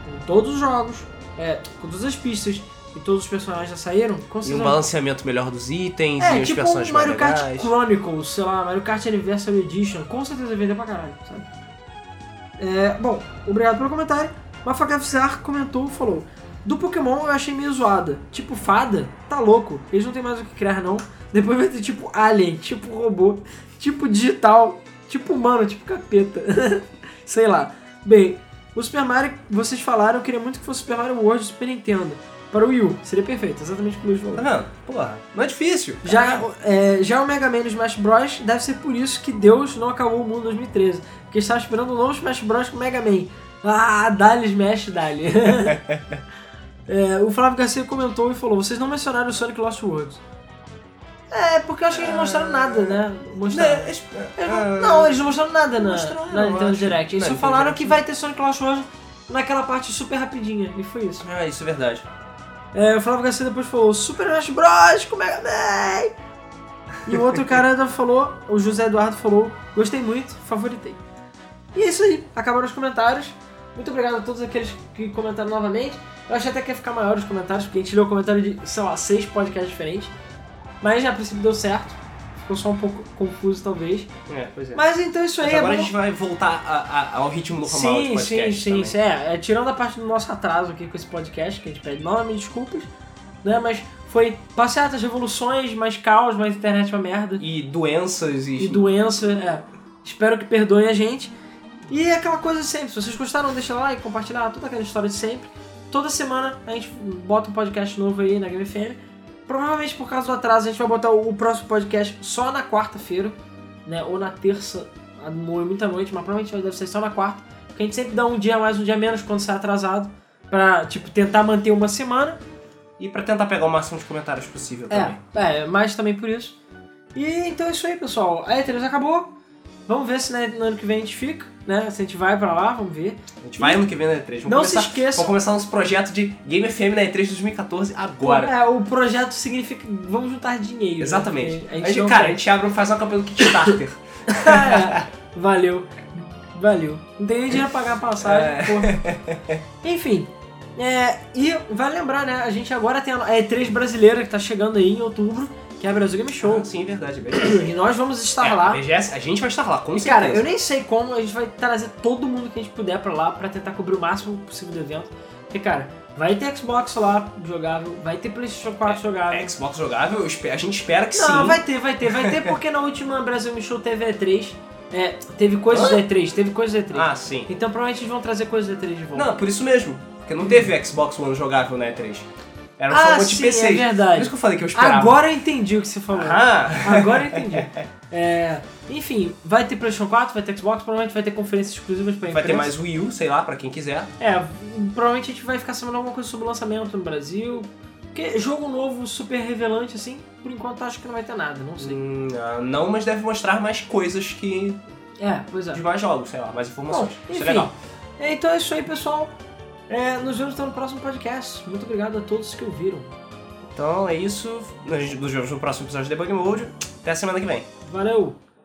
com todos os jogos, é, com todas as pistas e todos os personagens já saíram, com E um certeza- balanceamento melhor dos itens, e É, os tipo personagens um Mario mais Kart legais. Chronicles, sei lá, Mario Kart Anniversary Edition, com certeza vender pra caralho, sabe? É, bom, obrigado pelo comentário. Mafagafzar comentou e falou: Do Pokémon eu achei meio zoada. Tipo fada? Tá louco. Eles não tem mais o que criar, não. Depois vai ter tipo alien, tipo robô, tipo digital, tipo humano, tipo capeta. [laughs] Sei lá. Bem, o Super Mario, vocês falaram, eu queria muito que fosse Super Mario World e Super Nintendo. Para o Wii U, seria perfeito, exatamente como eles Tá falaram. vendo? Porra, não é difícil. Já, é, já o Mega Man no Smash Bros. deve ser por isso que Deus não acabou o mundo em 2013. Porque estava esperando um novo Smash Bros. com Mega Man. Ah, dali Smash, dali. [laughs] É, o Flávio Garcia comentou e falou: Vocês não mencionaram o Sonic Lost Worlds. É, porque eu acho que eles não mostraram nada, né? Mostraram. Ah, Né, es- Eles ah, não, não, eles não mostraram nada na, mostraram, na eu Nintendo acho. Direct. Eles Na só Nintendo falaram Direct, que vai ter Sonic Lost Worlds naquela parte super rapidinha. E foi isso. Ah, isso é verdade. É, o Flávio Garcia depois falou Super Smash Bros. com Mega Man. E o outro cara ainda falou, o José Eduardo falou, gostei muito, favoritei. E é isso aí, acabaram os comentários. Muito obrigado a todos aqueles que comentaram novamente. Eu achei até que ia ficar maior os comentários, porque a gente leu comentário de, sei lá, seis podcasts diferentes. Mas né, a princípio deu certo. Ficou só um pouco confuso, talvez. É, pois é. Mas então isso aí Mas agora é a bom. gente vai voltar a- a- ao ritmo normal de Sim, sim, podcast sim, também. sim. É, é, tirando a parte do nosso atraso aqui com esse podcast, que a gente pede novamente desculpas, né? Mas foi passeatas, revoluções, mais caos, mais internet uma merda. E doenças e... E doença, é. Espero que perdoem a gente. E é aquela coisa sempre, se vocês gostaram, deixa like, compartilhar, toda aquela história de sempre. Toda semana a gente bota um podcast novo aí na Game FM. Provavelmente por causa do atraso a gente vai botar o o próximo podcast só na quarta-feira, né? Ou na terça, à noite, muita noite, mas provavelmente vai- deve ser só na quarta. Porque a gente sempre dá um dia a mais, um dia a menos quando sai atrasado. Pra, tipo, tentar manter uma semana. E pra tentar pegar o máximo de comentários possível É, também. é, mas também por isso. E então é isso aí, pessoal. A E3 acabou. Vamos ver se né, no ano que vem a gente fica, né? Se a gente vai pra lá, vamos ver. A gente vai ano que vem na E3. Vamos Não se começar, esqueçam- Vamos começar nosso projeto de Game FM na E3 2014 agora. É, o projeto significa vamos juntar dinheiro. né? Exatamente. Porque A gente, cara, a tá- gente abre um, faz uma campanha do Kickstarter. [coughs] cara, [laughs] valeu. Valeu. Não tem nem dinheiro pra pagar a passagem, É. porra. Enfim. é, e vale lembrar, né? A gente agora tem a E3 brasileira que tá chegando aí em outubro, que é a Brasil Game Show. Sim, é verdade. [coughs] E nós vamos estar É, lá. BGS, a gente vai estar lá, com E, certeza. cara, eu nem sei como, a gente vai trazer todo mundo que a gente puder pra lá pra tentar cobrir o máximo possível do evento. Porque, cara, vai ter Xbox lá jogável, vai ter PlayStation 4 jogável. É Xbox jogável, eu espe- a gente espera que Não, sim. vai ter, vai ter, vai ter, porque na última Brasil Me Show teve E3. É, teve coisas da E3, teve coisas da E3. Ah, sim. Então provavelmente eles vão trazer coisas da E3 de volta. Não, por isso mesmo. Porque não teve Xbox One jogável na E3. Era só Ah, um monte de sim, PCs. é verdade. Por isso que eu falei que eu esperava. Agora eu entendi o que você falou. Ah, Agora eu [laughs] entendi. É, enfim, vai ter PlayStation 4, vai ter Xbox, provavelmente vai ter conferências exclusivas pra vai ter imprensa. mais Wii U, sei lá, pra quem quiser. É, provavelmente a gente vai ficar sabendo alguma coisa sobre o lançamento no Brasil. Porque jogo novo, super revelante, assim, por enquanto acho que não vai ter nada, não sei. Hum, ah, não, mas deve mostrar mais coisas que. É, pois é. de mais jogos, sei lá, mais Bom, informações. isso enfim. é legal. É, então é isso aí, pessoal. É, nos vemos então no próximo podcast. Muito obrigado a todos que ouviram. Então é isso. Nos nos vemos no próximo episódio de Debug Mode. Até a semana que vem. Valeu!